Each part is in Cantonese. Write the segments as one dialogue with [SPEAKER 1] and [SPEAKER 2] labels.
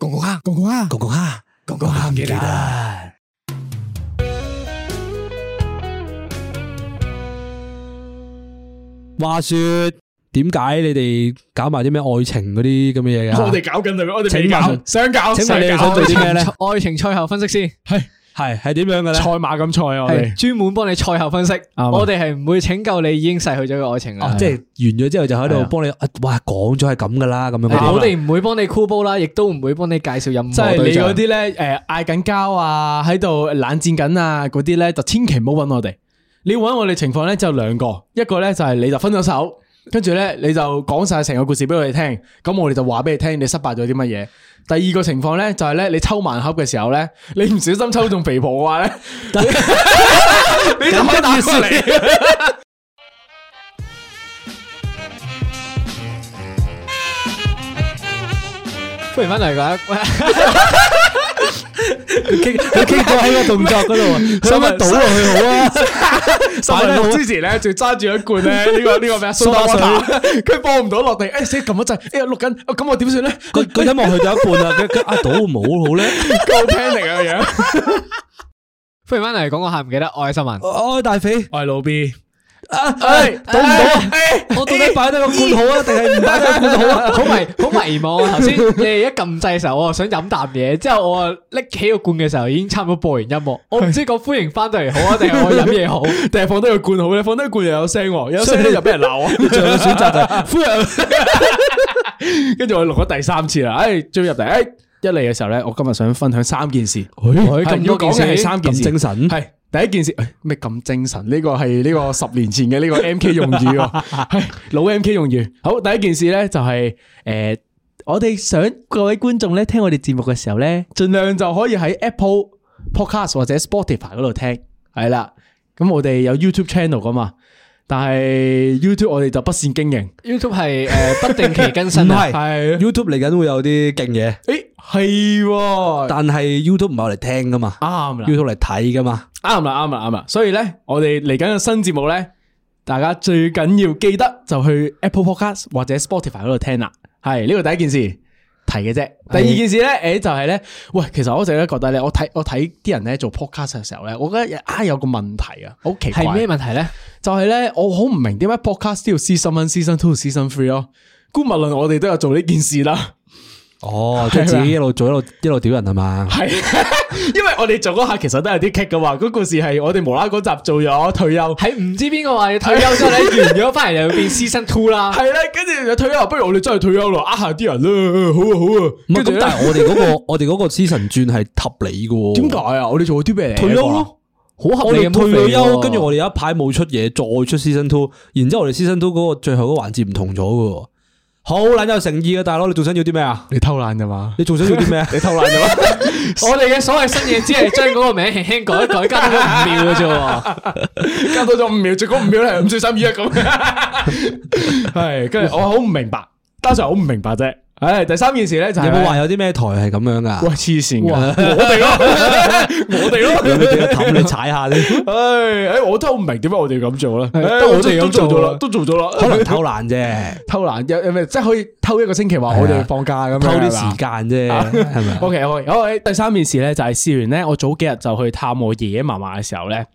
[SPEAKER 1] cộng hòa cộng hòa cộng hòa cộng hòa唔記得。
[SPEAKER 2] 话说点解你哋搞埋啲咩爱情嗰啲咁嘅嘢噶？
[SPEAKER 3] 我哋搞緊佢，我哋未
[SPEAKER 2] 請問
[SPEAKER 3] 搞，想搞，
[SPEAKER 2] 請問你哋想做啲咩咧？
[SPEAKER 4] 爱情賽後分析先，
[SPEAKER 2] 系系点样嘅咧？
[SPEAKER 3] 賽馬咁賽啊我
[SPEAKER 4] 係
[SPEAKER 3] 哋。
[SPEAKER 4] 專門幫你賽後分析。
[SPEAKER 3] 啊
[SPEAKER 4] 我哋係唔會拯救你已經逝去咗嘅愛情
[SPEAKER 2] 哦
[SPEAKER 4] 啦，。
[SPEAKER 2] 即系完咗之后就喺
[SPEAKER 3] 係
[SPEAKER 2] 度
[SPEAKER 3] 啊
[SPEAKER 2] 帮你，啊哇，讲咗系咁噶啦，咁样嗰啲。
[SPEAKER 4] 我哋唔會幫你箍煲啦，亦都唔會幫你介紹任
[SPEAKER 3] 即係
[SPEAKER 4] 何對
[SPEAKER 3] 你嗰
[SPEAKER 4] 象。
[SPEAKER 3] 啲咧，诶嗌緊交啊，喺度冷戰緊啊，嗰啲咧就千祈唔好揾我哋。你要揾我哋情況咧就有兩個，一個咧就係你就分咗手，跟住咧你就講晒成個故事俾我哋聽，咁我哋就話俾你聽你失敗咗啲乜嘢。第二個情況咧就係咧你抽盲盒嘅時候咧，你唔小心抽中肥婆嘅話 咧，你你就可以打過嚟。
[SPEAKER 4] 歡迎翻嚟噶，
[SPEAKER 2] 佢 佢棘咗喺个动作嗰度，想唔想倒落去好啊？
[SPEAKER 3] 十分鐘之前咧，就揸住一罐咧呢個呢個咩啊蘇打水，佢放唔到落地，誒死撳咗掣，哎呀錄緊，啊咁我點算咧？
[SPEAKER 2] 個個音樂去到一半啦，佢佢啊倒冇好咧。
[SPEAKER 3] 夠 panic 啊個樣。
[SPEAKER 4] 歡迎翻嚟講我下唔記得，我係新聞。
[SPEAKER 2] 哦，大肥
[SPEAKER 3] 我系老 B，
[SPEAKER 2] 啊，唉倒唔到啊！我到底擺得個罐好啊，定係唔擺得個罐好啊？
[SPEAKER 4] 好迷好迷茫啊！頭先你哋一撳掣嘅時候，我啊想飲啖嘢，之後我啊拎起個罐嘅時候已經差唔多播完音樂，我唔知講歡迎翻到嚟好啊，定係我飲嘢好？
[SPEAKER 3] 定系放低個罐好咧？放低個罐又有聲喎，有聲
[SPEAKER 2] 所以
[SPEAKER 3] 咧又俾人 鬧啊！
[SPEAKER 2] 最後嘅選擇就係
[SPEAKER 3] 啊跟住我錄咗第三次啦，唉，追入嚟，唉，一嚟嘅時候咧，我今日想分享三件事，
[SPEAKER 2] 佢
[SPEAKER 3] 係要講嘅係三件
[SPEAKER 2] 咁
[SPEAKER 3] 事，
[SPEAKER 2] 精神，
[SPEAKER 3] 係第一件事，唉咩咁精神？呢個係呢個十年前嘅呢個 M K 用語喎，係老 M K 用語。好，第一件事咧就係诶。我哋想各位觀眾咧聽我哋節目嘅時候咧，盡量就可以喺 Apple Podcast 或者 Spotify 嗰度聽，係啦。咁我哋有 YouTube channel 噶嘛，但係 YouTube 我哋就不善經營，
[SPEAKER 4] YouTube 係诶不定期更新
[SPEAKER 2] 唔
[SPEAKER 4] 啊，
[SPEAKER 2] 係
[SPEAKER 3] 係
[SPEAKER 2] YouTube 嚟緊會有啲勁嘢，
[SPEAKER 3] 诶係喎，
[SPEAKER 2] 但係 YouTube 唔係我嚟聽噶嘛
[SPEAKER 3] 啱啦，
[SPEAKER 2] ，YouTube 嚟睇噶嘛。
[SPEAKER 3] 啱啦，啱啦，啱啦。所以咧，我哋嚟緊嘅新節目咧，大家最緊要記得就去 Apple Podcast 或者 Spotify 嗰度聽啦。係呢個第一件事提嘅啫。第二件事咧，诶就係咧，喂，其實我一直都覺得咧，我睇我睇啲人咧做 podcast 嘅時候咧，我覺得啊有個問題啊，好奇怪。
[SPEAKER 4] 係咩問題咧？
[SPEAKER 3] 就係咧，我好唔明點解 podcast 都要 season one、season two、season three 咯。姑勿論我哋都有做呢件事啦，
[SPEAKER 2] 哦，即係自己一路做一路一路屌人係嘛？
[SPEAKER 3] 係 因為我哋做嗰下其實都有啲棘噶嘛。嗰故事係我哋無啦啦嗰集做咗退休。
[SPEAKER 4] 喺唔知邊個話要退休之後咧，完咗翻嚟又要變 season two 啦。
[SPEAKER 3] 系啦，跟住就退休，不如我哋真系退休咯，呃下啲人啦，好啊好啊。
[SPEAKER 2] 唔係
[SPEAKER 3] 跟住
[SPEAKER 2] 咁，
[SPEAKER 3] 咧
[SPEAKER 2] 但係我哋嗰個 我哋嗰個 season 轉係合理嘅喎。
[SPEAKER 3] 點解啊？我哋做咗啲咩嚟？
[SPEAKER 2] 退休咯。
[SPEAKER 4] 好
[SPEAKER 2] 我
[SPEAKER 4] 合理
[SPEAKER 2] 哋
[SPEAKER 4] 嘅
[SPEAKER 2] 退
[SPEAKER 4] move 嚟
[SPEAKER 2] 咗
[SPEAKER 4] 喎
[SPEAKER 2] 休，跟住我哋有一排冇出嘢，再出 season two，然之後我哋 season two 嗰個最後嗰個環節唔同咗嘅喎，好撚有誠意嘅大佬，你仲想要啲咩啊？
[SPEAKER 3] 你偷懶咋嘛？
[SPEAKER 2] 你仲想要啲咩啊？
[SPEAKER 3] 你偷懶咋嘛？
[SPEAKER 4] 我哋嘅所謂新嘢，只係將嗰個名輕輕改一改，加多咗五秒嘅啫喎。
[SPEAKER 3] 加多咗五秒，最高五秒咧，五四三二一咁。 係，跟住我好唔明白，單純好唔明白啫。唉，第三件事咧就
[SPEAKER 2] 有
[SPEAKER 3] 係
[SPEAKER 2] 冇話有啲咩台係咁樣噶
[SPEAKER 3] 喂？黐線㗎，我哋咯， 我哋
[SPEAKER 2] 有冇
[SPEAKER 3] 咯。
[SPEAKER 2] 俾個氹你踩下 咧？
[SPEAKER 3] 唉，唉，我都唔明點解我哋要咁做啦。唉
[SPEAKER 4] 得我哋
[SPEAKER 3] 都
[SPEAKER 4] 咁做
[SPEAKER 3] 咗
[SPEAKER 4] 啊
[SPEAKER 3] 啦，都做咗啦。
[SPEAKER 2] 可能偷懶啫，
[SPEAKER 3] 偷懶有有咩？即係可以偷一個星期話我
[SPEAKER 2] 係
[SPEAKER 3] 哋
[SPEAKER 2] 啊
[SPEAKER 3] 放假咁樣，
[SPEAKER 2] 偷啲
[SPEAKER 3] 係嘛
[SPEAKER 2] 時間啫， 係咪啊？
[SPEAKER 3] O K，好，好，第三件事咧就係試完咧，我早幾日就去探我爺爺嫲嫲嘅時候咧，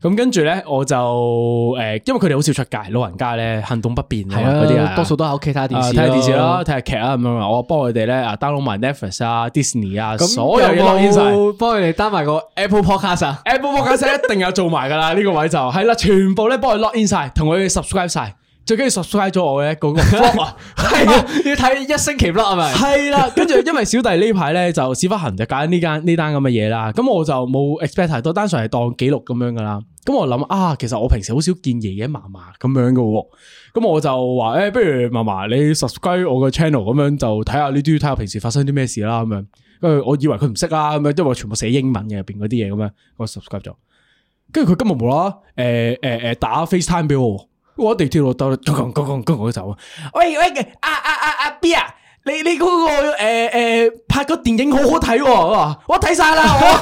[SPEAKER 3] 咁跟住咧我就誒、因為佢哋好少出街，老人家咧行動不便啊嘛嗰啲啊，
[SPEAKER 4] 多數都喺屋企睇下電
[SPEAKER 3] 啊
[SPEAKER 4] 視，
[SPEAKER 3] 睇下電視啦，睇。下劇啊咁樣啊，我幫佢哋咧啊 download 埋 Netflix 啊、Disney 啊，
[SPEAKER 4] 咁
[SPEAKER 3] 所有嘢 login 晒。
[SPEAKER 4] 冇幫佢哋單埋個 Apple Podcast 啊？
[SPEAKER 3] Apple Podcast 一定有做埋噶啦，呢個位就係啦，全部咧幫佢 login 晒，同佢 subscribe 晒，最緊要 subscribe 咗我咧 嗰個 blog 啊，係啊。
[SPEAKER 4] 要睇一星期 blog 係咪？
[SPEAKER 3] 系啦，跟住因為小弟呢排咧就屎忽痕就揀呢間呢單咁嘅嘢啦，咁我就冇 expect 太多，單純係當記錄咁樣噶啦。咁我諗啊，其實我平時好少見爺爺嫲嫲咁樣嘅喎，咁我就話誒、欸不如嫲嫲你 subscribe 我個 channel 咁樣就睇下呢啲，睇下平時發生啲咩事啦咁樣。跟住我以為佢唔識啦，咁樣因為我全部寫英文嘅入邊嗰啲嘢咁樣，我 subscribe 咗。跟住佢今日無啦啦，誒誒誒打 FaceTime 俾我喎，我喺地鐵度兜，咣咣咣咣咣我就走。喂喂，阿阿阿阿 B 啊，你你嗰、個誒、呃呃拍個電影好好睇喎，我話我睇晒啦，我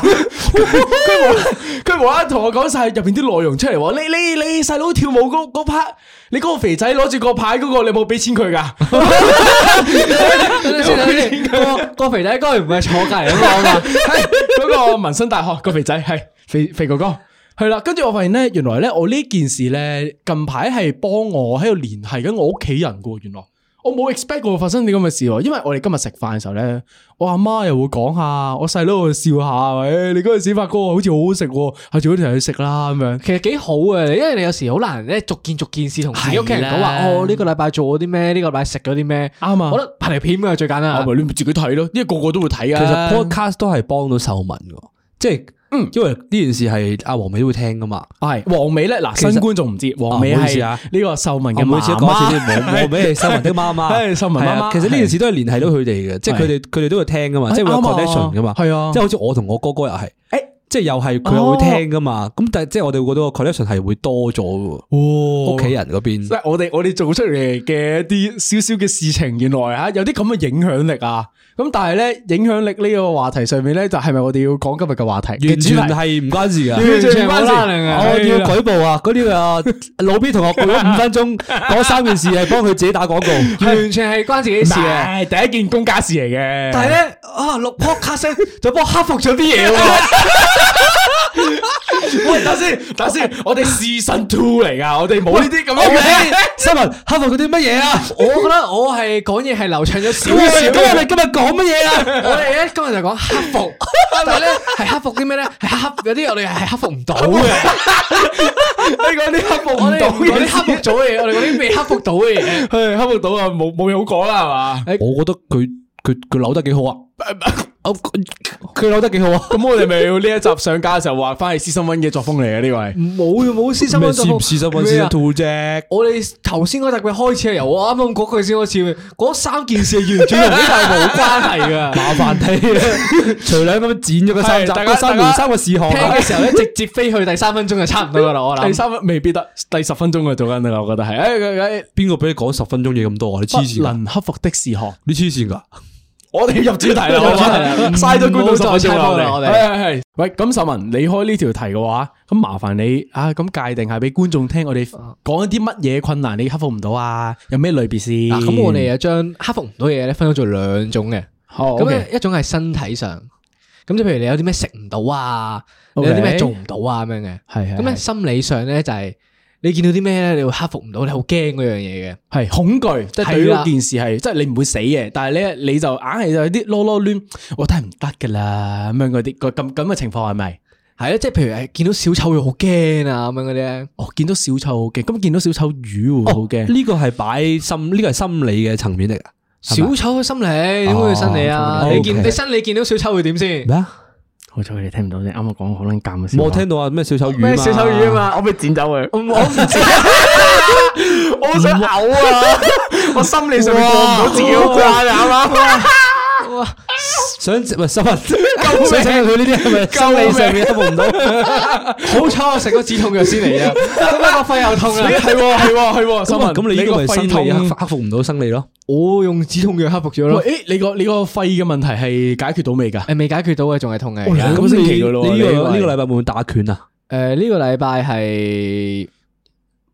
[SPEAKER 3] 佢無啦佢無啦啦同我講晒入邊啲內容出嚟喎，你你你細佬跳舞嗰嗰 part，你嗰個肥仔攞住個牌嗰、個，你有冇俾錢佢㗎？
[SPEAKER 4] 等陣先等陣先啊 個個肥仔哥唔係坐隔離 咁啊
[SPEAKER 3] 我話係嗰個民生大學個肥仔係肥肥哥哥。係啦，跟住我發現咧，原來咧我呢件事咧，近排係幫我喺度聯繫緊我屋企人噶。原來我冇 expect 過發生啲咁嘅事喎，因為我哋今日食飯嘅時候咧，我阿媽又會講下，我細佬又笑下，喂、你嗰陣時發哥好似好好食喎，下次好似去食啦咁樣。
[SPEAKER 4] 其實幾好啊，因為你有時好難咧逐件逐件事同自己屋企人講
[SPEAKER 3] 係
[SPEAKER 4] 話，
[SPEAKER 3] 啦
[SPEAKER 4] 哦呢個禮拜做咗啲咩，呢個禮拜食咗啲咩，
[SPEAKER 3] 啱啊
[SPEAKER 4] 我覺得拍嚟片嘅最簡單
[SPEAKER 3] 啊，
[SPEAKER 4] 啊。
[SPEAKER 3] 咪你咪自己睇咯，因為個個都會睇
[SPEAKER 2] 其實
[SPEAKER 3] 啊。
[SPEAKER 2] podcast 都係幫到秀文嘅，即係，
[SPEAKER 3] 嗯
[SPEAKER 2] 因為呢件事係阿黃美都會聽噶嘛。
[SPEAKER 3] 係黃美咧，嗱新觀眾唔知，黃哦美
[SPEAKER 2] 啊唔好意思
[SPEAKER 3] 係
[SPEAKER 2] 啊
[SPEAKER 3] 呢個秀文嘅
[SPEAKER 2] 我每次都
[SPEAKER 3] 媽
[SPEAKER 2] 講一次
[SPEAKER 3] 媽
[SPEAKER 2] 啲 冇冇俾秀文的媽媽，
[SPEAKER 3] 係秀文媽媽
[SPEAKER 2] 係啊其實呢件事都係聯繫到佢哋嘅，即係佢哋佢哋都會聽噶嘛，即係會有
[SPEAKER 3] 啱啊
[SPEAKER 2] connection 噶嘛，
[SPEAKER 3] 係哦啊
[SPEAKER 2] 即係好似我同我哥哥又係，即係又係佢又會聽噶嘛，咁但係即係我哋會覺得個 connection 係會多咗嘅喎，
[SPEAKER 3] 哦
[SPEAKER 2] 屋企人嗰邊
[SPEAKER 3] 即。係我哋我哋做出嚟嘅一啲少少嘅事情，原來啊有啲咁嘅影響力啊！咁但係咧，影響力呢個話題上面咧，就係咪我哋要講今日嘅話題？
[SPEAKER 2] 完全
[SPEAKER 3] 嘅主題
[SPEAKER 2] 係唔關事噶，
[SPEAKER 3] 完全冇
[SPEAKER 4] 拉楞啊
[SPEAKER 2] 我要舉報啊！嗰啲啊老 B 同學舉咗五分 鐘講三件事，係幫佢自己打廣告。
[SPEAKER 4] 完全係關自己事 嘅。
[SPEAKER 3] 係第一件公家事嚟嘅。
[SPEAKER 4] 但係咧，啊錄 podcast 呢就幫我克服咗啲嘢喎。
[SPEAKER 3] 喂，等先，等先，我哋 season two 嚟噶，我哋冇呢啲咁樣嘅。
[SPEAKER 2] 哎新聞克服嗰啲乜嘢啊？
[SPEAKER 4] 我覺得我係講嘢係流暢咗
[SPEAKER 2] 咁
[SPEAKER 4] 少少。
[SPEAKER 2] 我哋今日講乜嘢啊？
[SPEAKER 4] 我哋咧今日就講克服，但係咧係克服啲咩咧？係克服有啲我哋係克服唔到嘅。
[SPEAKER 3] 你講啲克服
[SPEAKER 4] 我
[SPEAKER 3] 唔
[SPEAKER 4] 哋
[SPEAKER 3] 到
[SPEAKER 4] 講啲
[SPEAKER 3] 嘅
[SPEAKER 4] 克服
[SPEAKER 3] 事，
[SPEAKER 4] 咗嘅嘢，我哋講啲未克服到嘅嘢。
[SPEAKER 3] 係克服到啊，冇冇嘢好講啦，係嘛？
[SPEAKER 2] 我覺得佢佢佢扭得幾 好啊！佢扭得幾好啊！
[SPEAKER 3] 咁我哋咪要呢一集上架嘅時候話翻係 season one 嘅作風嚟嘅呢位。
[SPEAKER 4] 冇冇私心
[SPEAKER 2] 咩啊
[SPEAKER 3] 啊
[SPEAKER 2] 試唔試新聞先 two 啫？
[SPEAKER 4] 我哋頭先嗰集嘅開始係由我啱啱嗰句先開始，嗰三件事完全同呢
[SPEAKER 3] 啊
[SPEAKER 4] 集係冇關係噶。
[SPEAKER 2] 麻煩你， 除兩咁樣剪咗個三集，
[SPEAKER 3] 係大家
[SPEAKER 2] 個三
[SPEAKER 3] 大家
[SPEAKER 2] 條三個事項啊
[SPEAKER 4] 聽。嘅時候咧，直接飛去第三分鐘就差唔多噶啦，我
[SPEAKER 3] 第
[SPEAKER 4] 諗。
[SPEAKER 3] 三分未必得，第十分鐘嘅做緊啦，我覺得係。誒誒
[SPEAKER 2] 邊個俾你講十分鐘嘢咁多啊？你黐
[SPEAKER 3] 誒，不
[SPEAKER 2] 線㗎，
[SPEAKER 3] 能克服的事項，
[SPEAKER 2] 你黐線㗎！
[SPEAKER 3] 我哋入主 題啦，
[SPEAKER 4] 入
[SPEAKER 3] 好
[SPEAKER 4] 主題啦
[SPEAKER 3] 嘛？
[SPEAKER 4] 唔
[SPEAKER 3] 嘥咗觀眾
[SPEAKER 4] 好再
[SPEAKER 3] 十分鐘
[SPEAKER 4] 猜波啦
[SPEAKER 3] 我
[SPEAKER 4] 我
[SPEAKER 3] 哋
[SPEAKER 4] 哋
[SPEAKER 3] 係係係。喂，咁秀文，你開呢條題嘅話，咁麻煩你啊，咁界定下俾觀眾聽，我哋講一啲乜嘢困難你克服唔到啊？有咩類別先？
[SPEAKER 4] 嗱，咁我哋又將克服唔到嘅嘢咧分咗做兩種嘅，
[SPEAKER 3] 好
[SPEAKER 4] 咁咧
[SPEAKER 3] OK
[SPEAKER 4] 一種係身體上，咁即係譬如你有啲咩食唔到啊，你
[SPEAKER 3] OK
[SPEAKER 4] 有啲咩做唔到啊咁樣嘅，
[SPEAKER 3] 係係
[SPEAKER 4] 咁咧
[SPEAKER 3] 係
[SPEAKER 4] 心理上咧就係你見到啲咩咧，你會克服唔到，你好驚嗰樣嘢嘅，
[SPEAKER 3] 係恐懼，即係對於
[SPEAKER 4] 係啦
[SPEAKER 3] 嗰件事係，即係你唔會死嘅，但係咧你就硬係有啲囉囉攣，我都係唔得噶啦，咁樣嗰啲個咁咁嘅情況係咪？
[SPEAKER 4] 係啊，即係譬如係見到小丑會好驚啊咁樣嗰啲咧，
[SPEAKER 3] 哦，見到小丑好驚，咁見到小丑魚會好驚。
[SPEAKER 2] 呢個係擺心，呢個係心理嘅層面嚟㗎。係咪
[SPEAKER 4] 小丑嘅心理哎點會有心理啊？
[SPEAKER 2] 哦
[SPEAKER 4] 你見
[SPEAKER 2] OK
[SPEAKER 4] 你生理見到小丑會點先？
[SPEAKER 2] 咩啊？
[SPEAKER 3] 好彩佢哋聽唔到啫，啱啱講好撚尷嘅
[SPEAKER 2] 我聽到啊咩小丑魚
[SPEAKER 4] 咩小丑魚啊嘛？
[SPEAKER 3] 我俾剪走佢，
[SPEAKER 4] 我 唔知，
[SPEAKER 3] 我想嘔
[SPEAKER 1] à?
[SPEAKER 3] 啊！我心理上面過唔到自己嗰關啊，啱啱
[SPEAKER 2] 想唔係新聞，想請佢呢啲係咪心理上面克服唔到？
[SPEAKER 4] 好彩我食咗止痛藥先嚟 啊！咁啊個肺又痛啊！
[SPEAKER 3] 係喎係喎係喎，
[SPEAKER 2] 咁啊咁你呢個咪
[SPEAKER 3] 肺
[SPEAKER 2] 生理
[SPEAKER 3] 痛
[SPEAKER 2] 克克服唔到生理咯？
[SPEAKER 4] 我用止痛藥克服咗咯，
[SPEAKER 3] 喂，誒，你個你個肺嘅問題係解決到未㗎？
[SPEAKER 4] 誒未解決到嘅，仲係痛嘅。
[SPEAKER 3] 哦兩個
[SPEAKER 2] 咁
[SPEAKER 3] 星
[SPEAKER 2] 你
[SPEAKER 3] 期㗎咯喎
[SPEAKER 2] 你呢個
[SPEAKER 3] 你
[SPEAKER 2] 呢
[SPEAKER 3] 以為
[SPEAKER 2] 個禮拜會唔會打拳啊？
[SPEAKER 4] 誒呃呢個禮拜係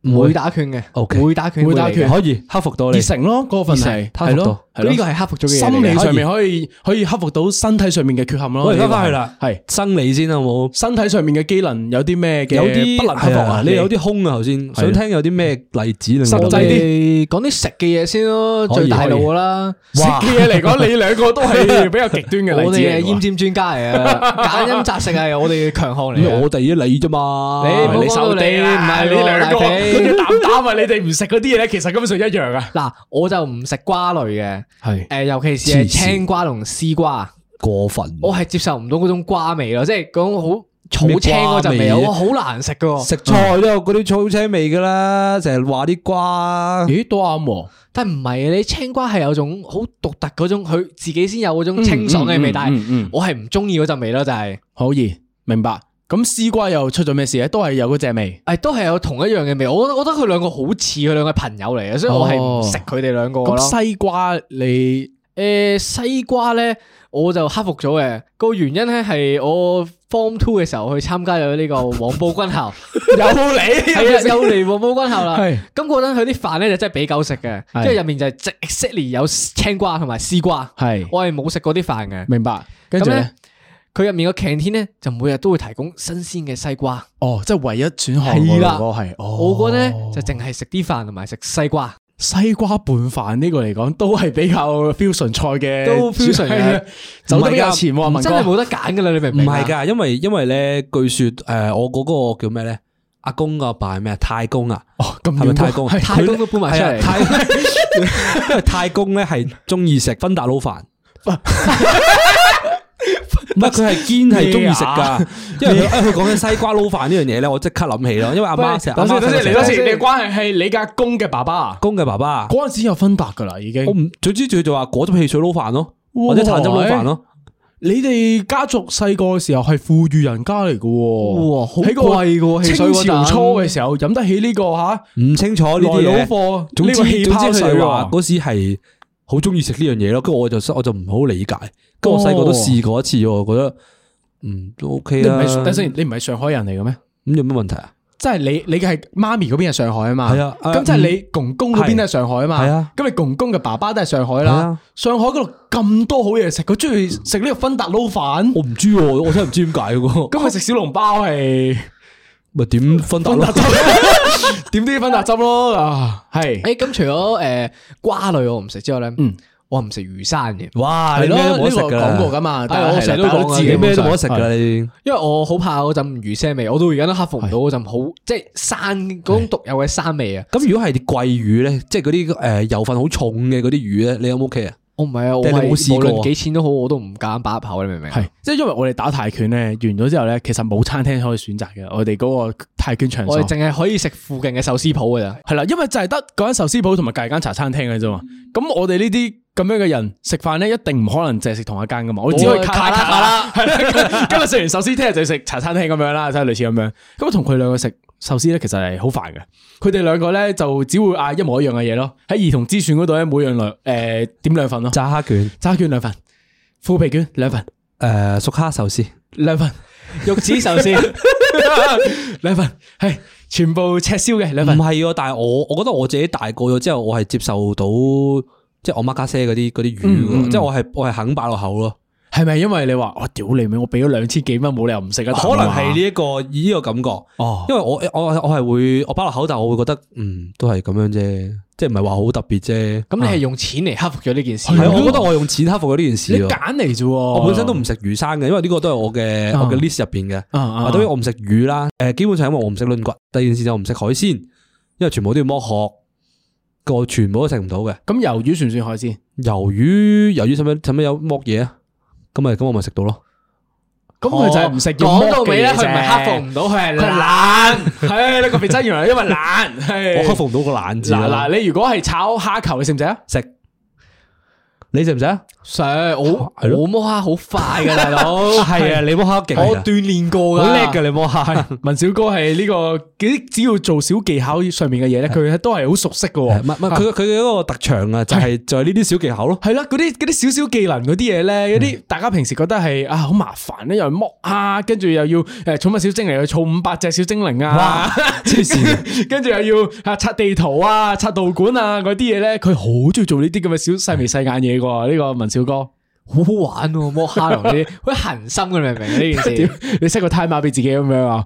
[SPEAKER 4] 唔會打拳嘅
[SPEAKER 2] OK
[SPEAKER 4] 會打拳
[SPEAKER 3] 會
[SPEAKER 4] 會
[SPEAKER 3] 打
[SPEAKER 4] 打
[SPEAKER 3] 拳
[SPEAKER 4] 拳。
[SPEAKER 2] 可以克服到你
[SPEAKER 3] 熱。誠咯，嗰個份係
[SPEAKER 2] 熱誠克服到
[SPEAKER 3] 係咯，
[SPEAKER 4] 呢個係克服咗嘅嘢嚟嘅
[SPEAKER 3] 心理上面可以可以克服到身體上面嘅缺陷咯。
[SPEAKER 2] 我而家
[SPEAKER 3] 呢個係
[SPEAKER 2] 翻去啦，
[SPEAKER 3] 係
[SPEAKER 2] 生理先好冇？
[SPEAKER 3] 身體上面嘅機能有啲咩嘅
[SPEAKER 2] 有啲
[SPEAKER 3] 不能克服
[SPEAKER 2] 係
[SPEAKER 3] 啊？
[SPEAKER 2] 你有啲空啊，頭先想聽有啲咩例子令
[SPEAKER 3] 實
[SPEAKER 2] 到
[SPEAKER 4] 我
[SPEAKER 3] 際
[SPEAKER 2] 你
[SPEAKER 4] 哋講啲食嘅嘢先咯，
[SPEAKER 2] 可以
[SPEAKER 4] 最大路㗎啦。
[SPEAKER 3] 食
[SPEAKER 2] 哇
[SPEAKER 3] 嘅嘢嚟講，你兩個都係比較極端嘅例
[SPEAKER 4] 我
[SPEAKER 3] 子
[SPEAKER 4] 哋
[SPEAKER 3] 嚟
[SPEAKER 4] 係
[SPEAKER 3] 㗎喎。
[SPEAKER 4] 奄尖專家嚟啊嘅，揀音擇食係我哋嘅強項嚟
[SPEAKER 2] 咁
[SPEAKER 4] 嘅。
[SPEAKER 2] 我哋啲啊你啫嘛，
[SPEAKER 4] 你唔好
[SPEAKER 3] 你手地啦，
[SPEAKER 4] 唔係
[SPEAKER 3] 你
[SPEAKER 4] 喎
[SPEAKER 3] 兩個
[SPEAKER 4] 大肥
[SPEAKER 3] 跟住膽膽啊！你哋唔食嗰啲嘢咧，其實根本上一樣啊。
[SPEAKER 4] 嗱，我就唔食瓜類嘅，
[SPEAKER 3] 係
[SPEAKER 4] 誒尤其是
[SPEAKER 2] 黐線
[SPEAKER 4] 係青瓜同絲瓜，
[SPEAKER 2] 過分。
[SPEAKER 4] 我係接受唔到嗰種瓜味咯，即係嗰種好草青嗰陣味啊，
[SPEAKER 2] 咩瓜味
[SPEAKER 4] 哇，好難食噶。
[SPEAKER 2] 食菜都有嗰啲草青味噶啦，成日話啲瓜
[SPEAKER 3] 咦，都啱喎。
[SPEAKER 4] 但唔係，你青瓜係有種好獨特嗰種，佢自己先有嗰種清爽嘅味，但係
[SPEAKER 3] 係
[SPEAKER 4] 我係唔中意嗰陣味咯，就係，
[SPEAKER 3] 可以明白。咁絲瓜又出咗咩事咧？啊都係有嗰只味。
[SPEAKER 4] 誒都係有同一樣嘅味。我覺得我覺得佢兩個好似，佢兩個係朋友嚟嘅，所以我係唔食佢哋兩個咯。
[SPEAKER 3] 咁西瓜你
[SPEAKER 4] 誒呃西瓜咧，我就克服咗嘅。個原因咧係我 Form Two 嘅時候去參加咗呢個黃埔軍 校，
[SPEAKER 3] 有你
[SPEAKER 4] 係啊，又嚟黃埔軍校啦。
[SPEAKER 3] 係
[SPEAKER 4] 咁嗰陣佢啲飯咧就真係俾狗食嘅，
[SPEAKER 3] 係
[SPEAKER 4] 即係入面就係直 exactly 有青瓜同埋絲瓜。
[SPEAKER 3] 係
[SPEAKER 4] 我係冇食過啲飯嘅。
[SPEAKER 3] 明白。跟住
[SPEAKER 4] 咁
[SPEAKER 3] 咧
[SPEAKER 4] 咧，，佢入面個 canteen 咧就每日都會提供新鮮嘅西瓜。
[SPEAKER 3] 哦，即係唯一選項
[SPEAKER 4] 係
[SPEAKER 3] 係
[SPEAKER 4] 啦
[SPEAKER 3] 啦，我係哦，
[SPEAKER 4] 我嗰咧就淨係食啲飯同埋食西瓜。
[SPEAKER 3] 西瓜拌飯呢個嚟講，都係比較 fusion 菜嘅，
[SPEAKER 4] 都 fusion 嘅
[SPEAKER 3] 係啊走得比較前喎，文哥
[SPEAKER 4] 真係冇得揀㗎啦，你明唔
[SPEAKER 2] 唔
[SPEAKER 4] 明啊？
[SPEAKER 2] 係㗎，因為因為咧，據說诶，我嗰個叫咩咧？阿公個阿爸係咩？太公啊，
[SPEAKER 3] 哦，咁
[SPEAKER 2] 係咪
[SPEAKER 3] 遠
[SPEAKER 2] 太公啊？
[SPEAKER 3] 係
[SPEAKER 4] 太公都搬埋出
[SPEAKER 2] 係啊
[SPEAKER 4] 嚟。
[SPEAKER 2] 太因為太公 咧係中意食芬達撈 飯。唔係佢係堅係中意食㗎，
[SPEAKER 3] 啊
[SPEAKER 2] 因為佢佢講緊西瓜撈飯呢樣嘢咧，我即刻諗起咯，因為阿媽成日阿媽
[SPEAKER 3] 等先等先，
[SPEAKER 2] 成
[SPEAKER 3] 嚟
[SPEAKER 2] 日
[SPEAKER 3] 多
[SPEAKER 4] 等
[SPEAKER 3] 次，
[SPEAKER 4] 先
[SPEAKER 3] 你嘅關係係你嘅阿公嘅爸爸啊？
[SPEAKER 2] 公嘅爸爸啊，
[SPEAKER 3] 嗰陣時有分達噶啦，已經
[SPEAKER 2] 我。唔總之佢就話果汁汽水撈飯咯，
[SPEAKER 3] 哇
[SPEAKER 2] 或者橙汁撈飯咯，
[SPEAKER 3] 你哋家族細個嘅時候係富裕人家嚟嘅喎，
[SPEAKER 4] 哇，好
[SPEAKER 3] 喺個
[SPEAKER 4] 貴喎，汽水
[SPEAKER 3] 清
[SPEAKER 4] 嗰
[SPEAKER 3] 朝
[SPEAKER 4] 陣
[SPEAKER 3] 初嘅時候飲得起呢個吓
[SPEAKER 2] 唔清楚呢
[SPEAKER 3] 來
[SPEAKER 2] 啲
[SPEAKER 3] 佬
[SPEAKER 2] 嘢。
[SPEAKER 3] 貨
[SPEAKER 2] 總
[SPEAKER 3] 呢
[SPEAKER 2] 之
[SPEAKER 3] 個氣泡
[SPEAKER 2] 總之佢
[SPEAKER 3] 水
[SPEAKER 2] 哋話
[SPEAKER 3] 喎。
[SPEAKER 2] 嗰啊時係好中意食呢樣嘢咯，跟住我就我就唔好理解，跟住我細個都
[SPEAKER 3] 哦
[SPEAKER 2] 試過一次，我覺得嗯都 OK
[SPEAKER 3] 你唔
[SPEAKER 2] 啦。
[SPEAKER 3] 係等
[SPEAKER 2] 咁
[SPEAKER 3] 先，你唔係上海人嚟嘅咩？
[SPEAKER 2] 有咩問題啊？
[SPEAKER 3] 即係你你嘅係媽咪嗰邊係上海啊嘛，
[SPEAKER 2] 係啊
[SPEAKER 3] 咁即係你公公嗰邊都係上海啊嘛，
[SPEAKER 2] 係啊，
[SPEAKER 3] 咁你公公嘅爸爸都係上海
[SPEAKER 2] 係
[SPEAKER 3] 啦
[SPEAKER 2] 啊，
[SPEAKER 3] 上海嗰度咁多好嘢食，佢中意食呢個芬達撈飯，
[SPEAKER 2] 我唔知喎，我真係唔知點解嘅喎。
[SPEAKER 3] 咁佢食小籠包 係
[SPEAKER 2] 咪點分達
[SPEAKER 3] 芬
[SPEAKER 2] 咯
[SPEAKER 3] 達？汁，點啲芬達汁咯啊，係
[SPEAKER 4] 誒咁除咗誒瓜類我唔食之外咧，
[SPEAKER 3] 嗯
[SPEAKER 4] 我係唔食魚生嘅，
[SPEAKER 2] 哇！
[SPEAKER 3] 係
[SPEAKER 2] 你
[SPEAKER 3] 咯，
[SPEAKER 2] 咩都冇
[SPEAKER 3] 呢
[SPEAKER 2] 得
[SPEAKER 3] 個
[SPEAKER 2] 食㗎
[SPEAKER 3] 講過
[SPEAKER 2] 啦，
[SPEAKER 3] 噶嘛，
[SPEAKER 4] 係
[SPEAKER 3] 但
[SPEAKER 4] 啊
[SPEAKER 3] 係
[SPEAKER 4] 我成日都講啊
[SPEAKER 3] 自
[SPEAKER 2] 自
[SPEAKER 3] 己
[SPEAKER 2] 己
[SPEAKER 4] 你
[SPEAKER 2] 咩都冇得食㗎
[SPEAKER 3] 係
[SPEAKER 2] 啦，你
[SPEAKER 4] 因為我好怕嗰陣魚腥味，我到而家都克服唔到嗰陣好即係生嗰種獨有嘅生味啊！
[SPEAKER 2] 咁如果係啲貴魚咧，即係嗰啲誒油份好重嘅嗰啲魚咧，你有冇 OK 啊？
[SPEAKER 4] 我唔係啊，我
[SPEAKER 2] 但係你
[SPEAKER 4] 係
[SPEAKER 2] 冇試
[SPEAKER 4] 無
[SPEAKER 2] 過啊
[SPEAKER 4] 論幾錢都好，我都唔敢擺入口，你明唔明啊？
[SPEAKER 3] 係，即係因為我哋打泰拳咧，完咗之後咧，其實冇餐廳可以選擇嘅，我哋嗰個泰拳場所
[SPEAKER 4] 我哋淨係可以食附近嘅壽司鋪㗎咋。
[SPEAKER 3] 係啦，因為就係得嗰間壽司鋪同埋隔間茶餐廳嘅啫嘛。咁我哋呢啲咁樣嘅人食飯咧，一定唔可能淨係食同一間噶嘛。我只可以卡卡卡啦，係啦。今日食完壽司，聽日就食茶餐廳咁樣啦，即係類似咁樣。咁啊同佢兩個食壽司咧，其實係好煩嘅。佢哋兩個咧就只會嗌一模一樣嘅嘢咯。喺兒童之選嗰度咧，每樣兩誒點兩份咯，
[SPEAKER 2] 炸蝦卷、
[SPEAKER 3] 炸卷兩份，腐皮卷兩份，
[SPEAKER 2] 誒熟蝦壽司，
[SPEAKER 3] 兩份
[SPEAKER 4] 玉子壽 司
[SPEAKER 3] 兩份，係全部赤燒嘅兩
[SPEAKER 2] 唔
[SPEAKER 3] 份。
[SPEAKER 2] 係喎，但係我我覺得我自己大個咗之後，我係接受到即係我媽家姐嗰啲嗰啲魚
[SPEAKER 3] 嗯
[SPEAKER 2] 喎，
[SPEAKER 3] 嗯嗯
[SPEAKER 2] 即係我係我係肯擺落口咯。
[SPEAKER 3] 係咪因為你話我屌你咩？我俾咗兩千幾蚊，冇理由唔食啊！
[SPEAKER 2] 可能係呢一個呢個感覺，
[SPEAKER 3] 哦
[SPEAKER 2] 因為我我我係會我擺落口，但我會覺得嗯都係咁樣啫，即係唔係話好特別啫。
[SPEAKER 3] 啊
[SPEAKER 4] 咁你係用錢嚟克服咗呢件事，
[SPEAKER 2] 係，我覺得我用錢克服咗呢件
[SPEAKER 3] 你
[SPEAKER 2] 事咯。
[SPEAKER 3] 揀嚟啫喎，
[SPEAKER 2] 我
[SPEAKER 3] 我
[SPEAKER 2] 本身都唔食魚生嘅，因為呢個都係我嘅
[SPEAKER 3] 啊
[SPEAKER 2] 我嘅 list 入邊嘅。
[SPEAKER 3] 啊啊
[SPEAKER 2] 啊，當然我唔食魚啦，誒，基本上因為我唔食卵骨。第二件事就我唔食海鮮，因為全部都要剝殼，個全部都食唔到嘅。
[SPEAKER 3] 咁魷魚算唔算海鮮？
[SPEAKER 2] 魷魚，魷魚使唔使使唔使有剝嘢啊？咁咪咁我咪食到咯。
[SPEAKER 3] 咁佢就係唔食要
[SPEAKER 4] 講到
[SPEAKER 3] 剝
[SPEAKER 4] 尾
[SPEAKER 3] 嘅
[SPEAKER 4] 咧，
[SPEAKER 3] 嘢
[SPEAKER 4] 佢唔係克服唔到，佢係
[SPEAKER 3] 佢係
[SPEAKER 4] 懶。
[SPEAKER 3] 懶，係你個肥仔原來因為懶， 係
[SPEAKER 2] 我克服唔到個懶字
[SPEAKER 3] 嗱
[SPEAKER 2] 啦。
[SPEAKER 3] 嗱，你如果係炒蝦球，你食唔食啊？
[SPEAKER 2] 食，你食唔食啊？
[SPEAKER 4] 上我
[SPEAKER 2] 係咯
[SPEAKER 4] 我摸蝦好 快㗎，大佬。
[SPEAKER 2] 係啊，你剝蝦勁啊，
[SPEAKER 4] 我鍛煉過㗎，
[SPEAKER 2] 好叻㗎，你剝 蝦。
[SPEAKER 3] 文小哥係呢個，只要做小技巧上面嘅嘢咧，佢都係好熟悉嘅
[SPEAKER 2] 唔係
[SPEAKER 3] 喎。
[SPEAKER 2] 唔係，佢佢嘅一個特長啊，就係就係呢啲小技巧咯。
[SPEAKER 3] 係啦，嗰啲嗰啲少少技能嗰啲嘢咧，嗰啲大家平時覺得係啊好麻煩咧，又要剝蝦，跟住又要誒寵物小精靈又要儲五百隻小精靈 啊，
[SPEAKER 2] 黐線，
[SPEAKER 3] 跟住又要啊刷地圖啊、刷道館啊嗰啲嘢咧，佢好中意做呢啲咁嘅小細眉細眼嘢噶。呢個文小哥，
[SPEAKER 4] 好好玩喎，摸蝦龍呢啲， 好恒心嘅，你明唔明呢件
[SPEAKER 3] 屌
[SPEAKER 4] 事？
[SPEAKER 3] 你 set 個 timer 俾自己咁樣啊？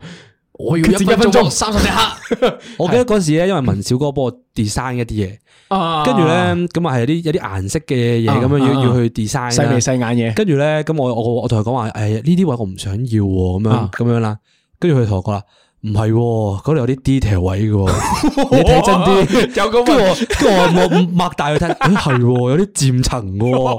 [SPEAKER 4] 我要
[SPEAKER 3] 佢
[SPEAKER 4] 一
[SPEAKER 3] 整一
[SPEAKER 4] 分
[SPEAKER 3] 分
[SPEAKER 4] 鐘
[SPEAKER 3] 鐘
[SPEAKER 4] 三十隻蝦，
[SPEAKER 2] 我記得嗰時咧，因為文小哥幫我 design 一啲嘢。
[SPEAKER 3] 啊
[SPEAKER 2] 跟住咧，咁啊係有啲有啲顏色嘅嘢咁樣
[SPEAKER 3] 啊
[SPEAKER 2] 要
[SPEAKER 3] 啊
[SPEAKER 2] 要去 design
[SPEAKER 3] 細眉
[SPEAKER 2] 啦。
[SPEAKER 3] 細眼嘢，
[SPEAKER 2] 跟住哎咧，咁我我我同佢講話，誒呢啲位我唔想要喎，咁樣
[SPEAKER 3] 啊
[SPEAKER 2] 咁樣啦。跟住佢同我講啦，唔系嗰度有啲 detail 位嘅喎， 你睇真啲。
[SPEAKER 4] 有咁
[SPEAKER 2] 跟住我，跟住我我擘大佢睇，诶系喎，有啲漸層 喎，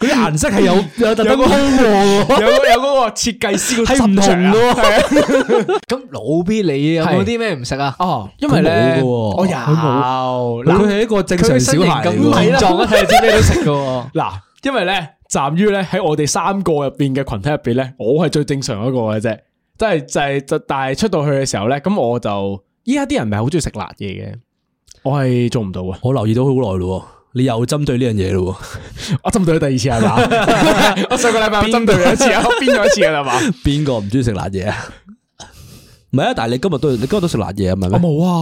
[SPEAKER 2] 嗰啲顏色係有有特登
[SPEAKER 4] 有個
[SPEAKER 2] 鋪喎，
[SPEAKER 4] 有有嗰個啊設計師個
[SPEAKER 2] 係唔同
[SPEAKER 4] 咯。
[SPEAKER 2] 嘅喎。
[SPEAKER 4] 咁老 B 你有冇
[SPEAKER 3] 係
[SPEAKER 4] 啲咩唔食啊？
[SPEAKER 3] 哦，因為咧
[SPEAKER 2] 佢冇㗎喎
[SPEAKER 3] 我哦有嗱
[SPEAKER 2] 佢係一個正常小孩嚟
[SPEAKER 4] 佢
[SPEAKER 2] 喎
[SPEAKER 4] 嘅身形咁。撞一睇就知咩都食噶喎。
[SPEAKER 3] 嗱，因為咧站於咧喺我哋三個入边嘅群體入边咧，我係最正常嗰個嘅啫，即係就係就但係出到去嘅時候咧，咁我就依家啲人咪好中意食辣嘢嘅，我係做唔到啊！
[SPEAKER 2] 我留意到好耐咯喎，你又針對呢樣嘢咯喎。
[SPEAKER 3] 我針對咗第二次係嘛？ 我上個禮拜針對咗一次，我邊咗一次㗎啦嘛？
[SPEAKER 2] 边个唔中意食辣嘢啊？唔系啊，但系你今日都你今日都食辣嘢啊？唔系咩？
[SPEAKER 3] 我冇啊！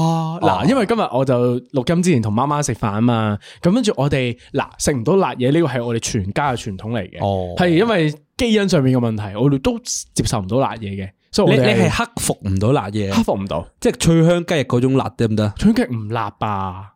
[SPEAKER 2] 哦
[SPEAKER 3] 嗱，因為今日我就錄音之前同媽媽食飯啊嘛，咁跟住我哋嗱食唔到辣嘢呢個係我哋全家嘅傳統嚟嘅，
[SPEAKER 2] 哦
[SPEAKER 3] 係因為基因上面嘅問題，我哋都接受唔到辣嘢嘅，所以我
[SPEAKER 2] 你
[SPEAKER 3] 哋
[SPEAKER 2] 你系
[SPEAKER 3] 係
[SPEAKER 2] 克服唔到辣嘢
[SPEAKER 3] 克，服唔到。
[SPEAKER 2] 即系脆香雞翼嗰種辣得唔得？
[SPEAKER 3] 脆雞唔辣吧？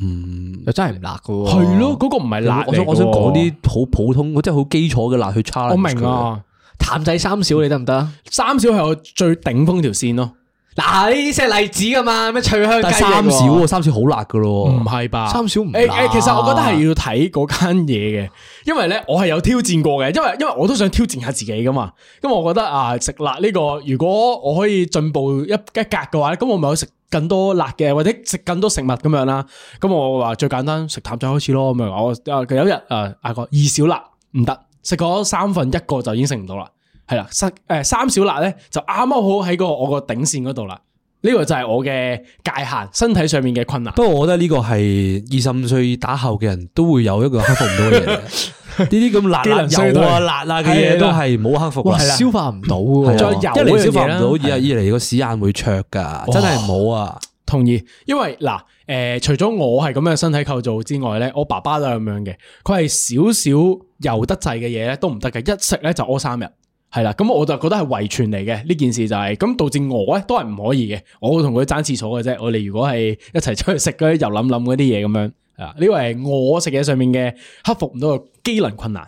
[SPEAKER 2] 嗯，
[SPEAKER 4] 又真係唔辣噶喎。
[SPEAKER 3] 係咯，，嗰個唔係辣
[SPEAKER 2] 我想
[SPEAKER 3] 嚟
[SPEAKER 2] 我想
[SPEAKER 3] 嘅喎
[SPEAKER 2] 講啲好普通，即係好基礎嘅辣去 challenge
[SPEAKER 3] 我明
[SPEAKER 2] 佢。
[SPEAKER 3] 啊，
[SPEAKER 4] 譚仔三小你得唔得啊？
[SPEAKER 3] 三小係我最頂峰條線咯，
[SPEAKER 4] 嗱，呢啲先係例子噶嘛，咩脆香雞
[SPEAKER 2] 但
[SPEAKER 4] 翼
[SPEAKER 2] 係三小
[SPEAKER 4] 喎
[SPEAKER 2] 喎，三小好辣噶咯
[SPEAKER 3] 唔
[SPEAKER 2] 喎。
[SPEAKER 3] 係吧？
[SPEAKER 4] 三小唔
[SPEAKER 3] 誒
[SPEAKER 4] 辣
[SPEAKER 3] 誒其實我覺得係要睇嗰間嘢嘅，因為咧我係有挑戰過嘅，因為因為我都想挑戰下自己噶嘛。咁我覺得啊，食辣呢個如果我可以進步一一格嘅話咧，咁我咪有食更多辣嘅，或者食更多食物咁樣啦。咁我話最簡單食淡仔開始咯，咁樣我啊有一日啊嗌個二小辣唔得，食咗三分一個就已經食唔到啦，係啦，三誒三小辣咧就啱啱好喺個我個頂線嗰度啦。呢個就係我嘅界限，身體上面嘅困難。
[SPEAKER 2] 不過我覺得呢個係二十五歲打後嘅人都會有一個克服唔到嘅 嘢。呢啲咁辣
[SPEAKER 3] 技能
[SPEAKER 2] 辣
[SPEAKER 3] 衰
[SPEAKER 2] 油啊、
[SPEAKER 3] 退
[SPEAKER 2] 辣辣嘅嘢都係冇克服啦
[SPEAKER 4] 哇，。消化唔到喎。
[SPEAKER 3] 再
[SPEAKER 2] 係啊
[SPEAKER 3] 油
[SPEAKER 2] 一嚟消
[SPEAKER 3] 嗰樣
[SPEAKER 2] 化
[SPEAKER 3] 嘢啦
[SPEAKER 2] 唔到，二嚟二嚟個屎眼會灼㗎，真係唔好啊！
[SPEAKER 3] 同意，因為嗱，诶、除咗我係咁嘅身體構造之外咧，我爸爸都係咁樣嘅，佢係少少油得滯嘅嘢咧都唔得嘅，一食咧就屙三日，係啦，咁我就覺得係遺傳嚟嘅呢件事就係、咁導致我咧都係唔可以嘅，我會同佢爭廁所嘅啫，我哋如果係一齊出去食嗰啲油冧冧嗰啲嘢咁樣，啊，呢個係我食嘢上面嘅克服唔到嘅機能困難。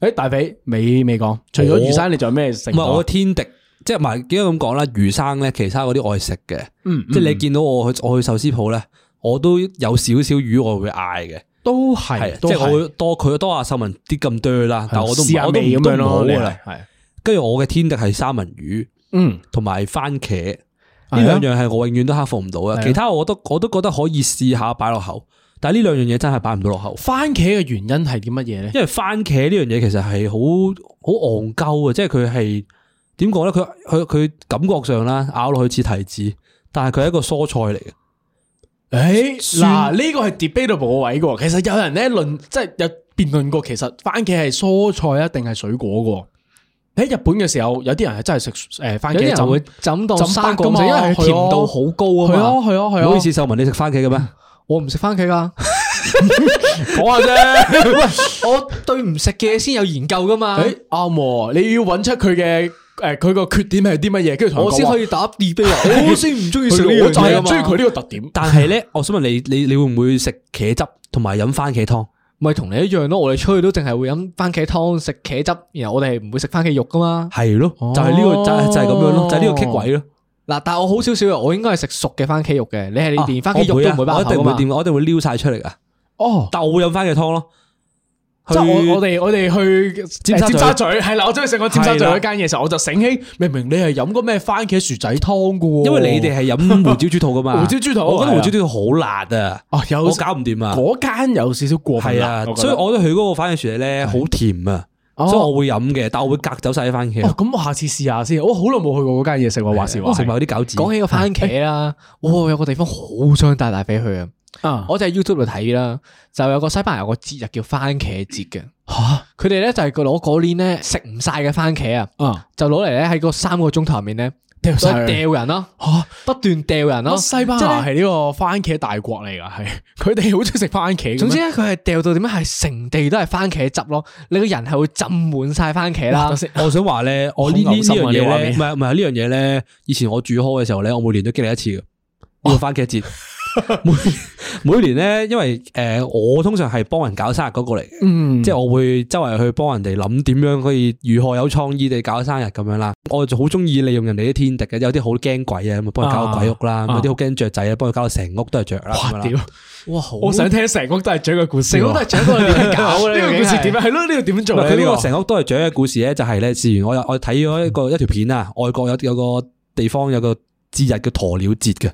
[SPEAKER 3] 诶、大肥未未講，除咗
[SPEAKER 2] 我
[SPEAKER 3] 魚生，你仲有咩食
[SPEAKER 2] 唔
[SPEAKER 3] 唔到
[SPEAKER 2] 係
[SPEAKER 3] 啊？
[SPEAKER 2] 我天敵，即係唔係點解咁講啦？魚生咧，其他嗰啲我係食嘅，
[SPEAKER 3] 嗯
[SPEAKER 2] 即係你見到我去我去壽司鋪咧，我都有少少魚我會嗌嘅，
[SPEAKER 3] 都
[SPEAKER 2] 係
[SPEAKER 3] 係，
[SPEAKER 2] 即
[SPEAKER 3] 都
[SPEAKER 2] 係我
[SPEAKER 3] 係
[SPEAKER 2] 會多佢多阿秀文啲咁多啦，但我都唔
[SPEAKER 3] 試下
[SPEAKER 2] 我都
[SPEAKER 3] 味
[SPEAKER 2] 唔
[SPEAKER 3] 咁
[SPEAKER 2] 都
[SPEAKER 3] 樣
[SPEAKER 2] 唔好
[SPEAKER 3] 咯，你
[SPEAKER 2] 㗎
[SPEAKER 3] 係
[SPEAKER 2] 啦。
[SPEAKER 3] 係
[SPEAKER 2] 跟住我嘅天敵係三文魚
[SPEAKER 3] 嗯。
[SPEAKER 2] 同埋番茄，
[SPEAKER 3] 係
[SPEAKER 2] 呢
[SPEAKER 3] 啊
[SPEAKER 2] 兩樣係我永遠都克服唔到
[SPEAKER 3] 係啊
[SPEAKER 2] 嘅，其他我都我都覺得可以試下擺落口，但係呢兩樣嘢真係擺唔到落口。
[SPEAKER 3] 番茄嘅原因係啲乜嘢咧？
[SPEAKER 2] 因為番茄呢樣嘢其實係好好戇鳩啊，即係佢係點講咧？佢佢佢感覺上啦，咬落去似提子，但係佢係一個蔬菜嚟嘅。
[SPEAKER 3] 诶，
[SPEAKER 2] 酸
[SPEAKER 3] 嗱呢個係 debatable 嘅位嘅喎，其實有人咧論即係有辯論過，其實番茄係蔬菜啊定係水果嘅喎。喺日本嘅時候，有啲人係真係食诶番
[SPEAKER 4] 啊有啲
[SPEAKER 3] 茄
[SPEAKER 4] 人會
[SPEAKER 3] 浸，
[SPEAKER 4] 浸到
[SPEAKER 3] 浸
[SPEAKER 4] 生
[SPEAKER 3] 白㗎
[SPEAKER 4] 咁
[SPEAKER 3] 嘛
[SPEAKER 4] 滯，因為佢甜度好
[SPEAKER 3] 係
[SPEAKER 4] 高
[SPEAKER 3] 啊
[SPEAKER 4] 啊嘛。
[SPEAKER 3] 係啊係
[SPEAKER 2] 唔
[SPEAKER 3] 啊，
[SPEAKER 2] 好意思，秀文，你食番茄嘅 咩？
[SPEAKER 4] 我唔食番茄噶，
[SPEAKER 3] 講下啫。
[SPEAKER 4] 我對唔食嘅嘢先有研究噶嘛。
[SPEAKER 3] 诶啱喎，你要揾出佢嘅诶佢個缺點係啲乜嘢，跟住同
[SPEAKER 4] 我先可
[SPEAKER 3] 以
[SPEAKER 4] 以打 debate 啊！我先唔中意食呢樣
[SPEAKER 3] 我就
[SPEAKER 4] 嘢
[SPEAKER 3] 係
[SPEAKER 4] 啊嘛
[SPEAKER 3] 中意佢呢個特點。
[SPEAKER 2] 但係咧，我想問你，你你會唔會食茄汁同埋飲番茄湯？
[SPEAKER 4] 咪同你一樣咯，我哋出去都淨係會飲番茄湯、食茄汁，然後我哋係唔會食番茄肉噶嘛。
[SPEAKER 2] 係咯，哦就係呢個就係就係咁樣
[SPEAKER 3] 哦
[SPEAKER 2] 咯，就係呢個棘位咯。
[SPEAKER 4] 嗱，但係我好少少嘅，我應該係食熟嘅番茄肉嘅，你係
[SPEAKER 2] 啊
[SPEAKER 4] 連番茄肉都唔會擺
[SPEAKER 2] 我
[SPEAKER 4] 落
[SPEAKER 2] 一定唔
[SPEAKER 4] 口
[SPEAKER 3] 啊
[SPEAKER 2] 會
[SPEAKER 4] 㗎嘛。
[SPEAKER 2] 掂，我一定會撩晒出嚟噶。
[SPEAKER 3] 哦，
[SPEAKER 2] 但我會飲番茄湯咯。
[SPEAKER 3] 即係
[SPEAKER 2] 去
[SPEAKER 3] 我我哋我哋去
[SPEAKER 2] 尖沙咀
[SPEAKER 3] 尖沙咀係啦，我中意食過尖沙咀
[SPEAKER 2] 係啦
[SPEAKER 3] 嗰間嘢時候，我就醒起，明明你係飲過咩番茄薯仔湯噶喎，
[SPEAKER 2] 因為你哋係飲胡椒豬肚噶嘛，
[SPEAKER 3] 胡椒豬肚
[SPEAKER 2] 我覺得
[SPEAKER 3] 係啊
[SPEAKER 2] 胡椒豬肚好辣啊，
[SPEAKER 3] 哦有
[SPEAKER 2] 我搞唔掂啊。
[SPEAKER 3] 嗰間有少少過分
[SPEAKER 2] 系啊
[SPEAKER 3] 啦，，覺
[SPEAKER 2] 所
[SPEAKER 3] 得
[SPEAKER 2] 以我覺得佢嗰個番茄薯仔咧好甜啊，
[SPEAKER 3] 哦
[SPEAKER 2] 所以我會飲嘅，但我會隔走晒啲番茄
[SPEAKER 3] 哦，咁我下次試下先，我好耐冇去過嗰間嘢食喎，話時
[SPEAKER 2] 啊我
[SPEAKER 3] 話
[SPEAKER 2] 食埋嗰啲餃子。
[SPEAKER 4] 講起個番茄啦，哇，有個地方好想帶大肥去啊！
[SPEAKER 3] 啊，
[SPEAKER 4] 我就喺 YouTube 度睇啦，就有個西班牙有個節日叫番茄節嘅。吓，佢哋咧就係攞嗰年咧食唔晒嘅番茄啊，
[SPEAKER 3] 啊
[SPEAKER 4] 就攞嚟咧喺個三個鐘頭入面咧
[SPEAKER 3] 掉
[SPEAKER 4] 就
[SPEAKER 3] 晒佢
[SPEAKER 4] 掉人咯，
[SPEAKER 3] 嚇
[SPEAKER 4] 不斷掉人咯。
[SPEAKER 3] 乜西班
[SPEAKER 4] 即係
[SPEAKER 3] 牙
[SPEAKER 4] 呢
[SPEAKER 3] 係呢個番茄大國嚟㗎，係 佢哋好中意食番茄嘅咩。
[SPEAKER 4] 總之咧，佢係掉到點樣係成地都係番茄汁咯，你個人係會浸滿晒番茄啦
[SPEAKER 3] 哇。等先
[SPEAKER 2] 我想話咧，我呢呢
[SPEAKER 3] 好
[SPEAKER 2] 呢
[SPEAKER 3] 嘔心啊
[SPEAKER 2] 樣嘢
[SPEAKER 3] 呢個畫
[SPEAKER 2] 咧，
[SPEAKER 3] 面哦
[SPEAKER 2] 唔係唔係呢樣嘢咧，以前我住 hall 嘅時候咧，我每年都經歷一次嘅呢個番茄節。 每每年咧，因為诶、呃我通常係幫人搞生日嗰個嚟嘅，
[SPEAKER 3] 嗯，
[SPEAKER 2] 即係我會周圍去幫人哋諗點樣可以如何有創意地搞生日咁樣啦。我就好中意利用人哋啲天敵嘅，有啲好驚鬼啊，咁啊幫佢搞個鬼屋啦；
[SPEAKER 3] 啊
[SPEAKER 2] 咁有啲好驚雀仔啊，幫佢搞到成屋都係雀啦。咁樣
[SPEAKER 3] 哇
[SPEAKER 2] 啦
[SPEAKER 3] 屌！
[SPEAKER 2] 哇好！
[SPEAKER 3] 我想聽成屋都係嘴嘅故事喎，
[SPEAKER 4] 成屋都係掌嗰個點搞
[SPEAKER 3] 呢
[SPEAKER 4] 咧？
[SPEAKER 3] 個故事點啊？係咯，呢個點樣做
[SPEAKER 2] 嗱
[SPEAKER 3] 咧？
[SPEAKER 2] 佢
[SPEAKER 3] 呢
[SPEAKER 2] 呢
[SPEAKER 3] 個
[SPEAKER 2] 個成屋都係雀嘅故事咧，就係咧，事源我有我睇咗一個一條片啊，外國有有個地方有個節日叫鴕鳥節嘅，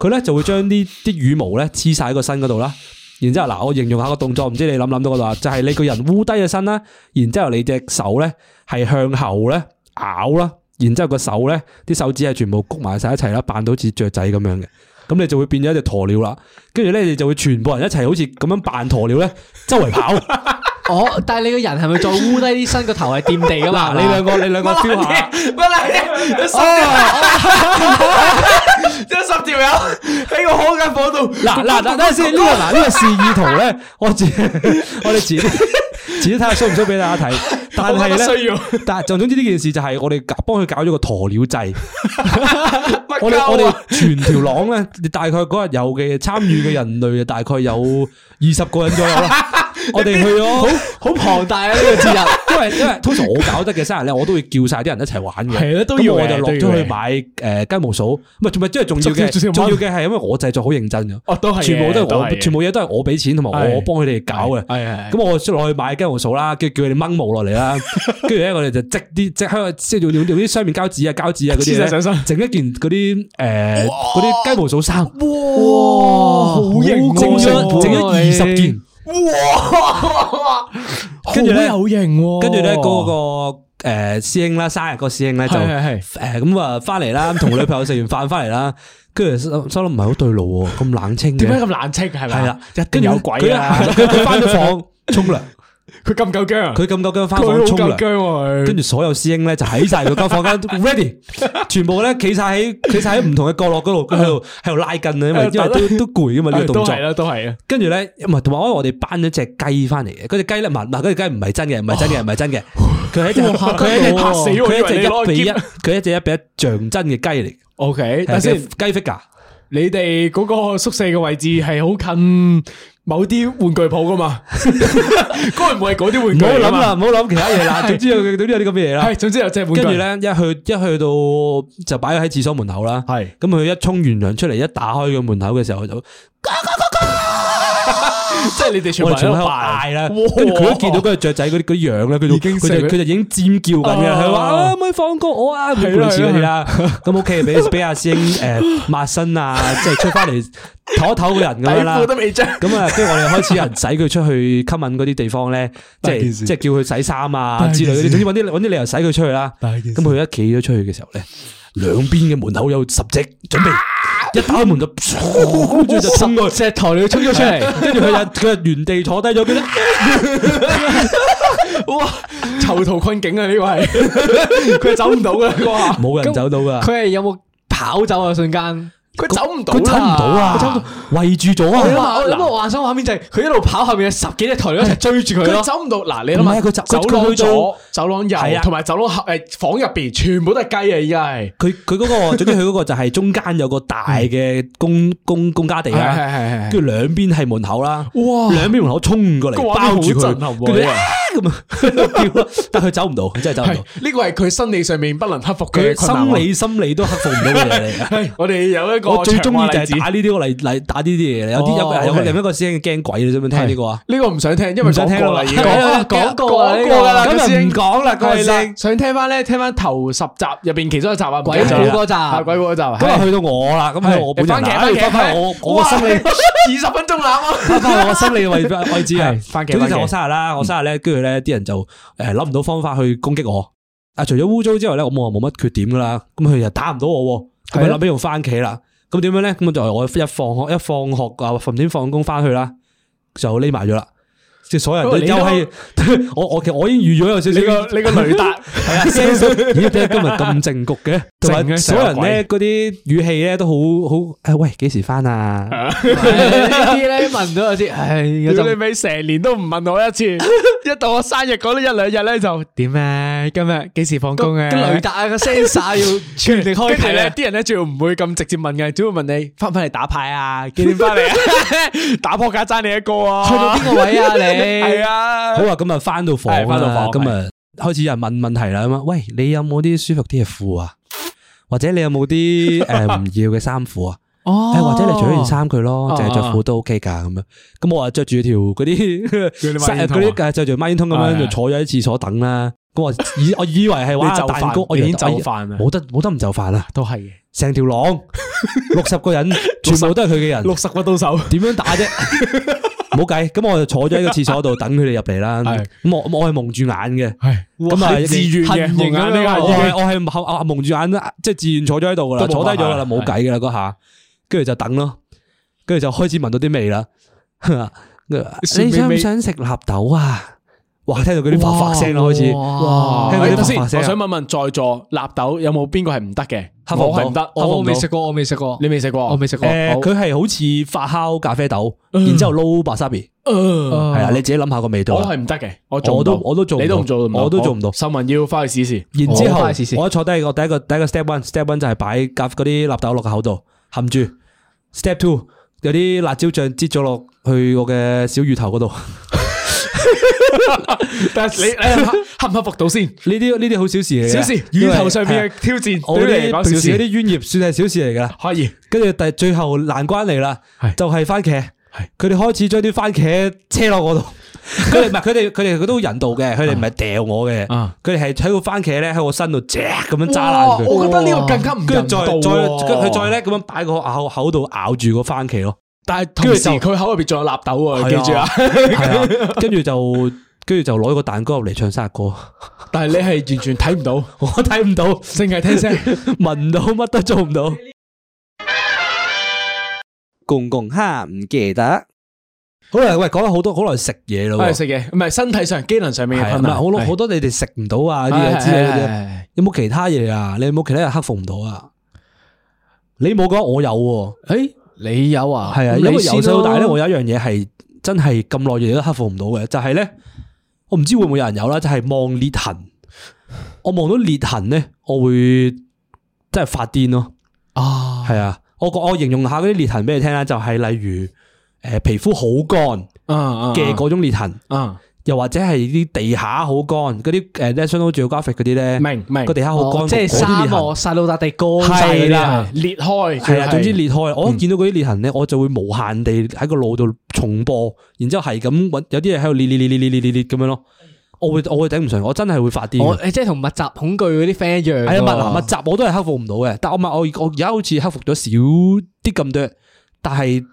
[SPEAKER 2] 佢咧就會將啲啲羽毛咧黐晒喺個身嗰度啦。然之後嗱，我形容下個動作，唔知你諗唔諗到嗰度啊？就係、你個人烏低嘅身啦，然之後你隻手咧係向後咧咬啦，然之後個手咧啲手指係全部谷埋晒一齊啦，扮到好似雀仔咁樣嘅，咁你就會變咗一隻鴕鳥啦。跟住咧，你就會全部人一齊好似咁樣扮鴕鳥咧，周圍跑。
[SPEAKER 4] 哦，但係你個人係咪再烏低啲身個頭係掂地噶嘛？
[SPEAKER 2] 嗱，你兩個你兩個 feel 下。嗱 嗱嗱，等陣先，呢個嗱呢 個示意圖咧，我自我哋自己 自己睇下 show 唔 show 俾大 家睇。但係咧，
[SPEAKER 3] 需要
[SPEAKER 2] 但係就總之呢件事就係我哋搞幫佢搞咗個鴕鳥制。 我
[SPEAKER 3] 啊
[SPEAKER 2] 哋我哋全條廊咧，大概嗰日有嘅參與嘅人類大概有二十個人左右 啦。我哋去咗好好龐大啊！呢個節日， 因為因為通常我搞得嘅生日咧，我都會叫晒啲人一齊玩嘅。
[SPEAKER 3] 係啊都
[SPEAKER 2] 咁
[SPEAKER 3] 要
[SPEAKER 2] 我就
[SPEAKER 3] 嘅
[SPEAKER 2] 落
[SPEAKER 3] 都要
[SPEAKER 2] 咗
[SPEAKER 3] 嘅
[SPEAKER 2] 去買诶雞毛掃，唔係仲咪即係重要
[SPEAKER 3] 仲要
[SPEAKER 2] 嘅，
[SPEAKER 3] 仲
[SPEAKER 2] 重
[SPEAKER 3] 要
[SPEAKER 2] 要嘅係因為我製作好認真嘅。
[SPEAKER 3] 哦，都係嘅
[SPEAKER 2] 全部都係我，
[SPEAKER 3] 嘅
[SPEAKER 2] 全部嘢都係我俾錢同埋我
[SPEAKER 3] 係
[SPEAKER 2] 幫佢哋搞嘅。
[SPEAKER 3] 係係係
[SPEAKER 2] 咁我出落去買雞毛掃啦，跟住叫佢哋掹毛落嚟 啦，跟住咧我哋就織啲織香，即係用用啲雙面膠紙啊、膠紙啊嗰啲
[SPEAKER 3] 黐晒上身
[SPEAKER 2] 咧， 整一件嗰啲誒嗰啲雞毛掃衫，
[SPEAKER 3] 哇，好型喎，
[SPEAKER 2] 整咗整咗二十件，跟住咧
[SPEAKER 3] 好有型喎，
[SPEAKER 2] 跟住咧嗰個。誒師兄啦，生日個師兄咧就
[SPEAKER 3] 哦係係
[SPEAKER 2] 誒
[SPEAKER 3] 係
[SPEAKER 2] 咁啊翻嚟啦，同女朋友食完飯翻嚟啦，跟住心心諗唔係好對路喎，咁冷清嘅
[SPEAKER 3] 點解，咁冷清啊係咪？
[SPEAKER 2] 係啦，
[SPEAKER 3] 一定有鬼啊！
[SPEAKER 2] 佢佢佢翻咗房沖涼，
[SPEAKER 3] 佢咁夠姜，
[SPEAKER 2] 佢咁夠姜翻
[SPEAKER 3] 佢好
[SPEAKER 2] 房沖
[SPEAKER 3] 夠
[SPEAKER 2] 涼，
[SPEAKER 3] 姜
[SPEAKER 2] 跟
[SPEAKER 3] 喎，住
[SPEAKER 2] 住所有師兄咧就喺晒佢間房間 ready，全部咧企晒喺企晒喺唔同嘅角落嗰度，喺度喺度拉筋啊，因為因為都都攰噶嘛呢個動
[SPEAKER 3] 都
[SPEAKER 2] 作
[SPEAKER 3] 係。啦，都係啊，
[SPEAKER 2] 跟住咧，唔係同埋我哋搬咗只雞翻嚟嘅，嗰只雞咧，唔係嗱，嗰只雞唔係真嘅，唔係真嘅，唔係真嘅，佢係一隻佢係一隻
[SPEAKER 3] 嚇死我
[SPEAKER 2] 佢係
[SPEAKER 3] 以為你
[SPEAKER 2] 一隻
[SPEAKER 3] 攞
[SPEAKER 2] 一比
[SPEAKER 3] 去
[SPEAKER 2] 一，
[SPEAKER 3] 夾
[SPEAKER 2] 佢係一隻一比一像真嘅雞嚟，
[SPEAKER 3] OK，
[SPEAKER 2] 係
[SPEAKER 3] 但
[SPEAKER 2] 隻
[SPEAKER 3] 先。
[SPEAKER 2] 雞 figure。
[SPEAKER 3] 你哋嗰個宿舍嘅位置係好近某啲玩具鋪 噶嘛？嗰個唔係嗰啲玩
[SPEAKER 2] 唔
[SPEAKER 3] 具
[SPEAKER 2] 好
[SPEAKER 3] 嚟㗎
[SPEAKER 2] 諗
[SPEAKER 3] 嘛
[SPEAKER 2] 啦，，唔好諗其他嘢啦，總之有總之有啲咁嘅嘢啦。
[SPEAKER 3] 係總之有隻玩具。
[SPEAKER 2] 跟住，咧，一去一去到就擺咗喺廁所門口啦。
[SPEAKER 3] 係
[SPEAKER 2] 咁，佢一沖完涼出嚟，一打開個門口嘅時候，佢就
[SPEAKER 3] 即係你哋全
[SPEAKER 2] 我
[SPEAKER 3] 部
[SPEAKER 2] 哋全部喺
[SPEAKER 3] 喺
[SPEAKER 2] 度嗌
[SPEAKER 3] 度扮
[SPEAKER 2] 啦。
[SPEAKER 3] 哇
[SPEAKER 2] 跟住佢都見到嗰只雀仔嗰啲嗰啲樣咧，佢就
[SPEAKER 3] 已經
[SPEAKER 2] 佢
[SPEAKER 3] 成
[SPEAKER 2] 就佢就已經尖叫緊嘅。
[SPEAKER 3] 啊
[SPEAKER 2] 佢話啊，可唔可以放過我啊？
[SPEAKER 3] 係
[SPEAKER 2] 類
[SPEAKER 3] 啦
[SPEAKER 2] 似嗰啲啦。咁 OK，俾俾阿師兄誒抹身啊，即係出翻嚟唞一唞個人咁樣 啦
[SPEAKER 3] 底褲。都未着。
[SPEAKER 2] 咁啊，跟住我哋開始有人使佢出去吸引嗰啲地方咧，即
[SPEAKER 3] 大件
[SPEAKER 2] 係
[SPEAKER 3] 事
[SPEAKER 2] 即係叫佢洗衫啊
[SPEAKER 3] 大
[SPEAKER 2] 之
[SPEAKER 3] 件
[SPEAKER 2] 類嗰
[SPEAKER 3] 事
[SPEAKER 2] 啲，總之揾啲揾啲理由使佢出去啦。
[SPEAKER 3] 大件事
[SPEAKER 2] 咁佢一企咗出去嘅時候咧，兩邊嘅門口有十隻準
[SPEAKER 3] 啊
[SPEAKER 2] 備，一打開門 就，跟住就衝過去，
[SPEAKER 4] 隻鴕鳥衝咗出 嚟，
[SPEAKER 2] 跟住佢就佢就原地坐低咗，跟住
[SPEAKER 3] 囚徒困境啊！呢個係佢走唔到噶，哇！
[SPEAKER 2] 冇人走到啊噶，
[SPEAKER 4] 佢係有冇跑走啊？瞬間？
[SPEAKER 3] 佢走唔到啦，
[SPEAKER 2] 佢走唔到
[SPEAKER 3] 佢走唔
[SPEAKER 2] 啊
[SPEAKER 3] 到，
[SPEAKER 2] 圍住咗
[SPEAKER 4] 我
[SPEAKER 2] 啊！
[SPEAKER 4] 話我諗我幻想畫面就係佢一路跑後面有十幾隻鴕鳥一齊追 住佢
[SPEAKER 3] 佢
[SPEAKER 4] 咯。
[SPEAKER 3] 走唔到。嗱，你
[SPEAKER 2] 唔
[SPEAKER 3] 諗
[SPEAKER 2] 係
[SPEAKER 3] 下，
[SPEAKER 2] 佢走
[SPEAKER 3] 走
[SPEAKER 2] 佢
[SPEAKER 3] 廊
[SPEAKER 2] 去到
[SPEAKER 3] 左、走廊
[SPEAKER 2] 係
[SPEAKER 3] 右，
[SPEAKER 2] 啊
[SPEAKER 3] 同埋走廊後誒房入邊，全部都係雞啊！依家係
[SPEAKER 2] 佢佢嗰個，總之佢嗰個就係中間有個大嘅公公公家地啦，
[SPEAKER 3] 係
[SPEAKER 2] 跟住兩邊係門口啦，
[SPEAKER 3] 哇
[SPEAKER 2] 兩邊門口衝過
[SPEAKER 3] 哦個
[SPEAKER 2] 嚟
[SPEAKER 3] 畫
[SPEAKER 2] 包
[SPEAKER 3] 面
[SPEAKER 2] 住
[SPEAKER 3] 好
[SPEAKER 2] 佢，
[SPEAKER 3] 震撼喎
[SPEAKER 2] 跟住
[SPEAKER 3] 呢
[SPEAKER 2] 啊咁啊 叫啦，但佢走唔到，佢真係走唔
[SPEAKER 3] 係
[SPEAKER 2] 到，
[SPEAKER 3] 呢個係佢生理上面不能克服嘅
[SPEAKER 2] 佢
[SPEAKER 3] 困難
[SPEAKER 2] 心
[SPEAKER 3] 喎
[SPEAKER 2] 理心理都克服唔到嘅嘢嚟嘅。
[SPEAKER 3] 係我哋有一個
[SPEAKER 2] 我最中意就
[SPEAKER 3] 長話例子
[SPEAKER 2] 係打呢啲個例例打呢啲嘢，有啲
[SPEAKER 3] 哦
[SPEAKER 2] 有有
[SPEAKER 3] OK
[SPEAKER 2] 有一個師兄驚鬼，你想唔想聽呢個啊？
[SPEAKER 3] 呢個唔想聽，因為
[SPEAKER 2] 唔想
[SPEAKER 3] 講
[SPEAKER 2] 聽
[SPEAKER 3] 過
[SPEAKER 2] 啦
[SPEAKER 3] 啦，已經
[SPEAKER 2] 係啊
[SPEAKER 3] 講
[SPEAKER 4] 講
[SPEAKER 3] 過
[SPEAKER 4] 過啦
[SPEAKER 3] 講過㗎
[SPEAKER 2] 呢
[SPEAKER 3] 啦，
[SPEAKER 2] 個
[SPEAKER 3] 咁
[SPEAKER 2] 今日
[SPEAKER 3] 先
[SPEAKER 2] 唔講啦嗰個
[SPEAKER 3] 係啦
[SPEAKER 2] 聲
[SPEAKER 3] 想聽翻咧，聽翻頭十集入邊其中一集啊，
[SPEAKER 4] 鬼
[SPEAKER 2] 故
[SPEAKER 4] 嗰集
[SPEAKER 3] 係鬼故嗰集，
[SPEAKER 2] 咁啊
[SPEAKER 3] 係
[SPEAKER 2] 去到我啦，咁去到我本人啦，
[SPEAKER 3] 番茄
[SPEAKER 2] 翻
[SPEAKER 3] 番
[SPEAKER 2] 翻
[SPEAKER 3] 茄
[SPEAKER 2] 我我個心理
[SPEAKER 3] 二十分鐘啦，
[SPEAKER 2] 翻翻啊我心理位位置啊
[SPEAKER 3] 係。番茄
[SPEAKER 2] 總之就
[SPEAKER 3] 番茄嗯
[SPEAKER 2] 我生日啦，我生日咧，跟住咧啲人就誒諗唔到方法去攻擊我。啊，除咗污糟之外咧，我冇話冇乜缺點噶啦。咁佢又打唔到我喎，咁咪
[SPEAKER 3] 係啊
[SPEAKER 2] 諗起用番茄啦。咁點樣咧？咁就我一放學一放學啊，唔點放工翻去啦，就匿埋咗啦。即係所有人都
[SPEAKER 3] 不
[SPEAKER 2] 又
[SPEAKER 3] 過你
[SPEAKER 2] 係 我我其實我已經預咗有少少
[SPEAKER 3] 你個 你個 雷達
[SPEAKER 2] 系啊 s e n 咦，點解今日咁正局嘅？同
[SPEAKER 3] 正
[SPEAKER 2] 埋
[SPEAKER 3] 嘅
[SPEAKER 2] 所有人咧，嗰啲語氣咧都好好。诶，喂，幾時翻啊？
[SPEAKER 4] 呢啲咧問到有啲，唉，嗰
[SPEAKER 3] 屌你
[SPEAKER 4] 陣
[SPEAKER 3] 咪成年都唔問我一次，一到我生日嗰一兩日咧就點咧
[SPEAKER 4] 啊
[SPEAKER 3] 唉，今日幾時放工啊？
[SPEAKER 4] 個雷達個 sensor 要全力開
[SPEAKER 3] 跟住
[SPEAKER 4] 啟
[SPEAKER 3] 咧，
[SPEAKER 4] 咧，
[SPEAKER 3] 啲人咧仲要唔會咁直接問嘅，只會問你翻唔翻嚟打牌啊？幾點翻嚟啊？ 打扑克爭你一個啊？
[SPEAKER 4] 去到邊個 位啊你
[SPEAKER 3] 係啊
[SPEAKER 2] 好，啦，咁啊翻到房
[SPEAKER 3] 係返到
[SPEAKER 2] 啦
[SPEAKER 3] 房，
[SPEAKER 2] 咁啊開始有人問問題啦，咁啊，喂，你有冇啲舒服啲嘅褲啊？或者你有冇 啲诶唔要嘅衫褲啊？
[SPEAKER 3] 哦
[SPEAKER 2] 誒或者你除咗件衫佢咯，
[SPEAKER 3] 哦
[SPEAKER 2] 淨係着褲都 OK 㗎咁樣。咁我啊着住條嗰啲
[SPEAKER 3] 啲孖
[SPEAKER 2] 嗰
[SPEAKER 3] 煙筒啊
[SPEAKER 2] 啲誒着住孖煙通咁
[SPEAKER 3] 係
[SPEAKER 2] 樣
[SPEAKER 3] 係
[SPEAKER 2] 就坐咗喺廁所等啦。咁我以我以為 係玩
[SPEAKER 3] 你
[SPEAKER 2] 下
[SPEAKER 3] 就
[SPEAKER 2] 蛋糕
[SPEAKER 3] 飯，
[SPEAKER 2] 我
[SPEAKER 3] 你已
[SPEAKER 2] 以為
[SPEAKER 3] 經就啊
[SPEAKER 2] 哎呀
[SPEAKER 3] 飯啦
[SPEAKER 2] 冇得冇得唔就飯啦，
[SPEAKER 3] 都係嘅，
[SPEAKER 2] 成條廊六十個 人全部都係佢嘅人。
[SPEAKER 3] 六十個到手。
[SPEAKER 2] 点样打啫？冇计，咁我就坐咗喺个厕所度等佢哋入嚟啦。
[SPEAKER 3] 係
[SPEAKER 2] 咁我我系蒙住眼嘅，
[SPEAKER 3] 係
[SPEAKER 2] 咁啊
[SPEAKER 3] 係自愿嘅，
[SPEAKER 4] 行刑咁樣
[SPEAKER 3] 呢
[SPEAKER 4] 啊
[SPEAKER 3] 個
[SPEAKER 2] 我
[SPEAKER 3] 係已經
[SPEAKER 2] 係我系蒙蒙住眼啦，即系自愿坐咗喺度噶啦，
[SPEAKER 3] 都冇
[SPEAKER 2] 坐低
[SPEAKER 3] 辦
[SPEAKER 2] 咗
[SPEAKER 3] 法
[SPEAKER 2] 噶啦，冇计噶啦嗰下，跟住就等咯，跟住就开始闻到啲味啦。 你想唔想食納豆啊？哇！聽到嗰啲發發聲啦，開始
[SPEAKER 4] 哇
[SPEAKER 2] 聽到
[SPEAKER 3] 喂
[SPEAKER 2] 啲
[SPEAKER 3] 等
[SPEAKER 2] 發
[SPEAKER 3] 先，
[SPEAKER 2] 發
[SPEAKER 3] 我
[SPEAKER 2] 聲
[SPEAKER 3] 想
[SPEAKER 2] 啊。
[SPEAKER 3] 問問在座納豆有冇邊個係唔得嘅？
[SPEAKER 2] 克服唔
[SPEAKER 3] 我係
[SPEAKER 2] 到
[SPEAKER 3] 唔得，
[SPEAKER 4] 哦我未食
[SPEAKER 3] 過，
[SPEAKER 4] 過，我未食過，
[SPEAKER 3] 你未食過？
[SPEAKER 4] 我未食過
[SPEAKER 2] 誒，佢係好似發酵咖啡豆，
[SPEAKER 3] 嗯
[SPEAKER 2] 然之後撈 wasabi，
[SPEAKER 4] 哦啊
[SPEAKER 3] 呃
[SPEAKER 2] 係啦，啊你自己諗下個味道
[SPEAKER 3] 我
[SPEAKER 2] 啦
[SPEAKER 3] 都。係唔得嘅，我做唔
[SPEAKER 2] 我
[SPEAKER 3] 到
[SPEAKER 2] 都我都做唔
[SPEAKER 3] 你都唔
[SPEAKER 2] 到
[SPEAKER 3] 做唔到，
[SPEAKER 2] 我都做唔到
[SPEAKER 3] 好秀文要翻去試試。
[SPEAKER 2] 然之
[SPEAKER 4] 好
[SPEAKER 2] 後，
[SPEAKER 4] 快試試
[SPEAKER 2] 我一坐低，我第一個第一個 step one，step one 就係擺夾嗰啲納豆落個口度含住。step two 有啲辣椒醬擠咗落去我嘅小魚頭嗰度。呢
[SPEAKER 3] 但係你你克唔克服到先？
[SPEAKER 2] 啲呢啲好小事嚟嘅，
[SPEAKER 3] 小事，
[SPEAKER 2] 因為
[SPEAKER 3] 魚頭上面
[SPEAKER 2] 係
[SPEAKER 3] 嘅挑
[SPEAKER 2] 我
[SPEAKER 3] 戰，對你嚟
[SPEAKER 2] 啲
[SPEAKER 3] 講
[SPEAKER 2] 平
[SPEAKER 3] 小
[SPEAKER 2] 時嗰
[SPEAKER 3] 事
[SPEAKER 2] 啲冤孽算係小事嚟㗎啦。
[SPEAKER 3] 可以。
[SPEAKER 2] 跟住但係最後難關嚟啦
[SPEAKER 3] 係，
[SPEAKER 2] 就係番茄
[SPEAKER 3] 係。
[SPEAKER 2] 佢哋開始將啲番茄車落 我度。佢哋唔係佢哋佢哋佢都好人道嘅，佢哋唔係掉我嘅，
[SPEAKER 3] 啊
[SPEAKER 2] 佢哋係喺個番茄咧喺我身度隻咁樣揸
[SPEAKER 4] 哇
[SPEAKER 2] 爛佢。
[SPEAKER 4] 我覺得呢個更加唔
[SPEAKER 2] 跟
[SPEAKER 4] 人
[SPEAKER 2] 住再
[SPEAKER 4] 道
[SPEAKER 2] 再
[SPEAKER 4] 喎
[SPEAKER 2] 佢佢再咧咁樣擺個咬口度咬住個番茄咯，
[SPEAKER 3] 但係
[SPEAKER 2] 跟
[SPEAKER 3] 同
[SPEAKER 2] 住
[SPEAKER 3] 時
[SPEAKER 2] 就
[SPEAKER 3] 佢口入邊仲有納豆喎，
[SPEAKER 2] 係啊
[SPEAKER 3] 記住啊！
[SPEAKER 2] 係啊，跟住就跟住就攞個蛋糕入嚟唱生日歌，
[SPEAKER 3] 但係你係完全睇唔到，
[SPEAKER 2] 我睇唔到，
[SPEAKER 3] 淨 係聽聲。
[SPEAKER 2] 聞唔到，乜都做唔到。公公哈唔記得，好啦，喂，講咗好多好耐食嘢咯
[SPEAKER 3] 係
[SPEAKER 2] 喎，
[SPEAKER 3] 食嘅，唔係身體上、機能上面嘅
[SPEAKER 2] 係
[SPEAKER 3] 困
[SPEAKER 2] 咪
[SPEAKER 3] 難。
[SPEAKER 2] 好多好多你哋食唔到啊啲嘢之類嘅，
[SPEAKER 3] 嘅。
[SPEAKER 2] 有冇其他嘢啊？你有冇其他嘢克服唔到啊？你冇講，我有喎。
[SPEAKER 3] 誒，
[SPEAKER 4] 你有啊？
[SPEAKER 2] 系啊，
[SPEAKER 4] 咁
[SPEAKER 2] 因為
[SPEAKER 4] 你
[SPEAKER 2] 由
[SPEAKER 4] 先
[SPEAKER 2] 細到大咧，
[SPEAKER 4] 咯
[SPEAKER 2] 我有一樣嘢係真係咁耐嘢都克服唔到嘅，就係咧，我唔知會唔會有人有啦，就係望裂痕。我望到裂痕咧，我會真係發癲咯。
[SPEAKER 3] 啊，
[SPEAKER 2] 係啊，我我形容下嗰啲裂痕俾你聽啦，就係例如诶皮膚好乾
[SPEAKER 4] 啊
[SPEAKER 2] 嘅
[SPEAKER 3] 嘅
[SPEAKER 2] 嗰種裂痕，
[SPEAKER 3] 啊，
[SPEAKER 2] 又或者係啲地下好乾嗰啲诶 National Geographic 嗰啲咧，
[SPEAKER 3] 明明
[SPEAKER 2] 個地下好
[SPEAKER 4] 哦
[SPEAKER 2] 乾，
[SPEAKER 4] 即係
[SPEAKER 2] 嗰啲
[SPEAKER 4] 沙
[SPEAKER 2] 裂痕
[SPEAKER 4] 漠細路笪地乾晒嗰
[SPEAKER 3] 係
[SPEAKER 4] 啲
[SPEAKER 3] 啦
[SPEAKER 4] 啊，，
[SPEAKER 3] 裂開
[SPEAKER 2] 系啊，
[SPEAKER 3] 佢
[SPEAKER 2] 总之
[SPEAKER 3] 係
[SPEAKER 2] 裂開，我一見到嗰啲裂痕咧，我就會無限地喺個腦度重播，然之后系咁搵有啲嘢喺度裂裂裂裂裂裂裂裂咁樣咯，我會我会顶唔順，我真係會發癲
[SPEAKER 4] 我
[SPEAKER 2] 嘅。
[SPEAKER 4] 誒即係同密集恐懼嗰啲 friend 一樣喎。
[SPEAKER 2] 係啊，密密集我都係克服唔到嘅，但我咪我我而家好似克服咗少啲咁多，但係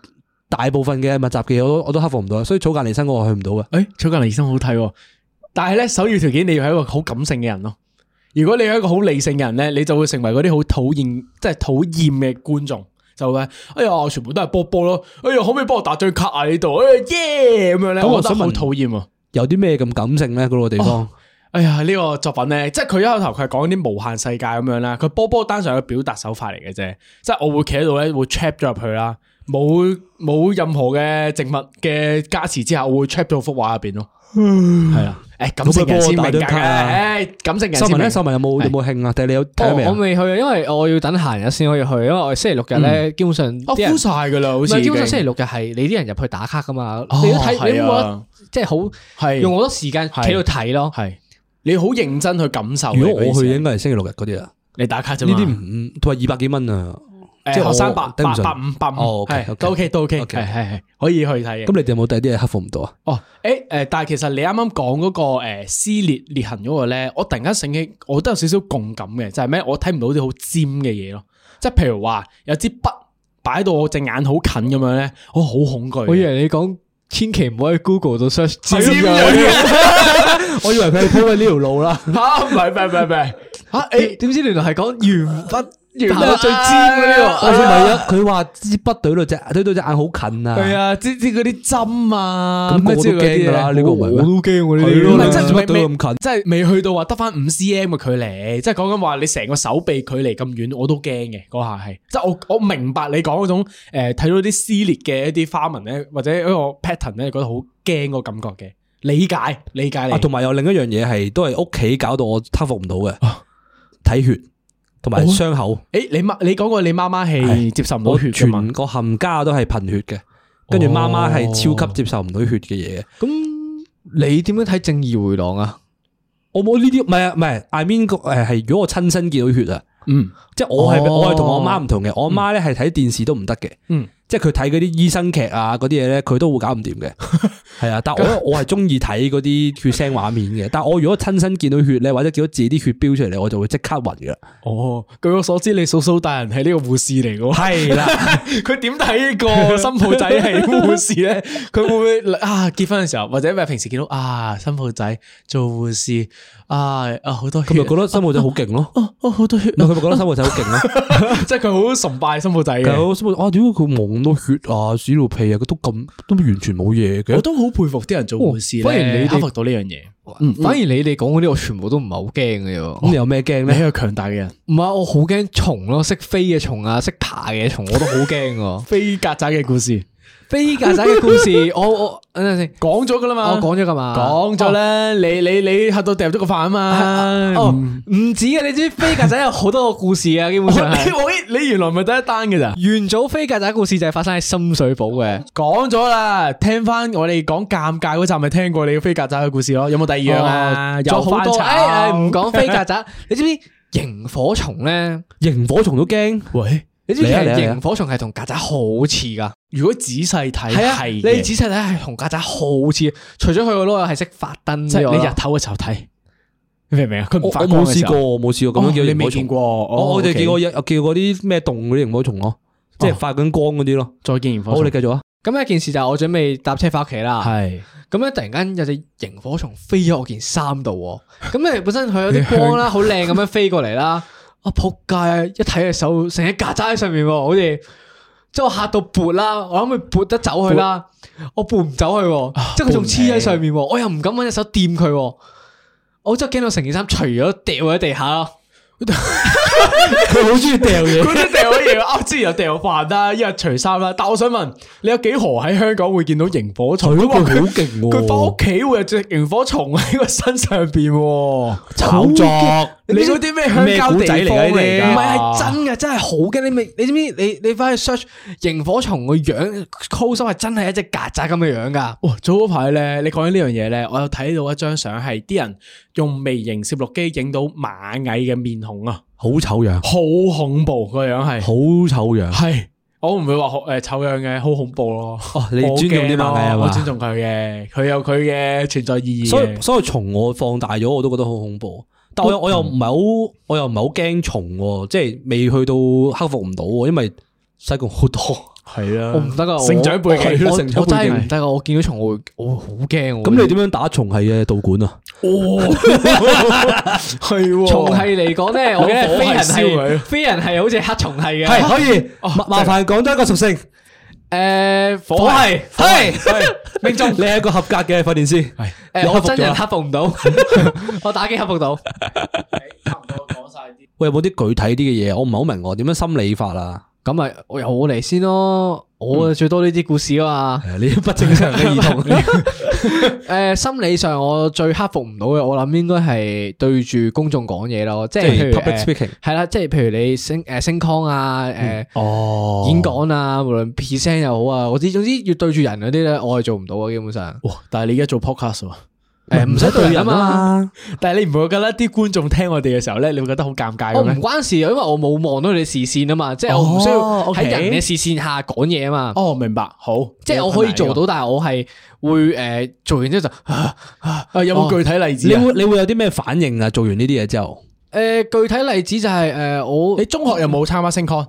[SPEAKER 2] 大部分嘅密集嘅嘢我都我都克服唔到，所以草間離生嗰個我去唔到嘅。
[SPEAKER 3] 誒，草間彌生好睇喎，但係咧首要條件你要係一個好感性嘅人咯。如果你係一個好理性嘅人咧，你就會成為嗰啲好討厭，即係討厭嘅觀眾，就會話哎呀，全部都係波波咯，哎呀，可唔可以幫我打張卡啊？呢度，哎呀耶咁樣咧，
[SPEAKER 2] 咁我
[SPEAKER 3] 我覺得
[SPEAKER 2] 想問
[SPEAKER 3] 好討厭啊！
[SPEAKER 2] 有啲咩咁感性咧？嗰、個地方
[SPEAKER 3] 哎呀，呢、個作品咧，即係佢一開頭佢係講啲無限世界咁樣啦，佢波波單純係一個表達手法嚟嘅啫，即係我會企喺度咧，會 trap 咗入去啦，冇冇任何嘅植物嘅加持之下，我會 trap 到幅畫入邊咯，係啦，誒感性人先明
[SPEAKER 2] 可唔可以幫我打張
[SPEAKER 3] 㗎，
[SPEAKER 2] 卡啊
[SPEAKER 3] 誒感性人
[SPEAKER 2] 秀
[SPEAKER 3] 先
[SPEAKER 2] 文
[SPEAKER 3] 明
[SPEAKER 2] 咧，。秀文有冇有冇興啊？定係你有睇咗未
[SPEAKER 4] 我我
[SPEAKER 2] 啊？
[SPEAKER 4] 未去啊，因為我要等閒日先可以去，因為我星期六日咧，基本上
[SPEAKER 3] 我
[SPEAKER 4] 啲人
[SPEAKER 3] 敷晒㗎啦，哦好
[SPEAKER 4] 唔
[SPEAKER 3] 似
[SPEAKER 4] 係基本上
[SPEAKER 3] 已經
[SPEAKER 4] 星期六日係你啲人入去打卡噶嘛，
[SPEAKER 3] 哦
[SPEAKER 4] 你都睇，你
[SPEAKER 3] 係
[SPEAKER 4] 會覺得
[SPEAKER 3] 啊，
[SPEAKER 4] 即係好
[SPEAKER 3] 係
[SPEAKER 4] 用好多時間企度睇咯。
[SPEAKER 3] 係你好認真去感受嘅。
[SPEAKER 2] 如果我去，
[SPEAKER 3] 嗰件
[SPEAKER 2] 應
[SPEAKER 3] 事
[SPEAKER 2] 該係星期六日嗰啲啊。
[SPEAKER 3] 你打卡啫
[SPEAKER 2] 呢
[SPEAKER 3] 嘛
[SPEAKER 2] 啲唔同埋二百幾蚊啊。
[SPEAKER 3] 誒
[SPEAKER 2] 即係
[SPEAKER 3] 學生
[SPEAKER 2] 我
[SPEAKER 3] 八
[SPEAKER 2] 頂唔
[SPEAKER 3] 八
[SPEAKER 2] 順
[SPEAKER 3] 八五八
[SPEAKER 2] 哦
[SPEAKER 3] 五，
[SPEAKER 2] ，OK，OK
[SPEAKER 3] 係都 OK 都 OK，
[SPEAKER 2] OK
[SPEAKER 3] 係係係可以去睇嘅
[SPEAKER 2] 咁。你哋有冇第啲嘢克服唔到啊？
[SPEAKER 3] 哦，诶、诶、但系其實你啱啱講嗰個诶、誒撕裂裂痕嗰個咧，我突然間醒起，我都有少少共感嘅，就係咩？我睇唔到啲好尖嘅嘢咯，即係譬如話有支筆擺到我隻眼好近咁樣咧，我好恐懼嘅。啊
[SPEAKER 4] 我以為你講千祈唔好喺 Google 度 search 啊
[SPEAKER 3] 尖
[SPEAKER 4] 尖
[SPEAKER 3] 鋭
[SPEAKER 4] 鋭
[SPEAKER 3] 嘅
[SPEAKER 2] 我以為佢係鋪喺呢條路啦。
[SPEAKER 3] 吓，唔係唔係唔係唔係吓，诶、
[SPEAKER 4] 點知原來係講鉛筆，鉛
[SPEAKER 3] 筆
[SPEAKER 4] 筆最尖嗰啲
[SPEAKER 2] 我
[SPEAKER 4] 喎。
[SPEAKER 2] 唔係啊，佢話支筆對到隻對到隻眼好近啊。
[SPEAKER 3] 係啊，即即嗰啲針啊，
[SPEAKER 2] 咁個個都
[SPEAKER 3] 之類嗰啲
[SPEAKER 2] 驚㗎啦
[SPEAKER 3] 咧
[SPEAKER 2] 呢個唔係咩
[SPEAKER 4] 驚喎
[SPEAKER 2] 係
[SPEAKER 3] 唔
[SPEAKER 2] 咯
[SPEAKER 3] 係
[SPEAKER 2] 你
[SPEAKER 3] 即係
[SPEAKER 2] 乜都
[SPEAKER 3] 未
[SPEAKER 2] 咁近
[SPEAKER 3] 即係未去到話得翻五 cm 嘅距離，即係講緊話你成個手臂距離咁遠，我都驚嘅嗰下係，即係我我明白你講嗰種誒睇、到啲撕裂嘅一啲花紋咧，或者一個 pattern 咧，覺得好驚個感覺嘅，理解理解你
[SPEAKER 2] 啊，。同埋有另一樣嘢係都係屋企搞到我克服唔到嘅，
[SPEAKER 3] 啊
[SPEAKER 2] 睇血同
[SPEAKER 3] 哦
[SPEAKER 2] 埋傷口，
[SPEAKER 3] 诶，你媽你講過你媽媽係
[SPEAKER 2] 係
[SPEAKER 3] 接受唔到
[SPEAKER 2] 我
[SPEAKER 3] 血
[SPEAKER 2] 全
[SPEAKER 3] 㗎嘛？哦
[SPEAKER 2] 個冚家都係貧血嘅，跟住媽媽係超級接受唔到血嘅嘢嘅。
[SPEAKER 4] 咁你點樣睇正義回廊啊？
[SPEAKER 2] 我冇呢啲，唔係啊，唔係，I mean 個誒係如果我親身見到血啊，
[SPEAKER 3] 嗯，
[SPEAKER 2] 即係我係
[SPEAKER 4] 哦
[SPEAKER 2] 我係同我媽唔同嘅，我媽咧係睇電視都唔得嘅，
[SPEAKER 3] 嗯
[SPEAKER 2] 即係佢睇嗰啲醫生劇啊嗰啲嘢咧，佢都會搞唔掂 嘅，係啊，但我我係中意睇嗰啲血腥畫面嘅，但我如果親身見到血咧，或者見到自己啲血飆出嚟，我就會即刻暈嘅啦。
[SPEAKER 3] 哦，據我所知，你嫂嫂大人係呢個護士嚟嘅喎。 系啦，佢點睇個新抱仔係護士咧？佢會唔會啊結婚嘅時候，或者咪平時見到啊新抱仔做護士啊啊好多血，
[SPEAKER 2] 佢咪覺得生活仔好勁咯，
[SPEAKER 3] 哦哦好多血，
[SPEAKER 2] 咪佢咪覺得生活仔好勁 咯。
[SPEAKER 3] 即係佢好崇拜新抱仔
[SPEAKER 2] 佢
[SPEAKER 3] 嘅。
[SPEAKER 2] 好生活啊，屌佢冇咁多血啊、屎尿屁啊，佢都咁都完全冇嘢
[SPEAKER 3] 我
[SPEAKER 2] 嘅。
[SPEAKER 3] 都好佩服啲人做護士
[SPEAKER 4] 哦反而
[SPEAKER 3] 咧，
[SPEAKER 4] 你哋
[SPEAKER 3] 克服到呢樣嘢。
[SPEAKER 4] 反而你哋講嗰啲，我全部都唔係好驚嘅
[SPEAKER 2] 咁
[SPEAKER 4] 喎。
[SPEAKER 2] 你有咩驚
[SPEAKER 3] 你係
[SPEAKER 2] 咧？
[SPEAKER 3] 一個強大嘅人，。
[SPEAKER 4] 唔係，我好驚蟲咯，識飛嘅蟲啊，識爬嘅蟲，我都好驚喎
[SPEAKER 3] 非曱甴嘅故事
[SPEAKER 4] 飛曱甴嘅故 事，我我等陣先，
[SPEAKER 3] 講咗噶啦嘛，
[SPEAKER 4] 我啊哦講咗哦㗎嘛，
[SPEAKER 3] 講咗啦，你你你嚇到掉咗個飯啊嘛。
[SPEAKER 4] 哦，唔止嘅，你知飛曱甴有好多個故事啊，基本上 係。
[SPEAKER 3] 我你你原來咪得一單嘅咋？
[SPEAKER 4] 元祖飛曱甴故事就係發生喺深水埗嘅，
[SPEAKER 3] 講咗啦，聽翻我哋講尷尬嗰集咪聽過你嘅飛曱甴嘅故事咯，有冇第二樣啊？
[SPEAKER 4] 仲有
[SPEAKER 3] 有
[SPEAKER 4] 好
[SPEAKER 3] 翻
[SPEAKER 4] 多。
[SPEAKER 3] 炒，
[SPEAKER 4] 哎哎唔講飛曱甴，你知唔知螢火蟲咧？
[SPEAKER 2] 螢火蟲都驚，
[SPEAKER 3] 喂，
[SPEAKER 4] 你知唔知其
[SPEAKER 2] 嚟啊嚟
[SPEAKER 4] 實
[SPEAKER 2] 啊嚟啊
[SPEAKER 4] 螢火蟲係同曱甴好似噶？
[SPEAKER 3] 如果仔細睇
[SPEAKER 4] 係啊，
[SPEAKER 3] 係
[SPEAKER 4] 你
[SPEAKER 3] 嘅
[SPEAKER 4] 仔細睇係同曱甴好似，除咗佢個窿係識發燈之
[SPEAKER 3] 即係
[SPEAKER 4] 外
[SPEAKER 3] 你
[SPEAKER 4] 啦
[SPEAKER 3] 日，頭嘅時候睇，你明唔明啊？佢
[SPEAKER 2] 我
[SPEAKER 3] 唔
[SPEAKER 2] 我
[SPEAKER 3] 發光
[SPEAKER 2] 冇
[SPEAKER 3] 嘅時
[SPEAKER 2] 試
[SPEAKER 3] 候
[SPEAKER 2] 過，我冇試過咁樣叫
[SPEAKER 3] 哦你
[SPEAKER 2] 螢
[SPEAKER 3] 未
[SPEAKER 2] 火
[SPEAKER 3] 見
[SPEAKER 2] 蟲。
[SPEAKER 3] 過？
[SPEAKER 2] 我
[SPEAKER 3] 我
[SPEAKER 2] 我就見過有有見過嗰啲咩洞嗰啲螢火蟲咯，即係
[SPEAKER 3] 哦
[SPEAKER 2] 發緊光嗰啲咯。
[SPEAKER 3] 再見螢火
[SPEAKER 2] 好，
[SPEAKER 3] 蟲
[SPEAKER 2] 你繼續啊。
[SPEAKER 4] 咁一件事就係我準備搭車翻屋企啦，
[SPEAKER 3] 係
[SPEAKER 4] 咁咧突然間有隻螢火蟲飛咗我件衫度喎，咁 咧本身佢有啲光啦，好靚咁樣飛過嚟 啦，啊仆街啊！一睇隻手成隻曱甴喺上面喎，好似即係我嚇到撥啦，我諗佢撥得走佢啦，我撥唔走佢 喎，即係佢仲黐喺上面喎，我又唔敢揾隻手掂佢喎，我真係驚到成件衫除咗掉喺地下咯。
[SPEAKER 3] 佢好中意掉嘢，佢都掉咗嘢。啱之前又掉飯啦，一日除衫啦。但我想問，你有幾何喺香港會見到螢火蟲？佢話佢
[SPEAKER 2] 勁
[SPEAKER 3] 佢翻屋企會有隻螢火蟲喺個身上邊喎，
[SPEAKER 2] 炒作
[SPEAKER 3] 你嗰啲咩鄉郊地方嚟㗎？
[SPEAKER 4] 唔係係真嘅，真係好驚！你咪你知唔知？你你翻去 search 螢火蟲個樣 close up 係真係一隻曱甴咁嘅樣㗎。
[SPEAKER 3] 哇！早嗰排咧，你講緊呢樣嘢咧，我有睇到一張相係啲人用微型攝錄機影到螞蟻嘅面孔啊，
[SPEAKER 2] 好醜樣，
[SPEAKER 3] 好恐怖個樣係，
[SPEAKER 2] 好醜樣。
[SPEAKER 3] 係我唔會話誒醜樣嘅，好恐怖咯。
[SPEAKER 2] 哦，你尊重啲螞蟻係
[SPEAKER 3] 我
[SPEAKER 2] 嘛？
[SPEAKER 3] 尊重佢嘅，佢有佢嘅存在意義
[SPEAKER 2] 所以
[SPEAKER 3] 嘅。
[SPEAKER 2] 所以蟲我放大咗，我都覺得好恐怖。但我又我
[SPEAKER 3] 嗯
[SPEAKER 2] 又唔係好，我又唔係好驚蟲喎，即係未去到克服唔到喎，因為西貢好 多。
[SPEAKER 3] 係啦
[SPEAKER 4] 我唔得噶，我
[SPEAKER 3] 成長背景
[SPEAKER 4] 我我我
[SPEAKER 3] 成
[SPEAKER 4] 真
[SPEAKER 3] 長背景
[SPEAKER 4] 係唔得噶。我見到蟲我會我會好驚喎。
[SPEAKER 2] 咁你點樣打蟲係嘅導管啊？
[SPEAKER 3] 係喎
[SPEAKER 4] 蟲係嚟講咧， 我覺得飛人
[SPEAKER 3] 攞火係燒佢
[SPEAKER 4] 係飛人係好似黑蟲係嘅。
[SPEAKER 2] 可以，
[SPEAKER 3] 哦
[SPEAKER 2] 麻麻煩講多一個屬性。
[SPEAKER 4] 誒火
[SPEAKER 3] 火
[SPEAKER 4] 係
[SPEAKER 3] 係
[SPEAKER 4] 係 命中
[SPEAKER 2] 你係一個合格嘅訓練師。你
[SPEAKER 4] 誒，
[SPEAKER 2] 克
[SPEAKER 4] 我
[SPEAKER 2] 服
[SPEAKER 4] 真
[SPEAKER 2] 咗啊
[SPEAKER 4] 人
[SPEAKER 2] 啦。
[SPEAKER 4] 克服唔啊 到，我打機克服到。
[SPEAKER 2] 喂，有冇啲具體啲嘅嘢？我唔係好明我點樣心理法啊？
[SPEAKER 4] 咁咪我由我嚟先咯，我最多呢啲故事啊嘛。
[SPEAKER 2] 誒呢啲不正常嘅兒童。
[SPEAKER 4] 诶、呃心理上我最克服唔到嘅，我諗應該係對住公眾講嘢咯，即係
[SPEAKER 2] 即係
[SPEAKER 4] 譬如
[SPEAKER 2] public
[SPEAKER 4] 誒
[SPEAKER 2] speaking
[SPEAKER 4] 係啦，即係譬如你升诶升 con 啊，诶、
[SPEAKER 2] 哦
[SPEAKER 4] 演講啊，無論 present 又好啊，我知總之要對住人嗰啲咧，我係做唔到啊，基本上
[SPEAKER 3] 哇！但係你而家做 podcast 喎，
[SPEAKER 4] 诶唔使對人啊嘛，
[SPEAKER 3] 但係你唔會覺得啲觀眾聽我哋嘅時候咧，你會覺得好尷尬
[SPEAKER 4] 我
[SPEAKER 3] 嘅
[SPEAKER 4] 唔
[SPEAKER 3] 咩？
[SPEAKER 4] 關事，因為我冇望到你視線啊嘛，即係我唔需要
[SPEAKER 3] 哦，OK
[SPEAKER 4] 喺人嘅視線下講嘢啊嘛，
[SPEAKER 3] 哦，明白，好，
[SPEAKER 4] 即係我可以做到，但係我係會诶、誒做完之後就。
[SPEAKER 3] 啊。有冇具體 例
[SPEAKER 2] 你
[SPEAKER 3] 子啊？
[SPEAKER 2] 會你會有啲咩反應啊？做完呢啲嘢之後，
[SPEAKER 4] 诶、呃具體例子就係誒我
[SPEAKER 3] 你中學有冇參加升 con？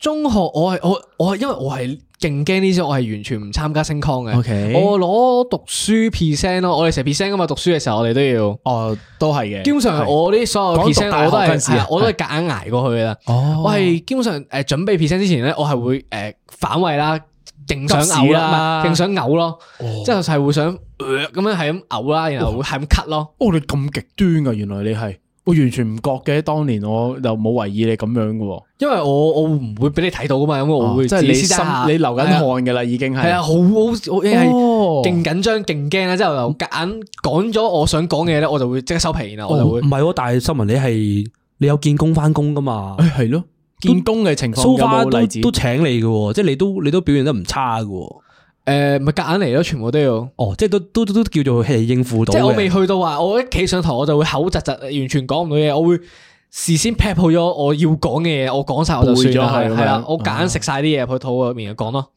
[SPEAKER 4] 中學我係我我係因為我係勁驚呢啲，我係完全唔參加升 con 嘅。
[SPEAKER 3] OK
[SPEAKER 4] 我攞讀書 percent 咯，我哋成日 percent 噶嘛，讀書嘅時候我哋都要。
[SPEAKER 3] 哦，都係嘅。
[SPEAKER 4] 基本上我啲所有
[SPEAKER 3] 講讀
[SPEAKER 4] percent
[SPEAKER 3] 大學
[SPEAKER 4] 我都
[SPEAKER 3] 嗰
[SPEAKER 4] 係
[SPEAKER 3] 陣時啊
[SPEAKER 4] 係我都係夾硬捱過去㗎啦。
[SPEAKER 3] 哦，
[SPEAKER 4] 我係基本上誒準備 percent 之前咧，我係會誒反胃啦，勁想
[SPEAKER 3] 急屎
[SPEAKER 4] 嘔
[SPEAKER 3] 啦哦
[SPEAKER 4] 啦，唔係勁想嘔咯，即係係會想呃咁樣係咁嘔啦，然後會係咁咳咯。
[SPEAKER 3] 哦，你咁極端噶，原來你係我完全唔覺嘅，當年我又冇為意你咁樣嘅喎，
[SPEAKER 4] 因為我我唔會俾你睇到噶嘛，咁我會
[SPEAKER 3] 哦即係你
[SPEAKER 4] 自己私底
[SPEAKER 3] 心
[SPEAKER 4] 下
[SPEAKER 3] 你流緊汗嘅啦，已經係
[SPEAKER 4] 係啊，好好好，因為
[SPEAKER 3] 哦
[SPEAKER 4] 勁緊張、勁驚啊啦，之後又夾硬講咗我想講嘅嘢咧，我就會即刻收皮，然後我就會
[SPEAKER 2] 哦唔係喎，但係新聞你係你有見工翻工噶 嘛
[SPEAKER 3] 誒係咯，見工嘅情
[SPEAKER 2] s o
[SPEAKER 3] 況有
[SPEAKER 2] far
[SPEAKER 3] 冇
[SPEAKER 2] 都
[SPEAKER 3] 例子？
[SPEAKER 2] 都請你嘅喎，即係你都你都表現得唔差嘅喎。
[SPEAKER 4] 誒呃咪夾硬嚟咯，全部都要。
[SPEAKER 2] 哦，即係都都都都叫做係應付到
[SPEAKER 4] 即係我
[SPEAKER 2] 嘅
[SPEAKER 4] 未去到話，我一企上台我就會口窒窒，完全講唔到嘢。我會事先 prep 好咗我要講嘅嘢，我講晒我就算啦，係
[SPEAKER 3] 背咗佢
[SPEAKER 4] 係
[SPEAKER 3] 咁
[SPEAKER 4] 啦
[SPEAKER 3] 樣，
[SPEAKER 4] 我夾硬食晒啲嘢去肚入面講咯。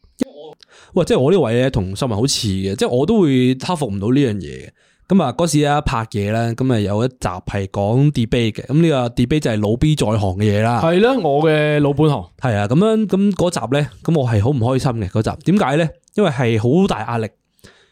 [SPEAKER 2] 喂，即係我呢位咧同新聞好似嘅，即係我都會克服唔到呢樣嘢嘅。咁啊，嗰時啊拍嘢咧，咁啊有一集係講 debate 嘅，咁呢個 debate 就係老 B 在行嘅嘢啦。
[SPEAKER 3] 係咯，我嘅老本行，
[SPEAKER 2] 係啊，咁樣咁嗰集咧，咁我係好唔開心嘅嗰集。點解咧？因為係好大壓力，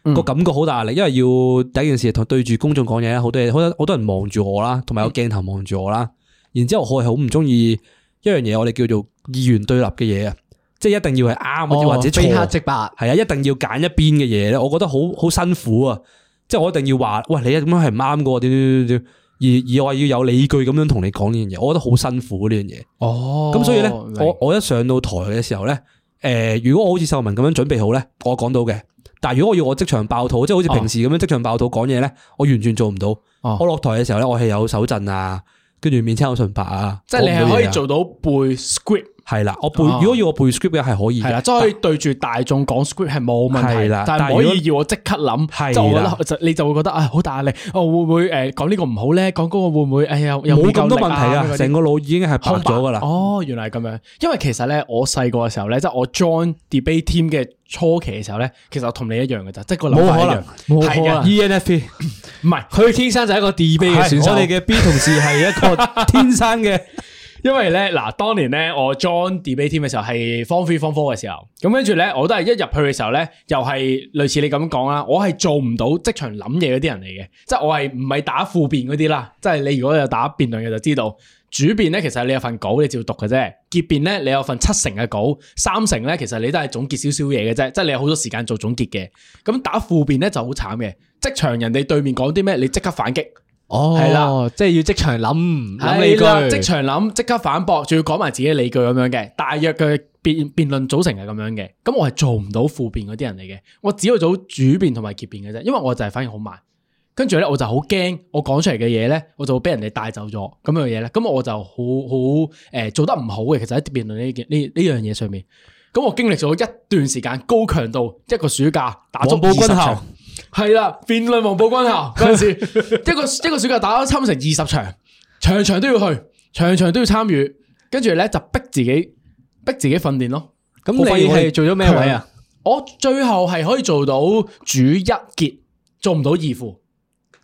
[SPEAKER 3] 嗯
[SPEAKER 2] 個感覺好大壓力，因為要第一件事同對住公眾講嘢啦，好多嘢，好多好多人望住我啦，同埋有鏡頭望住我啦。然之後我係好唔中意一樣嘢，我哋叫做二元對立嘅嘢啊，即係一定要係啱或者
[SPEAKER 3] 哦
[SPEAKER 2] 或者
[SPEAKER 4] 哦非黑
[SPEAKER 2] 錯。
[SPEAKER 4] 即白，
[SPEAKER 2] 係啊，一定要揀一邊嘅嘢咧，我覺得好好辛苦啊！即係我一定要話，喂，你咁樣係唔啱嘅喎，點點點點，而而我係要有理據咁樣同你講呢樣嘢，我覺得好辛苦啊呢樣嘢。
[SPEAKER 3] 哦
[SPEAKER 2] 咁所以咧，我我一上到台嘅時候咧，誒，如果我好似秀文咁樣準備好咧，我講到嘅。但係如果我要我即場爆肚，即係好似平時咁樣即場爆肚講嘢咧，我完全做唔到。
[SPEAKER 3] 哦
[SPEAKER 2] 我落台嘅時候咧，我係有手震啊，跟住面青口唇白啊，
[SPEAKER 3] 即係你
[SPEAKER 2] 講唔
[SPEAKER 3] 係可以
[SPEAKER 2] 到嘢啊
[SPEAKER 3] 做到背 script
[SPEAKER 2] 係啦。我背
[SPEAKER 3] 哦
[SPEAKER 2] 如果要我背 script 嘅係可以
[SPEAKER 3] 係啦，
[SPEAKER 2] 嘅，
[SPEAKER 3] 即係可以對住大眾講 script 係冇問題
[SPEAKER 2] 係啦
[SPEAKER 3] 但
[SPEAKER 2] 但係
[SPEAKER 3] 係唔可
[SPEAKER 2] 如果
[SPEAKER 3] 以要我即刻諗，
[SPEAKER 2] 係
[SPEAKER 3] 即係我
[SPEAKER 2] 啦
[SPEAKER 3] 覺得就你就會覺得啊好大壓力，哦會唔會誒講呢個唔好咧？講嗰個會唔會哎呀又
[SPEAKER 2] 冇
[SPEAKER 3] 唔
[SPEAKER 2] 咁
[SPEAKER 3] 夠
[SPEAKER 2] 多
[SPEAKER 3] 力
[SPEAKER 2] 問題啊，
[SPEAKER 3] 嗰啲
[SPEAKER 2] 成個腦已經係白咗噶啦。
[SPEAKER 3] 哦，原來係咁樣。因為其實咧，我細個嘅時候咧，即係我 join debate team 嘅初期嘅時候咧，其實我同你一樣嘅咋，即係個諗法一樣。
[SPEAKER 4] 冇可
[SPEAKER 3] 係嘅
[SPEAKER 4] 能。
[SPEAKER 2] ENFP
[SPEAKER 3] 唔係，
[SPEAKER 4] 佢天生就係一個 debate 嘅
[SPEAKER 2] 係
[SPEAKER 4] 選手
[SPEAKER 2] 我。哋嘅 B 同事係一個天生嘅，
[SPEAKER 3] 因為咧嗱，當年咧我 join debate team 嘅時候係 form three form four 嘅時候，咁跟住咧我都係一入去嘅時候咧，又係類似你咁講啦，我係做唔到即場諗嘢嗰啲人嚟嘅，即係我係唔係打副辯嗰啲啦，即係你如果有打辯論嘅就知道。主辯咧，其實你有份稿你照讀嘅啫；結辯咧，你有份七成嘅稿，三成咧其實你都係總結少少嘢嘅啫，即係你有好多時間做總結嘅。咁打副辯咧就好慘嘅，即場人哋對面講啲咩，你即刻反擊。
[SPEAKER 4] 哦，
[SPEAKER 3] 係
[SPEAKER 4] 係
[SPEAKER 3] 啦
[SPEAKER 4] 啦，即係要即場諗，諗
[SPEAKER 3] 係啦，
[SPEAKER 4] 理據，
[SPEAKER 3] 即場諗，即刻反駁，仲要講埋自己理據咁樣嘅，大約嘅辯辯論組成係咁樣嘅。咁我係做唔到副辯嗰啲人嚟嘅，我只要做主辯同埋結辯嘅啫，因為我就係反應好慢。跟住咧，我就好驚，我講出嚟嘅嘢咧，我就會俾人哋帶走咗咁樣嘅嘢咧。咁我就好好誒做得唔好嘅，其實喺辯論呢件呢呢樣嘢上面。咁我經歷咗一段時間高強度，一個暑假打足
[SPEAKER 2] 黃埔軍校
[SPEAKER 3] 20場，係啦，辯論黃埔 軍校嗰陣時，一個一個暑假打咗差唔多成二十場，場場都要去，場場都要參與，跟住咧就逼自己逼自己訓練咯。
[SPEAKER 4] 咁
[SPEAKER 3] 好
[SPEAKER 4] 你
[SPEAKER 3] 快可以
[SPEAKER 4] 係做咗咩位啊？
[SPEAKER 3] 我最後係可以做到主一結，做唔到二副，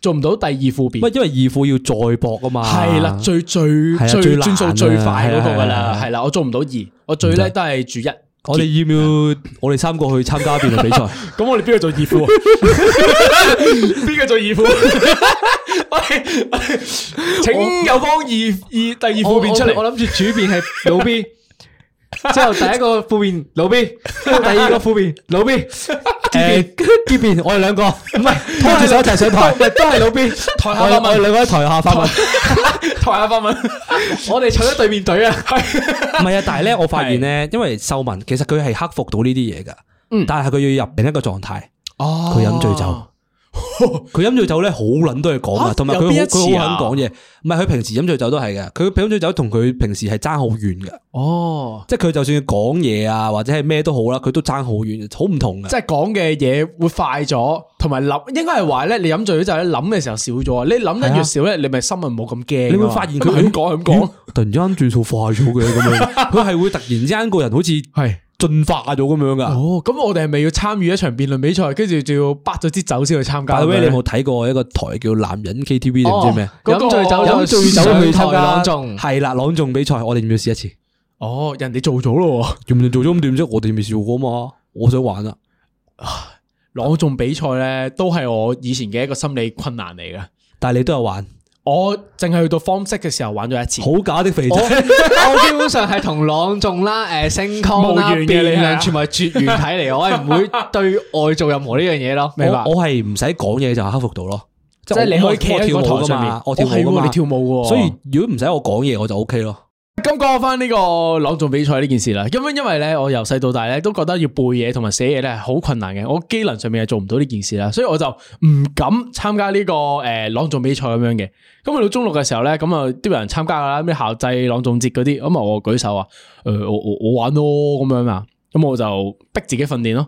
[SPEAKER 3] 做唔到第二副
[SPEAKER 2] 唔
[SPEAKER 3] 辯。
[SPEAKER 2] 係因為二副要再搏啊嘛。
[SPEAKER 3] 係啦，最最
[SPEAKER 2] 係啊
[SPEAKER 3] 最
[SPEAKER 2] 最難
[SPEAKER 3] 轉數最快嗰個
[SPEAKER 2] 啊係
[SPEAKER 3] 噶
[SPEAKER 2] 啊
[SPEAKER 3] 啦
[SPEAKER 2] 係，啊
[SPEAKER 3] 係啦，我做唔到二，我最叻都係主一。
[SPEAKER 2] 我哋要唔要我哋三個去參加辯論比賽？
[SPEAKER 3] 咁我哋邊個做二副啊？邊個做二副？喂，請有方二二第二副辯出
[SPEAKER 4] 我
[SPEAKER 3] 嚟。
[SPEAKER 4] 我諗住主辯係老 B，之後第一個副辯老 B，之後第二個副辯老 B，
[SPEAKER 2] 誒，結辯我哋兩個唔係拖住手一齊上台，
[SPEAKER 4] 都係老 B。
[SPEAKER 3] 台
[SPEAKER 2] 我
[SPEAKER 3] 下
[SPEAKER 2] 哋
[SPEAKER 3] 發
[SPEAKER 2] 我哋
[SPEAKER 3] 問，
[SPEAKER 2] 兩個喺台下發問。
[SPEAKER 3] 台下發問，
[SPEAKER 4] 我哋坐咗對面隊啊！
[SPEAKER 2] 唔係啊，但係咧，我發現咧，因為秀文其實佢係克服到呢啲嘢噶，但係佢要入另一個狀態，
[SPEAKER 3] 嗯哦
[SPEAKER 2] 佢飲醉 酒。佢飲醉酒咧好撚多嘢講啊，
[SPEAKER 3] 嚇
[SPEAKER 2] 同埋佢
[SPEAKER 3] 有
[SPEAKER 2] 好
[SPEAKER 3] 邊一次
[SPEAKER 2] 佢
[SPEAKER 3] 啊
[SPEAKER 2] 好肯講嘢。唔係佢平時飲醉酒都係嘅，佢飲醉酒同佢平時係爭好遠嘅。
[SPEAKER 3] 哦，
[SPEAKER 2] 即係佢就算講嘢啊，或者係咩都好啦，佢都爭好遠，好唔同啊嘅。
[SPEAKER 3] 即係講嘅嘢會快咗，同埋諗應該係話咧，你飲醉咗之後咧諗嘅時候少咗啊，你諗得越少咧，你咪心咪冇咁驚啊。
[SPEAKER 2] 你會發現佢
[SPEAKER 3] 咁講咁講
[SPEAKER 2] 咦，突然之間轉數快咗嘅咁樣， 佢係會突然之間個人好似
[SPEAKER 3] 係
[SPEAKER 2] 進化咗咁樣噶。
[SPEAKER 3] 哦，咁我哋係咪要參與一場辯論比賽，跟住仲要bắt 咗支酒先去參加
[SPEAKER 2] 大
[SPEAKER 3] 咁樣
[SPEAKER 2] 威，
[SPEAKER 3] 咧？
[SPEAKER 2] 你有冇睇過一個台叫男人 KTV 定唔知咩？
[SPEAKER 3] 嗰個
[SPEAKER 4] 飲醉酒
[SPEAKER 3] 飲醉酒
[SPEAKER 4] 上
[SPEAKER 3] 去
[SPEAKER 4] 台
[SPEAKER 3] 參加
[SPEAKER 4] 朗 誦，
[SPEAKER 2] 係啦，朗誦比賽，我哋要唔要試一次？
[SPEAKER 3] 哦，人哋做咗咯
[SPEAKER 2] 做唔做咗咁點啫？我哋未試過嘛，我想玩啊！
[SPEAKER 3] 喎，朗誦比賽咧都係我以前嘅一個心理困難嚟嘅。
[SPEAKER 2] 但係你都有玩，
[SPEAKER 3] 我淨係去到 form six 嘅時候玩咗一次，
[SPEAKER 2] 好假的肥
[SPEAKER 4] 我
[SPEAKER 2] 仔。
[SPEAKER 4] 我基本上係同朗誦啦、誒升
[SPEAKER 3] 無
[SPEAKER 4] 康啦、
[SPEAKER 3] 緣嘅你係
[SPEAKER 4] 辯
[SPEAKER 3] 啊
[SPEAKER 4] 論全部係絕緣體嚟，我係唔會對外做任何呢樣嘢咯。
[SPEAKER 3] 明白
[SPEAKER 2] 我我係唔使講嘢就克服到咯，即
[SPEAKER 3] 即係
[SPEAKER 2] 係
[SPEAKER 3] 你
[SPEAKER 2] 我
[SPEAKER 3] 可以企喺
[SPEAKER 2] 我跳
[SPEAKER 3] 個
[SPEAKER 2] 舞
[SPEAKER 3] 台
[SPEAKER 2] 噶
[SPEAKER 3] 上
[SPEAKER 2] 嘛
[SPEAKER 3] 面，
[SPEAKER 2] 我跳
[SPEAKER 3] 哦係
[SPEAKER 2] 舞噶
[SPEAKER 3] 喎
[SPEAKER 2] 嘛，
[SPEAKER 3] 你跳舞喎
[SPEAKER 2] 所以如果唔使我講嘢，我就 O K 咯。
[SPEAKER 3] 咁講翻呢個朗誦比賽呢件事啦，咁因為咧，我由細到大咧都覺得要背嘢同埋寫嘢咧係好困難嘅，我機能上面係做唔到呢件事啦，所以我就唔敢參加呢、個诶、呃朗誦比賽咁樣嘅。咁去到中六嘅時候咧，咁啊都有人參加噶啦，咩校際朗誦節嗰啲，咁啊我舉手啊，诶、我我我玩咯咁樣啊，咁我就逼自己訓練咯，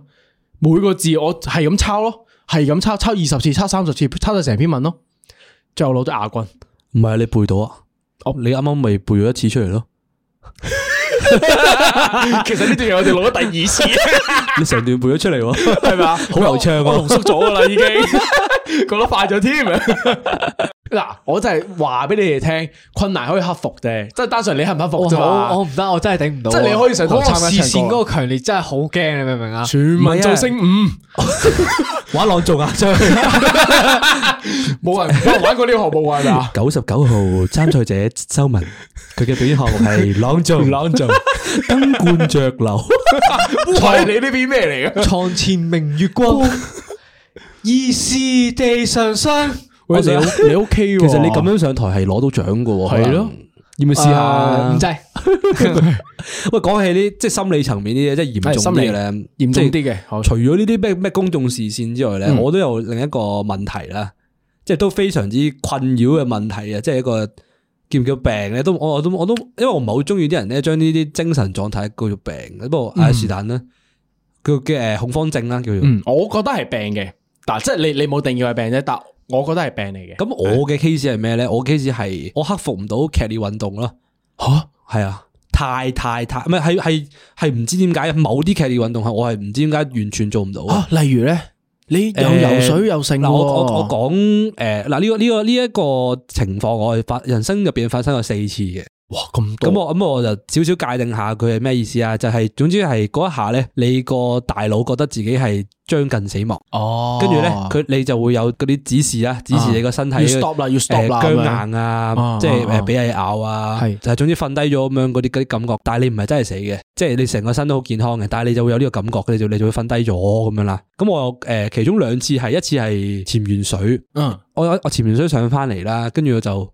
[SPEAKER 3] 每個字我係咁抄咯，係咁抄，抄二十次，抄三十次，抄晒成篇文咯，最後攞咗亞軍。
[SPEAKER 2] 唔係你背到啊？你啱啱咪背咗一次出嚟咯？
[SPEAKER 3] 其實呢段嘢我哋攞咗第二次。
[SPEAKER 2] 你成段背咗出嚟喎，
[SPEAKER 3] 系嘛？
[SPEAKER 2] 好流暢啊
[SPEAKER 3] 我濃縮咗噶啦，已經講得快咗添。嗱，我真係話俾你哋聽，困難可以克服嘅，即係單純你克唔克服啫嘛
[SPEAKER 4] 我我唔得，我真係頂唔到啊。
[SPEAKER 3] 即係你可以上堂
[SPEAKER 4] 嗰個
[SPEAKER 3] 參加
[SPEAKER 4] 視
[SPEAKER 3] 唱
[SPEAKER 4] 線
[SPEAKER 3] 歌嗯
[SPEAKER 4] 嗰個強烈真係好驚，你明唔明啊？
[SPEAKER 3] 全民造星五，
[SPEAKER 2] 玩朗誦啊！
[SPEAKER 3] 冇人冇人玩過呢個項目啊係嘛？
[SPEAKER 2] 九十九號參賽者周文，佢嘅表演項目 係朗誦，朗誦燈冠着流。
[SPEAKER 3] 係你呢邊咩嚟嘅？
[SPEAKER 4] 床前明月 光，疑是地上霜。
[SPEAKER 2] 喂你好
[SPEAKER 3] 你 OK
[SPEAKER 2] 其實你咁樣上台係攞到獎嘅喎，
[SPEAKER 3] 係咯
[SPEAKER 2] 可能，要唔要試下？
[SPEAKER 4] 誒唔制，
[SPEAKER 2] 喂，講起呢即係心理層面啲嘢，即係嚴
[SPEAKER 3] 係
[SPEAKER 2] 重
[SPEAKER 3] 心
[SPEAKER 2] 啲
[SPEAKER 3] 理
[SPEAKER 2] 嘅咧，
[SPEAKER 3] 嚴
[SPEAKER 2] 即係
[SPEAKER 3] 重啲嘅好嗯
[SPEAKER 2] 除咗呢啲咩咩公眾視線之外咧，我都有另一個問題啦，即係都非常之困擾嘅問題啊！即係一個叫唔叫病咧？都我我都我都，因為我唔係好中意啲人咧，將呢啲精神狀態叫做病。不過唉，是但啦，叫嘅誒恐慌症啦，叫做。
[SPEAKER 3] 嗯，我覺得係病嘅，但即係你你冇定義係病啫，但我覺得係病嚟嘅。
[SPEAKER 2] 咁我嘅 case 係咩咧？我 case 係我克服唔到劇烈運動咯。
[SPEAKER 3] 吓，
[SPEAKER 2] 係啊，太太太，唔係係係係唔知點解某啲劇烈運動係我係唔知點解完全做唔到啊。
[SPEAKER 3] 啊，例如咧，你又
[SPEAKER 2] 誒
[SPEAKER 3] 游水啊又剩
[SPEAKER 2] 嗱，我我我
[SPEAKER 3] 喎
[SPEAKER 2] 講誒嗱呢個呢個呢一個情況，我係發人生入邊發生過四次嘅。
[SPEAKER 3] 哇咁多
[SPEAKER 2] 咁我咁我就少少界定下佢係咩意思啊？就係、總之係嗰一下咧，你個大腦覺得自己係將近死亡，
[SPEAKER 3] 哦
[SPEAKER 2] 跟住咧佢你就會有嗰啲指示啊，指示你個身體
[SPEAKER 3] 要 stop 啦，要
[SPEAKER 2] 誒
[SPEAKER 3] stop 啦，
[SPEAKER 2] 僵
[SPEAKER 3] 咁樣
[SPEAKER 2] 硬啊
[SPEAKER 3] 啊，
[SPEAKER 2] 即係
[SPEAKER 3] 啊
[SPEAKER 2] 誒俾嘢咬啊，
[SPEAKER 3] 係
[SPEAKER 2] 就係總之瞓低咗咁樣嗰啲嗰啲感覺，但係你唔係真係死嘅，即係你成個身都好健康嘅，但係你就會有呢個感覺，你就你就會瞓低咗咁樣啦。咁我誒其中兩次係一次係潛完水，
[SPEAKER 3] 嗯，
[SPEAKER 2] 我我潛完水上翻嚟啦，跟住我就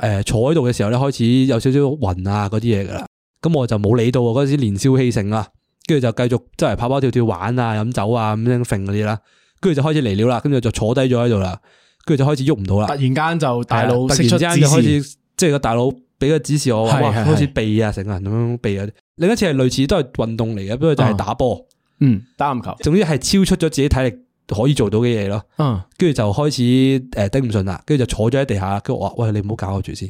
[SPEAKER 2] 誒坐喺度嘅時候咧，開始有少少暈啊嗰啲嘢噶啦，咁我就冇理到喎嗰陣時年少氣盛啊，跟住就繼續周圍跑跑跳跳玩啊、飲酒啊咁樣揈嗰啲啦，跟住就開始嚟料啦，跟住就坐低咗喺度啦，跟住就開始喐唔到啦
[SPEAKER 3] 突。然間就大
[SPEAKER 2] 係啦啊
[SPEAKER 3] 佬
[SPEAKER 2] 突然
[SPEAKER 3] 釋
[SPEAKER 2] 之
[SPEAKER 3] 出
[SPEAKER 2] 間就開
[SPEAKER 3] 指示，
[SPEAKER 2] 始，即係個大佬俾個指示我，
[SPEAKER 3] 係
[SPEAKER 2] 哇，
[SPEAKER 3] 係
[SPEAKER 2] 開始
[SPEAKER 3] 係
[SPEAKER 2] 避啊，成個人咁樣避啊。另一次係類似都係運動嚟嘅，不過就係
[SPEAKER 3] 嗯
[SPEAKER 2] 打波，
[SPEAKER 3] 嗯，打籃球，
[SPEAKER 2] 總之係超出咗自己體力可以做到嘅嘢咯。
[SPEAKER 3] 嗯，
[SPEAKER 2] 跟住就開始誒頂唔順啦，跟住就坐咗喺地下啦。跟住我話：喂，你唔好搞我住先。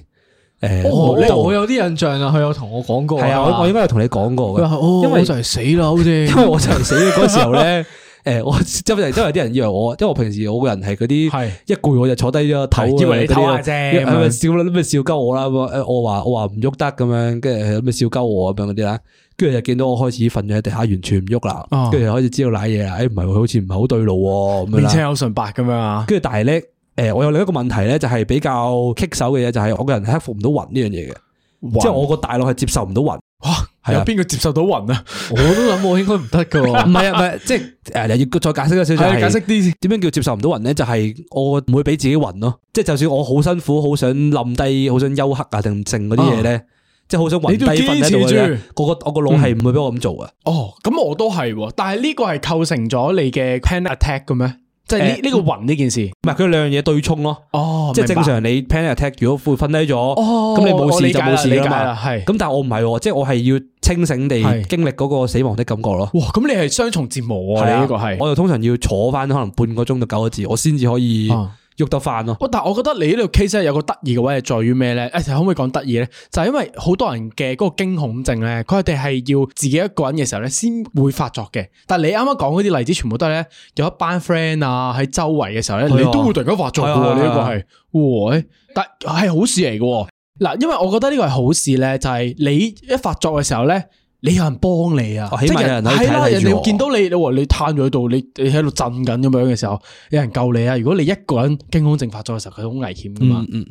[SPEAKER 2] 誒，
[SPEAKER 4] 哦
[SPEAKER 2] 我
[SPEAKER 4] 呢個
[SPEAKER 2] 就
[SPEAKER 4] 我有啲印象啊，佢有同我講過啊。
[SPEAKER 2] 係啊，我我應該有同你講過
[SPEAKER 4] 佢
[SPEAKER 2] 嘅，
[SPEAKER 4] 話哦，
[SPEAKER 2] 因為
[SPEAKER 4] 我就嚟死啦，好似
[SPEAKER 2] 因為我就嚟死嘅嗰時候咧， 誒，我周圍周圍啲人以為我，因為我平時我個人係嗰啲。
[SPEAKER 3] 係
[SPEAKER 2] 一攰我就坐低咗唞啊，
[SPEAKER 3] 以為你
[SPEAKER 2] 嗰啲啊
[SPEAKER 3] 唞下啫
[SPEAKER 2] 一係咪
[SPEAKER 3] 咁樣
[SPEAKER 2] 笑啦，咁咪笑鳩我啦，咁啊誒我話我話唔喐得咁樣，跟住咁咪笑鳩我啊咁樣嗰啲啦，跟住就見到我開始瞓咗喺地下，完全唔喐啦
[SPEAKER 3] 哦，
[SPEAKER 2] 跟住就開始知道賴嘢啦，誒唔係喎，好似唔係好對路喎咁樣
[SPEAKER 3] 面青
[SPEAKER 2] 啦，
[SPEAKER 3] 口唇白咁樣啊，
[SPEAKER 2] 跟住但係咧，誒我有另一個問題咧，就係比較棘手嘅嘢，就係我個人係克服唔到暈呢樣嘢嘅，即係我個大腦係接受唔到暈，
[SPEAKER 3] 哇，
[SPEAKER 2] 係啊
[SPEAKER 3] 有邊個接受到暈啊？
[SPEAKER 4] 我都諗我應該唔得噶。
[SPEAKER 2] 唔係啊，唔係即係誒要再解釋多少少
[SPEAKER 3] 係
[SPEAKER 2] 係
[SPEAKER 3] 解釋啲先，
[SPEAKER 2] 點樣叫接受唔到暈咧？就係、我唔會俾自己暈咯，即係就算我好辛苦，好想冧低，好想休克啊，定剩嗰啲嘢咧，即係好想暈低瞓喺
[SPEAKER 3] 你
[SPEAKER 2] 度
[SPEAKER 3] 都要堅
[SPEAKER 2] 嘅
[SPEAKER 3] 持。嗯
[SPEAKER 2] 我個我個腦係唔會俾我咁做啊。
[SPEAKER 3] 哦，咁我都係喎，但係呢個係構成咗你嘅 panic attack 嘅咩？即係呢
[SPEAKER 2] 誒
[SPEAKER 3] 呢個暈呢件事，
[SPEAKER 2] 唔係佢兩樣嘢對沖咯，
[SPEAKER 3] 哦
[SPEAKER 2] 即係正，常你 panic attack 如果會瞓低咗，
[SPEAKER 3] 哦，
[SPEAKER 2] 咁你冇事就冇事
[SPEAKER 3] 理
[SPEAKER 2] 㗎
[SPEAKER 3] 解
[SPEAKER 2] 啦
[SPEAKER 3] 啦，
[SPEAKER 2] 嘛。
[SPEAKER 3] 係。
[SPEAKER 2] 咁但係我唔係喎，即係我係要清醒地
[SPEAKER 3] 係
[SPEAKER 2] 經歷嗰個死亡的感覺咯。
[SPEAKER 3] 哇，咁你係雙重折磨啊！
[SPEAKER 2] 係
[SPEAKER 3] 你
[SPEAKER 2] 啊
[SPEAKER 3] 呢個係，
[SPEAKER 2] 我就通常要坐翻可能半個鐘到九個字，我先至可以
[SPEAKER 3] 啊
[SPEAKER 2] 喐得翻咯。
[SPEAKER 3] 喂，但係我覺得你呢度 case 咧有個得意嘅位係在於咩咧？誒、哎可唔可以講得意咧？就係、因為好多人嘅嗰個驚恐症咧，佢哋係要自己一個人嘅時候咧先會發作嘅。但係你啱啱講嗰啲例子，全部都係咧有一班 friend 啊喺周圍嘅時候咧，
[SPEAKER 2] 係啊
[SPEAKER 3] 你都會突然間發作嘅
[SPEAKER 2] 係啊
[SPEAKER 3] 喎。呢一個
[SPEAKER 2] 係啊
[SPEAKER 3] 係，喂，但係好事嚟嘅喎。嗱，因為我覺得呢個係好事咧，就係、你一發作嘅時候咧。你有人幫你啊
[SPEAKER 2] 哦，起碼
[SPEAKER 3] 即係
[SPEAKER 2] 有人可以
[SPEAKER 3] 係啦，
[SPEAKER 2] 睇睇
[SPEAKER 3] 人
[SPEAKER 2] 住
[SPEAKER 3] 哋
[SPEAKER 2] 我
[SPEAKER 3] 會見到你，你話你攤咗喺度，你你喺度震緊咁樣嘅時候，有人救你啊！如果你一個人驚恐症發作嘅時候，佢好危險噶嘛
[SPEAKER 2] 嗯。嗯，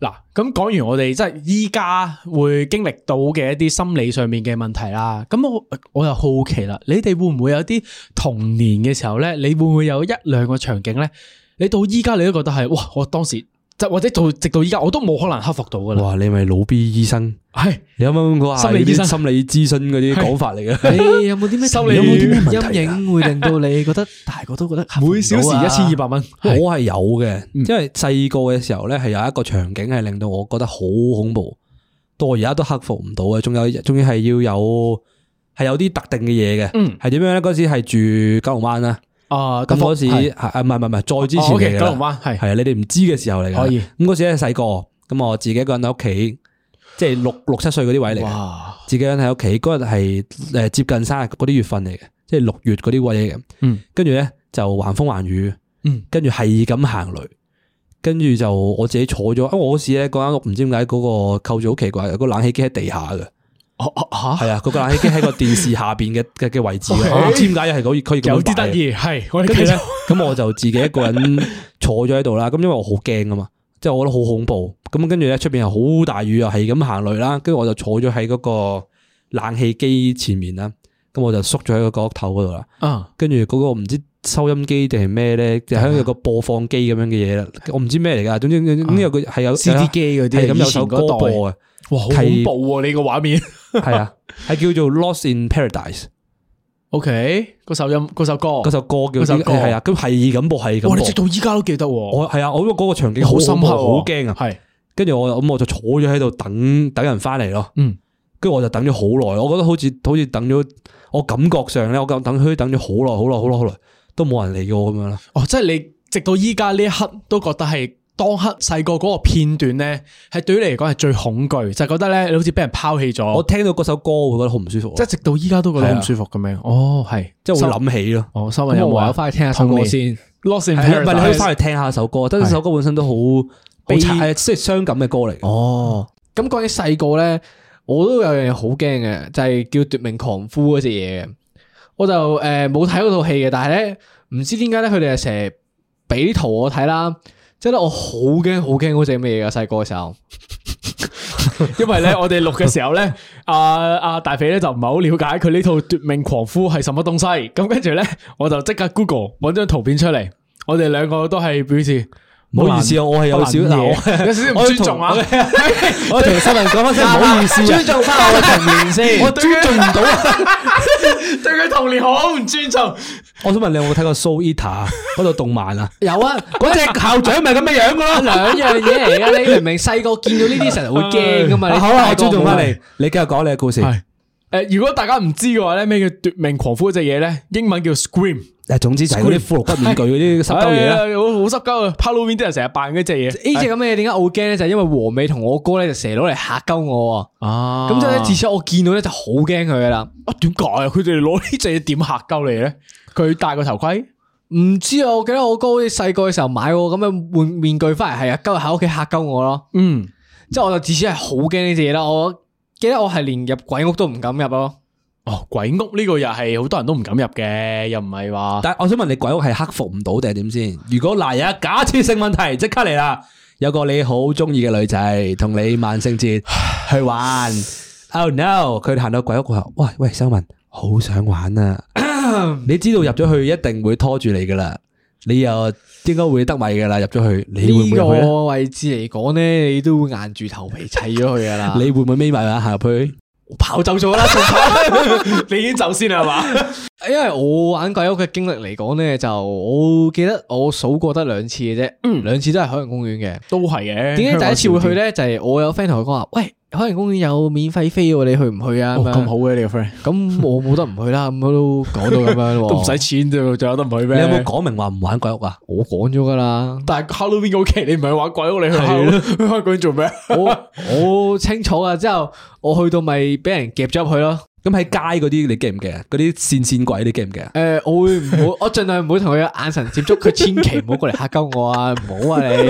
[SPEAKER 3] 嗱、咁講完我哋即係依家會經歷到嘅一啲心理上面嘅問題啦。咁我我又好奇啦，你哋會唔會有啲童年嘅時候咧，你會唔會有一兩個場景咧？你到依家你都覺得係，哇！我當時就或者到直到依家，我都冇可能克服到噶啦。
[SPEAKER 2] 哇！你咪老 B 醫生，
[SPEAKER 3] 係
[SPEAKER 2] 啊你啱啱嗰下
[SPEAKER 3] 心理醫生
[SPEAKER 2] 啲心理諮詢嗰啲講法嚟 嘅。
[SPEAKER 4] 你有冇啲咩
[SPEAKER 3] 收
[SPEAKER 4] 有
[SPEAKER 3] 你
[SPEAKER 4] 冇啲咩
[SPEAKER 1] 問題啊
[SPEAKER 4] 陰影會令到你覺得大個都 覺得
[SPEAKER 3] 每小時一千二百蚊，係
[SPEAKER 2] 我係有嘅，
[SPEAKER 3] 嗯
[SPEAKER 2] 因為細個嘅時候咧係有一個場景係令到我覺得好恐怖，到我而家都克服唔到嘅。仲有，仲要係要有係有啲特定嘅嘢嘅
[SPEAKER 3] 嗯，
[SPEAKER 2] 係點樣咧？嗰時係住九龍灣啦，
[SPEAKER 3] 啊
[SPEAKER 2] 咁嗰時
[SPEAKER 3] 時
[SPEAKER 2] 係啊唔係唔係唔係，再之
[SPEAKER 3] 哦
[SPEAKER 2] 前
[SPEAKER 3] ，OK，
[SPEAKER 2] 嚟
[SPEAKER 3] 九
[SPEAKER 2] 嘅
[SPEAKER 3] 龍
[SPEAKER 2] 啦，
[SPEAKER 3] 灣係
[SPEAKER 2] 係啊，你哋唔知嘅時候嚟嘅。
[SPEAKER 3] 可以
[SPEAKER 2] 咁嗰時咧細個，咁我自己一個人喺屋企，即係六六七歲嗰啲位嚟嘅。
[SPEAKER 3] 哇，
[SPEAKER 2] 自己一個人喺屋企嗰日係诶接近生日嗰啲月份嚟嘅，即係六月嗰啲位嚟嘅。
[SPEAKER 3] 嗯，
[SPEAKER 2] 跟住咧就橫風橫雨，
[SPEAKER 3] 嗯，
[SPEAKER 2] 跟住係咁行雷，跟住就我自己坐咗，因為啊我嗰時咧嗰間屋唔知點解嗰個構造好奇怪，有個冷氣機喺地下嘅，
[SPEAKER 3] 哦哦吓，哦
[SPEAKER 2] 係啊，嗰個冷氣機喺個電視下边嘅嘅嘅位 置嘅，
[SPEAKER 3] OK
[SPEAKER 2] 我唔知點解又係可以可以咁樣
[SPEAKER 3] 有啲
[SPEAKER 2] 擺
[SPEAKER 3] 得意係，我哋
[SPEAKER 2] 跟住
[SPEAKER 3] 跟
[SPEAKER 2] 咧，咁我就自己一個 人坐咗喺度啦。咁因為我好驚啊嘛，即係我覺得好恐怖。咁跟住咧，出邊又好大雨，又係咁行雷啦。跟住我就坐咗喺嗰個冷氣機前面啦。咁我就縮咗喺個角落頭嗰度啦。
[SPEAKER 3] 啊
[SPEAKER 2] 跟住嗰個唔知收音機定係咩咧，就喺有個播放機咁樣嘅嘢啦。我唔知咩嚟㗎。總之呢個係有
[SPEAKER 3] CD 啊機嗰啲
[SPEAKER 2] 係咁有
[SPEAKER 3] 以前
[SPEAKER 2] 首歌
[SPEAKER 3] 嗰代
[SPEAKER 2] 播嘅，
[SPEAKER 3] 哇，好
[SPEAKER 2] 係
[SPEAKER 3] 恐怖喎！你個畫面
[SPEAKER 2] 係 啊，係叫做《Lost in Paradise》
[SPEAKER 3] ，OK，嗰首音嗰首歌，
[SPEAKER 2] 嗰首歌叫
[SPEAKER 3] 嗰首歌
[SPEAKER 2] 係啊，咁係咁播係咁播
[SPEAKER 3] 哇，你。直到依家都記得喎，
[SPEAKER 2] 我係啊，我因為嗰個場景
[SPEAKER 3] 好
[SPEAKER 2] 好
[SPEAKER 3] 深
[SPEAKER 2] 深
[SPEAKER 3] 刻
[SPEAKER 2] 刻，
[SPEAKER 3] 喎，
[SPEAKER 2] 好驚啊！
[SPEAKER 3] 係
[SPEAKER 2] 跟住我咁我就坐咗喺度等等人翻嚟咯。
[SPEAKER 3] 嗯，
[SPEAKER 2] 跟住我就等咗好耐，我覺得好似好似等咗，我感覺上咧，我咁等佢等咗好耐，好耐，好耐，好耐，都冇人理我咁樣啦。
[SPEAKER 3] 哦，即係你直到依家呢一刻都覺得係當刻細個嗰個片段咧，係對於你嚟講係最恐懼，就係覺得咧你好似俾人拋棄
[SPEAKER 2] 我
[SPEAKER 3] 咗，
[SPEAKER 2] 聽到嗰首歌會覺得好唔舒服，
[SPEAKER 3] 即係直到依家都覺得
[SPEAKER 2] 哦係
[SPEAKER 3] 好
[SPEAKER 2] 啊
[SPEAKER 3] 唔舒服咁樣。哦，係，
[SPEAKER 2] 即係會
[SPEAKER 3] 收，
[SPEAKER 2] 諗起咯。
[SPEAKER 3] 哦，收埋
[SPEAKER 4] 咁
[SPEAKER 3] 有
[SPEAKER 4] 我
[SPEAKER 3] 冇
[SPEAKER 4] 唯有
[SPEAKER 3] 啊
[SPEAKER 4] 翻去聽下首歌先。
[SPEAKER 3] ？Lost in
[SPEAKER 2] 係啊唔係你可以
[SPEAKER 3] Paradise
[SPEAKER 2] 翻去聽下首歌，但係首歌本身都好好
[SPEAKER 4] 悲
[SPEAKER 2] 慘，即係傷感嘅歌嚟嘅。
[SPEAKER 4] 哦，咁講起細個咧，我都有樣嘢好驚嘅，就係、叫《奪命狂夫》嗰只嘢嘅。我就誒冇睇嗰套戲嘅，但係咧唔知點解咧，佢哋係成日俾啲圖我睇啦。即係咧，我好驚好驚嗰只咩嘢嘅細個嘅 時候，
[SPEAKER 3] 因為咧，我哋錄嘅時候咧，阿阿大肥咧就唔係好了解佢呢套《奪命狂夫》係什麼東西，咁跟住咧，我就即刻 Google 揾張圖片出嚟，我哋兩個都係表示嗯
[SPEAKER 2] 唔好意思啊，我係有少嗱，我
[SPEAKER 3] 嘢有少少唔尊重啊
[SPEAKER 2] 我同我同新人講翻聲唔好意思啊，
[SPEAKER 4] 尊重翻我嘅童年 先。
[SPEAKER 2] 我尊重唔到啊。
[SPEAKER 3] 對佢童年好唔尊重。
[SPEAKER 2] 我想問你有冇睇過《Soul Eater 啊》嗰套動漫啊？
[SPEAKER 4] 有啊，嗰只
[SPEAKER 2] 校長咪咁嘅樣噶咯。
[SPEAKER 4] 兩樣嘢嚟嘅，你明明細個見到呢啲成日會驚噶 嘛？
[SPEAKER 2] 啊
[SPEAKER 4] 你
[SPEAKER 2] 好啦，
[SPEAKER 4] 大
[SPEAKER 2] 我
[SPEAKER 4] 個
[SPEAKER 2] 尊重
[SPEAKER 4] 冇
[SPEAKER 2] 翻
[SPEAKER 4] 啊
[SPEAKER 2] 你，你繼續講你嘅故事。
[SPEAKER 3] 係诶，如果大家唔知嘅話咧，咩叫奪命狂夫嗰只嘢咧？英文叫 Scream，
[SPEAKER 2] 誒，總之就係嗰啲骷髏骨面具嗰啲濕鳩嘢啦。
[SPEAKER 3] 哎唉好好濕鳩啊！Halloween 啲人成日扮嗰只嘢
[SPEAKER 4] 呢只咁嘅嘢點解我會驚咧？就係因為和美同我哥咧就成日攞嚟嚇鳩我啊！
[SPEAKER 3] 啊
[SPEAKER 4] 咁即係咧，自此我見到咧就好驚佢噶啦。
[SPEAKER 3] 啊點解啊？佢哋攞呢只嘢點嚇鳩你咧？佢戴個頭盔，
[SPEAKER 4] 唔知啊，我記得我哥好似細個嘅時候買過咁嘅換面具翻嚟，係啊，今日喺屋企嚇鳩我咯。
[SPEAKER 3] 嗯，
[SPEAKER 4] 之後我就自此係好驚呢隻嘢啦。我記得我係連入鬼屋都唔敢入咯。
[SPEAKER 3] 哦，鬼屋呢個又係好多人都唔敢入嘅，又唔係話
[SPEAKER 2] 但係我想問你，鬼屋係克服唔到定係點先？如果嗱有一假設性問題，即刻嚟啦！有個你好中意嘅女仔同你萬聖節 去玩，Oh no！佢行到鬼屋佢話：，喂喂，修文，好想玩 啊！你知道入咗去一定會拖住你噶啦，你又應該會得米噶啦，入咗去，啊你會唔
[SPEAKER 4] 呢
[SPEAKER 2] 會入去呢
[SPEAKER 4] 個位置嚟講咧，你都會硬住頭皮砌咗佢噶啦。
[SPEAKER 2] 你會唔會眯埋眼行入去？
[SPEAKER 4] 跑走 咗啦，仲跑
[SPEAKER 3] 你已經走先啦，係嘛？
[SPEAKER 4] 因為我玩鬼屋嘅經歷嚟講咧，就我記得我數過得兩次嘅啫，嗯，兩次都係海洋公園嘅。
[SPEAKER 3] 都係嘅。
[SPEAKER 4] 點解第一次會去
[SPEAKER 3] 咧？
[SPEAKER 4] 咧？就係我有 friend 同我講話，喂，海洋公園有免費飛喎，你去唔去啊？
[SPEAKER 3] 哦，
[SPEAKER 4] 樣
[SPEAKER 3] 咁好嘅你個 friend，
[SPEAKER 4] 咁我冇得唔去啦，咁佢都講到咁樣喎，
[SPEAKER 3] 都唔使錢啫，仲有得唔去
[SPEAKER 2] 你
[SPEAKER 3] 咩？
[SPEAKER 2] 有冇講明話唔玩鬼屋啊？
[SPEAKER 4] 我講咗噶啦，
[SPEAKER 3] 哦但係 Halloween 嗰期你唔係玩鬼屋，你去
[SPEAKER 4] 係
[SPEAKER 3] Halloween- 去香港做咩？
[SPEAKER 4] 我我清楚啊。之後我去到咪俾人夾咗入去咯。
[SPEAKER 2] 咁喺街嗰啲你記唔記啊？嗰啲線線鬼你記唔記啊？
[SPEAKER 4] 诶、我會唔 好，我盡量唔好同佢嘅眼神接觸，佢千祈唔好過嚟嚇鳩我啊！唔好啊 你，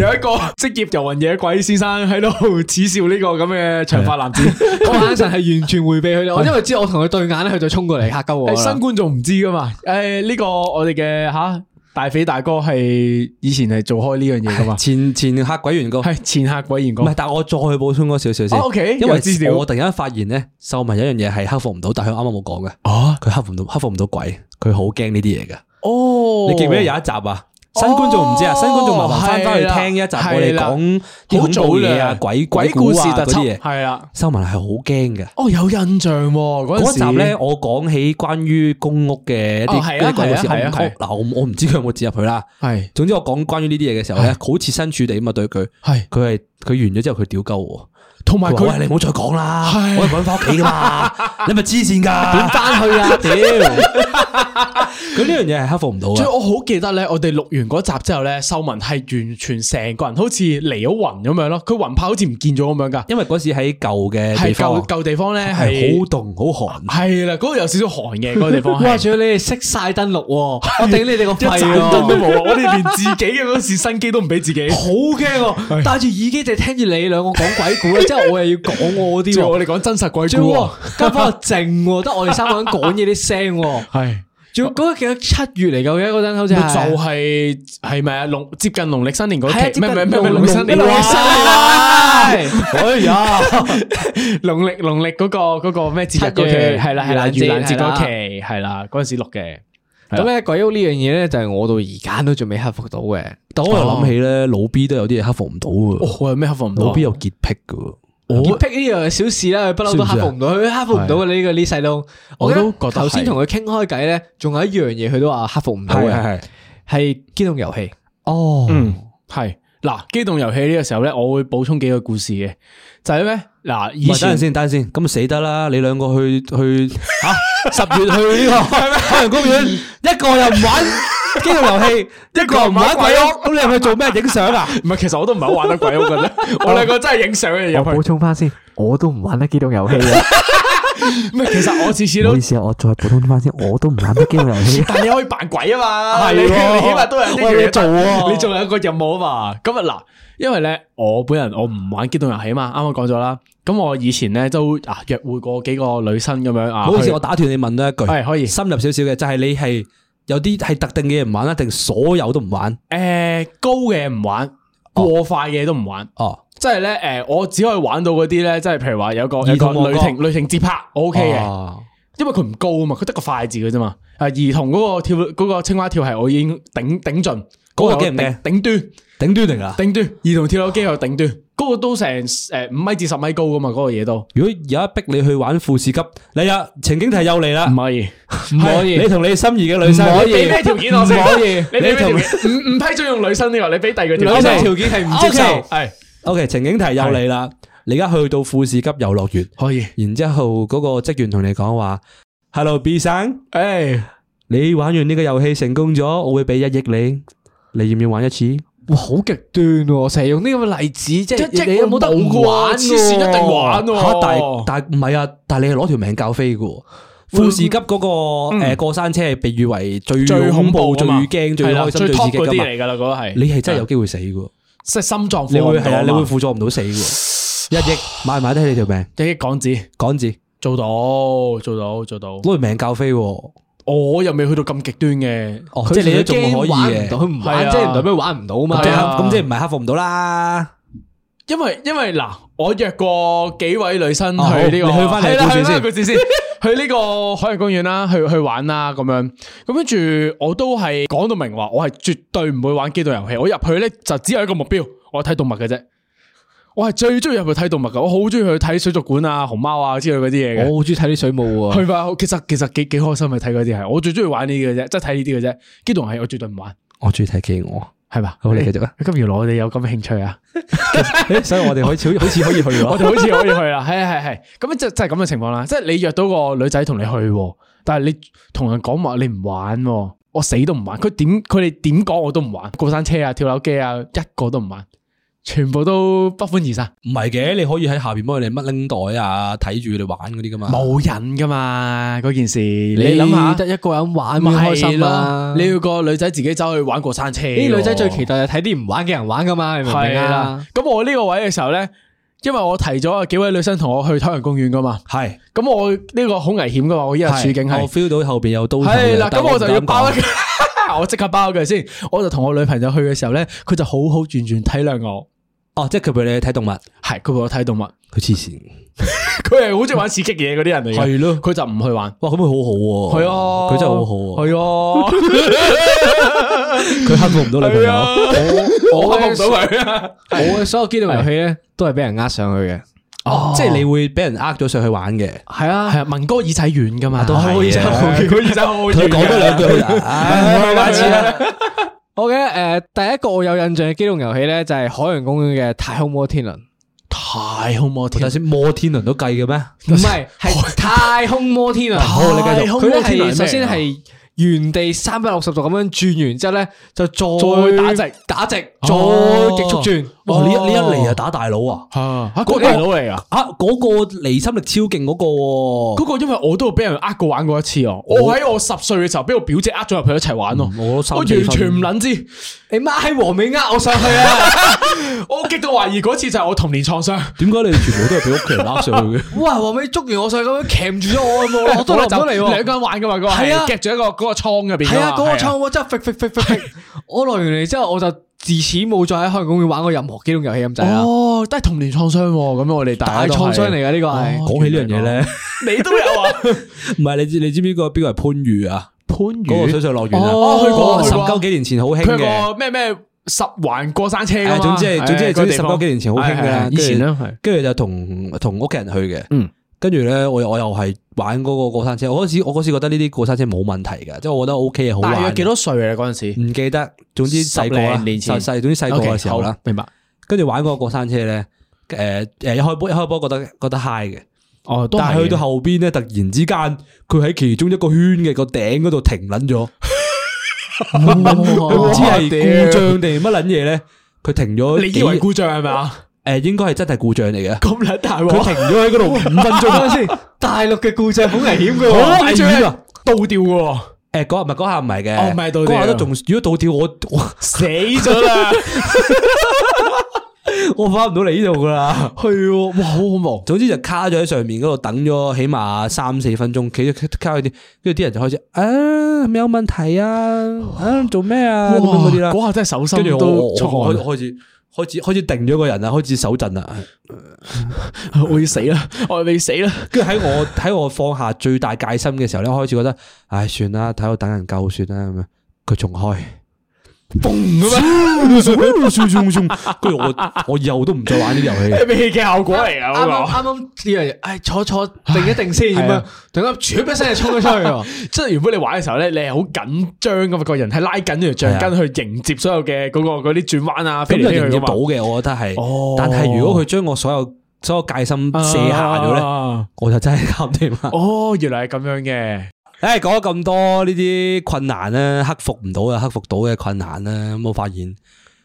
[SPEAKER 3] 有一個職業遊魂野鬼先生喺度恥笑呢個咁嘅長髮男子，
[SPEAKER 4] 啊 我眼神係完全迴避佢 哋，我因為知我同佢對眼咧，佢就衝過嚟嚇鳩我
[SPEAKER 3] 誒
[SPEAKER 4] 啦。
[SPEAKER 3] 新觀眾唔知噶嘛？誒呢個我哋嘅吓大肥大哥係以前係做開呢樣嘢噶嘛？
[SPEAKER 2] 前前客鬼員工。
[SPEAKER 3] 係前客鬼研
[SPEAKER 2] 唔
[SPEAKER 3] 究
[SPEAKER 2] 係，，但係我再去補充多少少先。
[SPEAKER 3] 哦，OK，
[SPEAKER 2] 因
[SPEAKER 3] 有資
[SPEAKER 2] 為
[SPEAKER 3] 料
[SPEAKER 2] 我突然間發現咧，秀文有一樣嘢係克服唔到，但係佢啱啱冇講嘅。
[SPEAKER 3] 哦
[SPEAKER 2] 佢克服唔到，克服唔到鬼，佢好驚呢啲嘢嘅。
[SPEAKER 3] 哦
[SPEAKER 2] 你記唔記得有一集啊？新觀眾唔知啊，新觀眾麻煩翻翻去
[SPEAKER 3] 係啦
[SPEAKER 2] 聽一集，我哋講啲
[SPEAKER 3] 好
[SPEAKER 2] 恐
[SPEAKER 3] 早
[SPEAKER 2] 怖嘢
[SPEAKER 3] 啦
[SPEAKER 2] 啊、鬼
[SPEAKER 3] 鬼
[SPEAKER 2] 故
[SPEAKER 3] 故
[SPEAKER 2] 事
[SPEAKER 3] 事
[SPEAKER 2] 啊
[SPEAKER 3] 特
[SPEAKER 2] 嗰啲嘢
[SPEAKER 3] 輯，係啦。
[SPEAKER 2] 收埋係好驚嘅。
[SPEAKER 3] 哦，有印象
[SPEAKER 4] 哦
[SPEAKER 3] 喎，嗰陣
[SPEAKER 2] 嗰
[SPEAKER 3] 時
[SPEAKER 2] 集
[SPEAKER 4] 啊
[SPEAKER 2] 咧，我講起關於公屋嘅一
[SPEAKER 3] 哦
[SPEAKER 2] 啲
[SPEAKER 3] 係
[SPEAKER 2] 嗰
[SPEAKER 3] 啊
[SPEAKER 2] 啲鬼故事，
[SPEAKER 3] 係啊係啊
[SPEAKER 2] 我唔我嗱我我唔知佢有冇指入去啦。
[SPEAKER 3] 係
[SPEAKER 2] 總之我講關於呢啲嘢嘅時候咧，好似身處地咁啊對佢，
[SPEAKER 3] 係，
[SPEAKER 2] 佢係佢完咗之後佢屌鳩我，
[SPEAKER 3] 同埋
[SPEAKER 2] 佢話喂
[SPEAKER 3] 佢
[SPEAKER 2] 你唔好再講啦，
[SPEAKER 3] 係
[SPEAKER 2] 我係搵翻屋企噶 嘛，你咪黐線㗎。
[SPEAKER 4] 翻去啊， 屌！
[SPEAKER 2] 咁呢樣嘢係克服唔到啊
[SPEAKER 3] 最
[SPEAKER 2] 嘅，
[SPEAKER 3] 我好記得咧，我哋錄完嗰集之後咧，秀文係完全成個人好似離咗魂咁樣咯，佢魂魄好似唔見咗咁樣噶，
[SPEAKER 2] 因為嗰時喺舊嘅地
[SPEAKER 3] 係
[SPEAKER 2] 方
[SPEAKER 4] 啊
[SPEAKER 2] 啊
[SPEAKER 3] 舊舊地方咧
[SPEAKER 2] 係
[SPEAKER 3] 係
[SPEAKER 2] 好凍好寒。
[SPEAKER 3] 係啦，嗰個有少少寒嘅嗰個地方
[SPEAKER 4] 哇，
[SPEAKER 3] 係。
[SPEAKER 4] 仲要你哋熄晒燈綠喎，我頂你哋個肺
[SPEAKER 3] 一盞燈都
[SPEAKER 4] 喎！
[SPEAKER 3] 冇啊！我哋連自己嘅嗰時新機都唔俾自己，
[SPEAKER 4] 好驚喎，戴住耳機就聽住你兩個講鬼故啊咧，之後我又要講我嗰啲
[SPEAKER 3] 仲要
[SPEAKER 4] 喎
[SPEAKER 3] 我。哋啊講真實鬼
[SPEAKER 4] 仲
[SPEAKER 3] 故
[SPEAKER 4] 要
[SPEAKER 3] 哦喎
[SPEAKER 4] 喎，間房又靜喎，得我哋三個人講嘢啲聲喎。
[SPEAKER 3] 係
[SPEAKER 4] 仲要嗰個記得七月嚟嘅嗰陣，好似
[SPEAKER 3] 就
[SPEAKER 4] 係
[SPEAKER 3] 係係咪啊？農接近農曆新年嗰
[SPEAKER 4] 係啊
[SPEAKER 3] 期，
[SPEAKER 4] 接
[SPEAKER 3] 咩
[SPEAKER 4] 近
[SPEAKER 3] 咩咩咩
[SPEAKER 4] 農
[SPEAKER 3] 農曆新年，
[SPEAKER 4] 農曆新年
[SPEAKER 3] 哎呀，農曆農曆嗰個嗰個咩節日嗰
[SPEAKER 4] 七
[SPEAKER 3] 期
[SPEAKER 4] 月
[SPEAKER 3] 係啦啊係啦，
[SPEAKER 4] 盂
[SPEAKER 3] 盂
[SPEAKER 4] 蘭
[SPEAKER 3] 蘭節
[SPEAKER 4] 節
[SPEAKER 3] 嗰期係啦，嗰陣時錄嘅。
[SPEAKER 4] 咁咧，鬼屋呢樣嘢咧，就係我到而家都仲未克服到嘅。
[SPEAKER 2] 但我又諗起咧，老 B 都有啲嘢克服唔到嘅，
[SPEAKER 3] 哦，我有咩克服唔到
[SPEAKER 2] 老
[SPEAKER 3] 啊？
[SPEAKER 2] B 有潔癖嘅。
[SPEAKER 4] 潔癖呢樣嘢小事啦，佢不嬲都克服唔到，佢克服唔到嘅呢個呢世都。
[SPEAKER 3] 我都覺得係
[SPEAKER 4] 頭先同佢傾開偈咧，仲有一樣嘢佢都話克服唔到嘅，
[SPEAKER 2] 係
[SPEAKER 4] 係機動遊戲。
[SPEAKER 2] 哦，
[SPEAKER 3] 嗯，係嗱，機動遊戲呢個時候咧，我會補充幾個故事嘅，就係咩嗱，以
[SPEAKER 2] 以前
[SPEAKER 3] 前
[SPEAKER 2] 先，等陣先，咁死得啦！你兩個去去 吓十月去 呢個海洋公園，一個又唔玩機動遊戲， 一個又唔玩鬼屋，咁你係咪做咩影相啊？
[SPEAKER 3] 唔係，其實我都唔係好玩得鬼屋嘅咧， 我兩個真係影相嘅入去。
[SPEAKER 4] 充翻先，我都唔玩得機動遊戲啊。
[SPEAKER 3] 唔係，其實我次次都，。
[SPEAKER 5] 思啊，我再普通翻先，我都唔玩得機動遊戲
[SPEAKER 3] 但你可以扮鬼啊嘛，
[SPEAKER 2] 係
[SPEAKER 3] 你你起
[SPEAKER 2] 喎
[SPEAKER 3] 碼都有
[SPEAKER 2] 我有
[SPEAKER 3] 啲
[SPEAKER 2] 嘢做喎
[SPEAKER 3] 你仲有一個任務啊嘛。咁啊嗱，因為咧我本人我唔玩機動遊戲啊嘛，啱啱講咗啦。咁我以前咧都啊約會過幾個女生咁樣啊，
[SPEAKER 2] 好似
[SPEAKER 3] 去
[SPEAKER 2] 我打斷你問多一句，
[SPEAKER 3] 係可以
[SPEAKER 2] 深入少少嘅，就係你係有啲係特定嘅嘢唔玩啦，定所有都唔玩？
[SPEAKER 3] 誒高嘅唔玩，過快嘅都唔玩。
[SPEAKER 2] 哦，
[SPEAKER 3] 即係咧，诶、我只可以玩到嗰啲咧，即係譬如話有個有
[SPEAKER 2] 兒童
[SPEAKER 3] 個
[SPEAKER 2] 王
[SPEAKER 3] 雷
[SPEAKER 2] 國
[SPEAKER 3] 霆雷霆節拍，我 OK 嘅，
[SPEAKER 2] 哦
[SPEAKER 3] 因為佢唔高啊嘛，佢得個快字嘅啫嘛。啊，兒童嗰個跳嗰、個青蛙跳係我已經頂頂盡，
[SPEAKER 2] 嗰個
[SPEAKER 3] 嗰、個
[SPEAKER 2] 驚唔驚
[SPEAKER 3] 頂頂端
[SPEAKER 2] 頂端嚟噶。
[SPEAKER 3] 頂端，兒童跳樓機係頂端，嗰、個都成呃诶五米至十米高噶嘛，嗰、個嘢都唔
[SPEAKER 2] 如果而家逼你去玩富士急，你啊情景題又嚟啦，
[SPEAKER 3] 可以，
[SPEAKER 4] 唔可以
[SPEAKER 2] 係你同你心儀嘅女生，
[SPEAKER 4] 唔可以
[SPEAKER 3] 你俾咩條件我先？
[SPEAKER 4] 唔可以
[SPEAKER 3] 你俾咩條
[SPEAKER 2] 你
[SPEAKER 3] 件？唔唔批准用女生呢個，你俾第二個條
[SPEAKER 4] 兩
[SPEAKER 3] 件
[SPEAKER 4] 個
[SPEAKER 3] 我。
[SPEAKER 4] 條件係唔接受
[SPEAKER 2] OK。
[SPEAKER 3] 係
[SPEAKER 2] O、k 情景題又嚟啦，你而家去到富士急遊樂園，
[SPEAKER 3] 可以，
[SPEAKER 2] 然之後嗰個職員同你講話：，Hello B 生，
[SPEAKER 3] 诶、
[SPEAKER 2] 你玩完呢個遊戲成功咗，我會俾一億你，你要唔要玩一次？
[SPEAKER 4] 哇，好極端喎！成日用呢咁嘅例子，即
[SPEAKER 3] 即
[SPEAKER 4] 係
[SPEAKER 3] 即
[SPEAKER 4] 你有冇得唔玩
[SPEAKER 3] 冇㗎黐線一定玩喎
[SPEAKER 2] 嚇但係
[SPEAKER 3] 哦
[SPEAKER 2] 但係唔係啊，但係你係攞條命教飛嘅喎。富士急嗰、個誒、呃過山車係被譽為最
[SPEAKER 3] 嗯最恐怖
[SPEAKER 2] 怖、最
[SPEAKER 3] 啊嘛
[SPEAKER 2] 驚、最
[SPEAKER 3] 係啦
[SPEAKER 2] 開心、
[SPEAKER 3] 最
[SPEAKER 2] 最刺
[SPEAKER 3] top
[SPEAKER 2] 激
[SPEAKER 3] 嗰
[SPEAKER 2] 㗎
[SPEAKER 3] 啲
[SPEAKER 2] 嘛。
[SPEAKER 3] 嚟㗎啦，嗰個係
[SPEAKER 2] 你係真係有機會死嘅喎，
[SPEAKER 3] 即係心臟
[SPEAKER 2] 你會
[SPEAKER 3] 負荷
[SPEAKER 2] 係啊，
[SPEAKER 3] 唔
[SPEAKER 2] 你
[SPEAKER 3] 到
[SPEAKER 2] 會
[SPEAKER 3] 嘛
[SPEAKER 2] 輔助唔到死嘅喎。一億買唔買得起你條命？
[SPEAKER 3] 一億港紙。
[SPEAKER 2] 港紙
[SPEAKER 3] 做到，做到，做到。
[SPEAKER 2] 攞條命教飛喎。
[SPEAKER 3] 我又未去到咁極端嘅，
[SPEAKER 2] 哦，即係你都仲
[SPEAKER 4] 驚
[SPEAKER 2] 可以
[SPEAKER 4] 玩唔到，
[SPEAKER 2] 嘅。
[SPEAKER 4] 佢唔玩
[SPEAKER 3] 係啊
[SPEAKER 4] 即係唔代表玩唔到
[SPEAKER 2] 咁
[SPEAKER 4] 嘛
[SPEAKER 2] 即係
[SPEAKER 3] 係啊
[SPEAKER 2] 克咁即係唔係克服唔到啦。
[SPEAKER 3] 因為因為嗱，我約過幾位女生
[SPEAKER 2] 哦好
[SPEAKER 3] 去呢個，
[SPEAKER 2] 你去返你嘅
[SPEAKER 3] 係啦
[SPEAKER 2] 故事
[SPEAKER 3] 去返
[SPEAKER 2] 先
[SPEAKER 3] 故事先， 去呢個海洋公園啦，去去玩啦咁樣。咁跟住我都係講到明話，我係絕對唔會玩機動遊戲。我入去咧就只有一個目標，我係睇動物嘅啫。我係最中意入去睇動物噶，我好中意去睇水族館啊、熊貓啊之類嗰啲嘢嘅。
[SPEAKER 2] 哦
[SPEAKER 4] 我好中意睇啲水母
[SPEAKER 2] 啊
[SPEAKER 4] 喎。
[SPEAKER 3] 去吧，其實其實幾幾開心嘅睇嗰啲係，我最中意玩呢啲嘅啫，即係睇呢啲嘅啫。機動遊戲我絕對唔玩，
[SPEAKER 2] 我中意睇企鵝，
[SPEAKER 3] 係嘛？
[SPEAKER 2] 好，你繼續啊。
[SPEAKER 3] 咁原來我哋有咁嘅興趣啊！
[SPEAKER 2] 所以我哋可以好 似可以去
[SPEAKER 3] 我哋好似可以去 啦，係係係，咁就就係咁嘅情況啦。即係你約到個女仔同你去喎，但係你同人講話你唔玩喎，我死都唔玩。佢點佢哋點講我都唔玩，過山車啊、跳樓機啊，一個都唔玩，全部都不歡而散。
[SPEAKER 2] 唔係嘅，你可以喺下邊幫佢哋乜拎袋啊，睇住佢哋玩嗰啲噶嘛。
[SPEAKER 3] 冇人噶嘛嗰件事，
[SPEAKER 4] 你
[SPEAKER 3] 你諗
[SPEAKER 4] 得
[SPEAKER 3] 下。
[SPEAKER 4] 一個人玩咪
[SPEAKER 3] 咪
[SPEAKER 4] 開
[SPEAKER 3] 係
[SPEAKER 4] 心啦
[SPEAKER 3] 咯，。你要個女仔自己走去玩過山車喎。
[SPEAKER 4] 啲女仔最期待係睇啲唔玩嘅人玩噶嘛，你明唔
[SPEAKER 3] 係
[SPEAKER 4] 明
[SPEAKER 3] 啦
[SPEAKER 4] 啊？。
[SPEAKER 3] 咁我呢個位嘅時候咧，因為我提咗有幾位女生同我去海洋公園噶嘛，
[SPEAKER 2] 係
[SPEAKER 3] 咁我呢個好危險噶嘛，我依家
[SPEAKER 2] 係
[SPEAKER 3] 處境係
[SPEAKER 2] 我 feel 到後邊有刀頭嘅
[SPEAKER 3] 係啦，
[SPEAKER 2] 但
[SPEAKER 3] 咁我就要包
[SPEAKER 2] 我
[SPEAKER 3] 一
[SPEAKER 2] 唔
[SPEAKER 3] 個， 我即刻包佢先。我就同我女朋友去嘅時候咧，佢就好好轉轉體諒我，
[SPEAKER 2] 敢講哦，即係佢陪你去睇動物，
[SPEAKER 3] 係佢陪我睇動物。
[SPEAKER 2] 佢黐線，
[SPEAKER 3] 佢係好中意玩刺激嘢嗰啲人嚟嘅，
[SPEAKER 2] 係咯
[SPEAKER 3] 佢就唔去玩。
[SPEAKER 2] 哇咁佢好好喎，
[SPEAKER 3] 係啊，
[SPEAKER 2] 佢真係好好喎，
[SPEAKER 3] 係啊，
[SPEAKER 2] 佢克服唔到女朋
[SPEAKER 3] 係
[SPEAKER 2] 友，
[SPEAKER 3] 啊，我我
[SPEAKER 4] 我
[SPEAKER 3] 克服到佢啊。
[SPEAKER 4] 我嘅所有機動遊戲咧，都係俾人呃上去嘅。
[SPEAKER 2] 哦即係你會俾人呃咗上去玩嘅，
[SPEAKER 4] 係啊，
[SPEAKER 3] 係啊，文哥耳仔軟 噶嘛，啊
[SPEAKER 2] 都係嘅
[SPEAKER 3] 耳仔哦好軟，佢耳仔好軟。
[SPEAKER 2] 佢講多兩句，佢就唉，好啦下次啦，
[SPEAKER 4] 我嘅诶第一個我有印象嘅機動遊戲咧，就係海洋公園嘅太空摩天輪，
[SPEAKER 3] 太空摩天
[SPEAKER 2] 頭
[SPEAKER 3] 輪，
[SPEAKER 2] 先摩天輪都計嘅咩？
[SPEAKER 4] 唔係係太空摩天輪。
[SPEAKER 2] 好你繼續
[SPEAKER 4] 佢咧
[SPEAKER 3] 太空摩天輪係咩
[SPEAKER 4] 係首先係原地三百六十度咁樣轉完之後咧，就再
[SPEAKER 3] 再
[SPEAKER 4] 打
[SPEAKER 3] 打直
[SPEAKER 4] 直，再
[SPEAKER 3] 哦
[SPEAKER 4] 極速轉。
[SPEAKER 2] 哇！呢一呢一
[SPEAKER 3] 哦
[SPEAKER 2] 嚟啊打大佬啊，
[SPEAKER 3] 啊，嚇
[SPEAKER 2] 嗰
[SPEAKER 3] 嗰
[SPEAKER 2] 個
[SPEAKER 3] 大佬嚟噶。
[SPEAKER 2] 啊嗰個離心力超勁嗰個喎
[SPEAKER 3] 嗰個因為我都俾人呃過玩過一次哦，我喺我十歲嘅時候俾我表姐呃咗入去一齊玩咯，
[SPEAKER 2] 嗯我都三
[SPEAKER 3] 我完
[SPEAKER 2] 四分
[SPEAKER 3] 全唔撚知，
[SPEAKER 4] 你媽喺黃尾呃我上去啊！
[SPEAKER 3] 我極度懷疑嗰次就係我童年創傷。
[SPEAKER 2] 點解你哋全部都係俾屋企 人呃上去嘅？
[SPEAKER 4] 哇，黃尾捉完我上去咁樣鉗住咗我，我都落唔
[SPEAKER 3] 我
[SPEAKER 4] 到嚟喎
[SPEAKER 3] 兩。個人玩噶嘛，嗰個
[SPEAKER 4] 係啊
[SPEAKER 3] 夾住一個嗰個倉入邊㗎嘛。
[SPEAKER 4] 系啊，嗰個
[SPEAKER 3] 係啊
[SPEAKER 4] 倉我真係揈揈 揈揈揈，我落完嚟之後，我就自此冇再喺香港公園玩過任何機動遊戲咁滯啦。
[SPEAKER 3] 哦，都係童年創傷喎，咁我哋
[SPEAKER 4] 大
[SPEAKER 3] 大
[SPEAKER 4] 創傷嚟㗎呢個係。
[SPEAKER 3] 哦
[SPEAKER 2] 講起呢樣嘢咧，
[SPEAKER 3] 嘅，你都有啊？
[SPEAKER 2] 唔係你知你知唔知個邊個係番禺啊？
[SPEAKER 3] 番
[SPEAKER 2] 嗰個水
[SPEAKER 3] 禺，
[SPEAKER 2] 上樂園啊，
[SPEAKER 4] 어,
[SPEAKER 3] 哦去過
[SPEAKER 2] 嗰個
[SPEAKER 3] 去
[SPEAKER 2] 十
[SPEAKER 3] 過
[SPEAKER 2] 鳩幾年前好興
[SPEAKER 3] 佢有
[SPEAKER 2] 嘅，
[SPEAKER 3] 個咩咩十環過山車㗎
[SPEAKER 2] 誒
[SPEAKER 3] 嘛
[SPEAKER 2] 總之係總之係
[SPEAKER 3] 係
[SPEAKER 2] 總之十
[SPEAKER 3] 嗰
[SPEAKER 2] 鳩
[SPEAKER 3] 個地方
[SPEAKER 2] 幾年前好興
[SPEAKER 3] 係係係
[SPEAKER 2] 嘅，
[SPEAKER 3] 以前啦，係
[SPEAKER 2] 係跟住就同同屋企人去嘅，
[SPEAKER 3] 嗯。
[SPEAKER 2] 跟住咧，我又我又係玩嗰個過山車。我嗰時我嗰時覺得呢啲過山車冇問題嘅，即係我覺得 O K 好玩。
[SPEAKER 3] 大約幾？多歲啊？嗰陣時
[SPEAKER 2] 唔記得，總之細個
[SPEAKER 3] 十
[SPEAKER 2] 啦，
[SPEAKER 3] 零年前
[SPEAKER 2] 細細總之細個嘅時候啦
[SPEAKER 3] OK，好。明白。
[SPEAKER 2] 跟住玩嗰個過山車咧，誒誒一開波一開波覺得覺得 high 嘅，
[SPEAKER 3] 哦，都
[SPEAKER 2] 但係
[SPEAKER 3] 係
[SPEAKER 2] 去到後邊咧，突然之間佢喺其中一個圈嘅個頂嗰度停撚咗，佢唔知係故障定係乜撚嘢咧？佢停咗幾，
[SPEAKER 3] 你以為故障係咪啊？
[SPEAKER 2] 誒應該係真係故障嚟嘅。
[SPEAKER 3] 咁撚大
[SPEAKER 2] 佢停
[SPEAKER 3] 鑊，
[SPEAKER 2] 咗喺嗰度五分鐘先，
[SPEAKER 4] 大陸嘅故障好危險㗎
[SPEAKER 3] 好
[SPEAKER 4] 喎，
[SPEAKER 3] 危險啊！倒吊嘅喎，
[SPEAKER 2] 誒嗰下唔係嗰下唔係嘅，
[SPEAKER 3] 哦唔係倒
[SPEAKER 2] 嗰
[SPEAKER 3] 吊
[SPEAKER 2] 下都仲如果倒吊我我
[SPEAKER 3] 死咗啦！
[SPEAKER 2] 我翻唔到嚟呢度噶啦。
[SPEAKER 3] 係喎，哇，好恐怖！
[SPEAKER 2] 總之就卡咗喺上面嗰度等咗起碼三四分鐘，企咗卡喺啲，跟住啲人就開始啊有問題啊，啊做咩啊咁樣嗰啲啦。
[SPEAKER 3] 嗰下真係手
[SPEAKER 2] 跟
[SPEAKER 3] 心
[SPEAKER 2] 住我
[SPEAKER 3] 都
[SPEAKER 2] 我我
[SPEAKER 3] 錯
[SPEAKER 2] 我開始開始開始定咗個人啦，開始手震啦。
[SPEAKER 3] 我要死啦，我 未死啦，
[SPEAKER 2] 跟住喺我喺我放下最大戒心嘅時候咧，我開始覺得唉算啦，睇我等人救算啦咁樣。佢重開，嘣咁樣，跟住我我以後都唔再玩呢啲遊 戲。
[SPEAKER 3] 悲劇效
[SPEAKER 4] 아,
[SPEAKER 3] 果嚟
[SPEAKER 4] 啱啱啱啱呢樣嘢，唉，坐坐定一定先咁
[SPEAKER 3] 係
[SPEAKER 4] 樣
[SPEAKER 3] 啊，
[SPEAKER 4] 突然間唰一聲就衝咗出去喎。
[SPEAKER 3] 即係原本你玩嘅時候咧，你係好緊張噶嘛，個人係拉緊條橡筋去迎接所有嘅嗰個嗰啲轉彎啊，飛
[SPEAKER 2] 咁
[SPEAKER 3] 嚟
[SPEAKER 2] 就
[SPEAKER 3] 飛
[SPEAKER 2] 迎
[SPEAKER 3] 去
[SPEAKER 2] 接
[SPEAKER 3] 㗎
[SPEAKER 2] 到
[SPEAKER 3] 嘛。
[SPEAKER 2] 嘅，我覺得係。
[SPEAKER 3] 哦
[SPEAKER 2] 但係如果佢將我所有所有戒心卸下咗咧，
[SPEAKER 3] 咧，
[SPEAKER 2] 我就真係搞唔掂啦。
[SPEAKER 3] 哦，原來係咁樣嘅，
[SPEAKER 2] 唉，講咗咁多呢啲困難咧，克服唔到啊，克服到嘅困難咧，咁我發現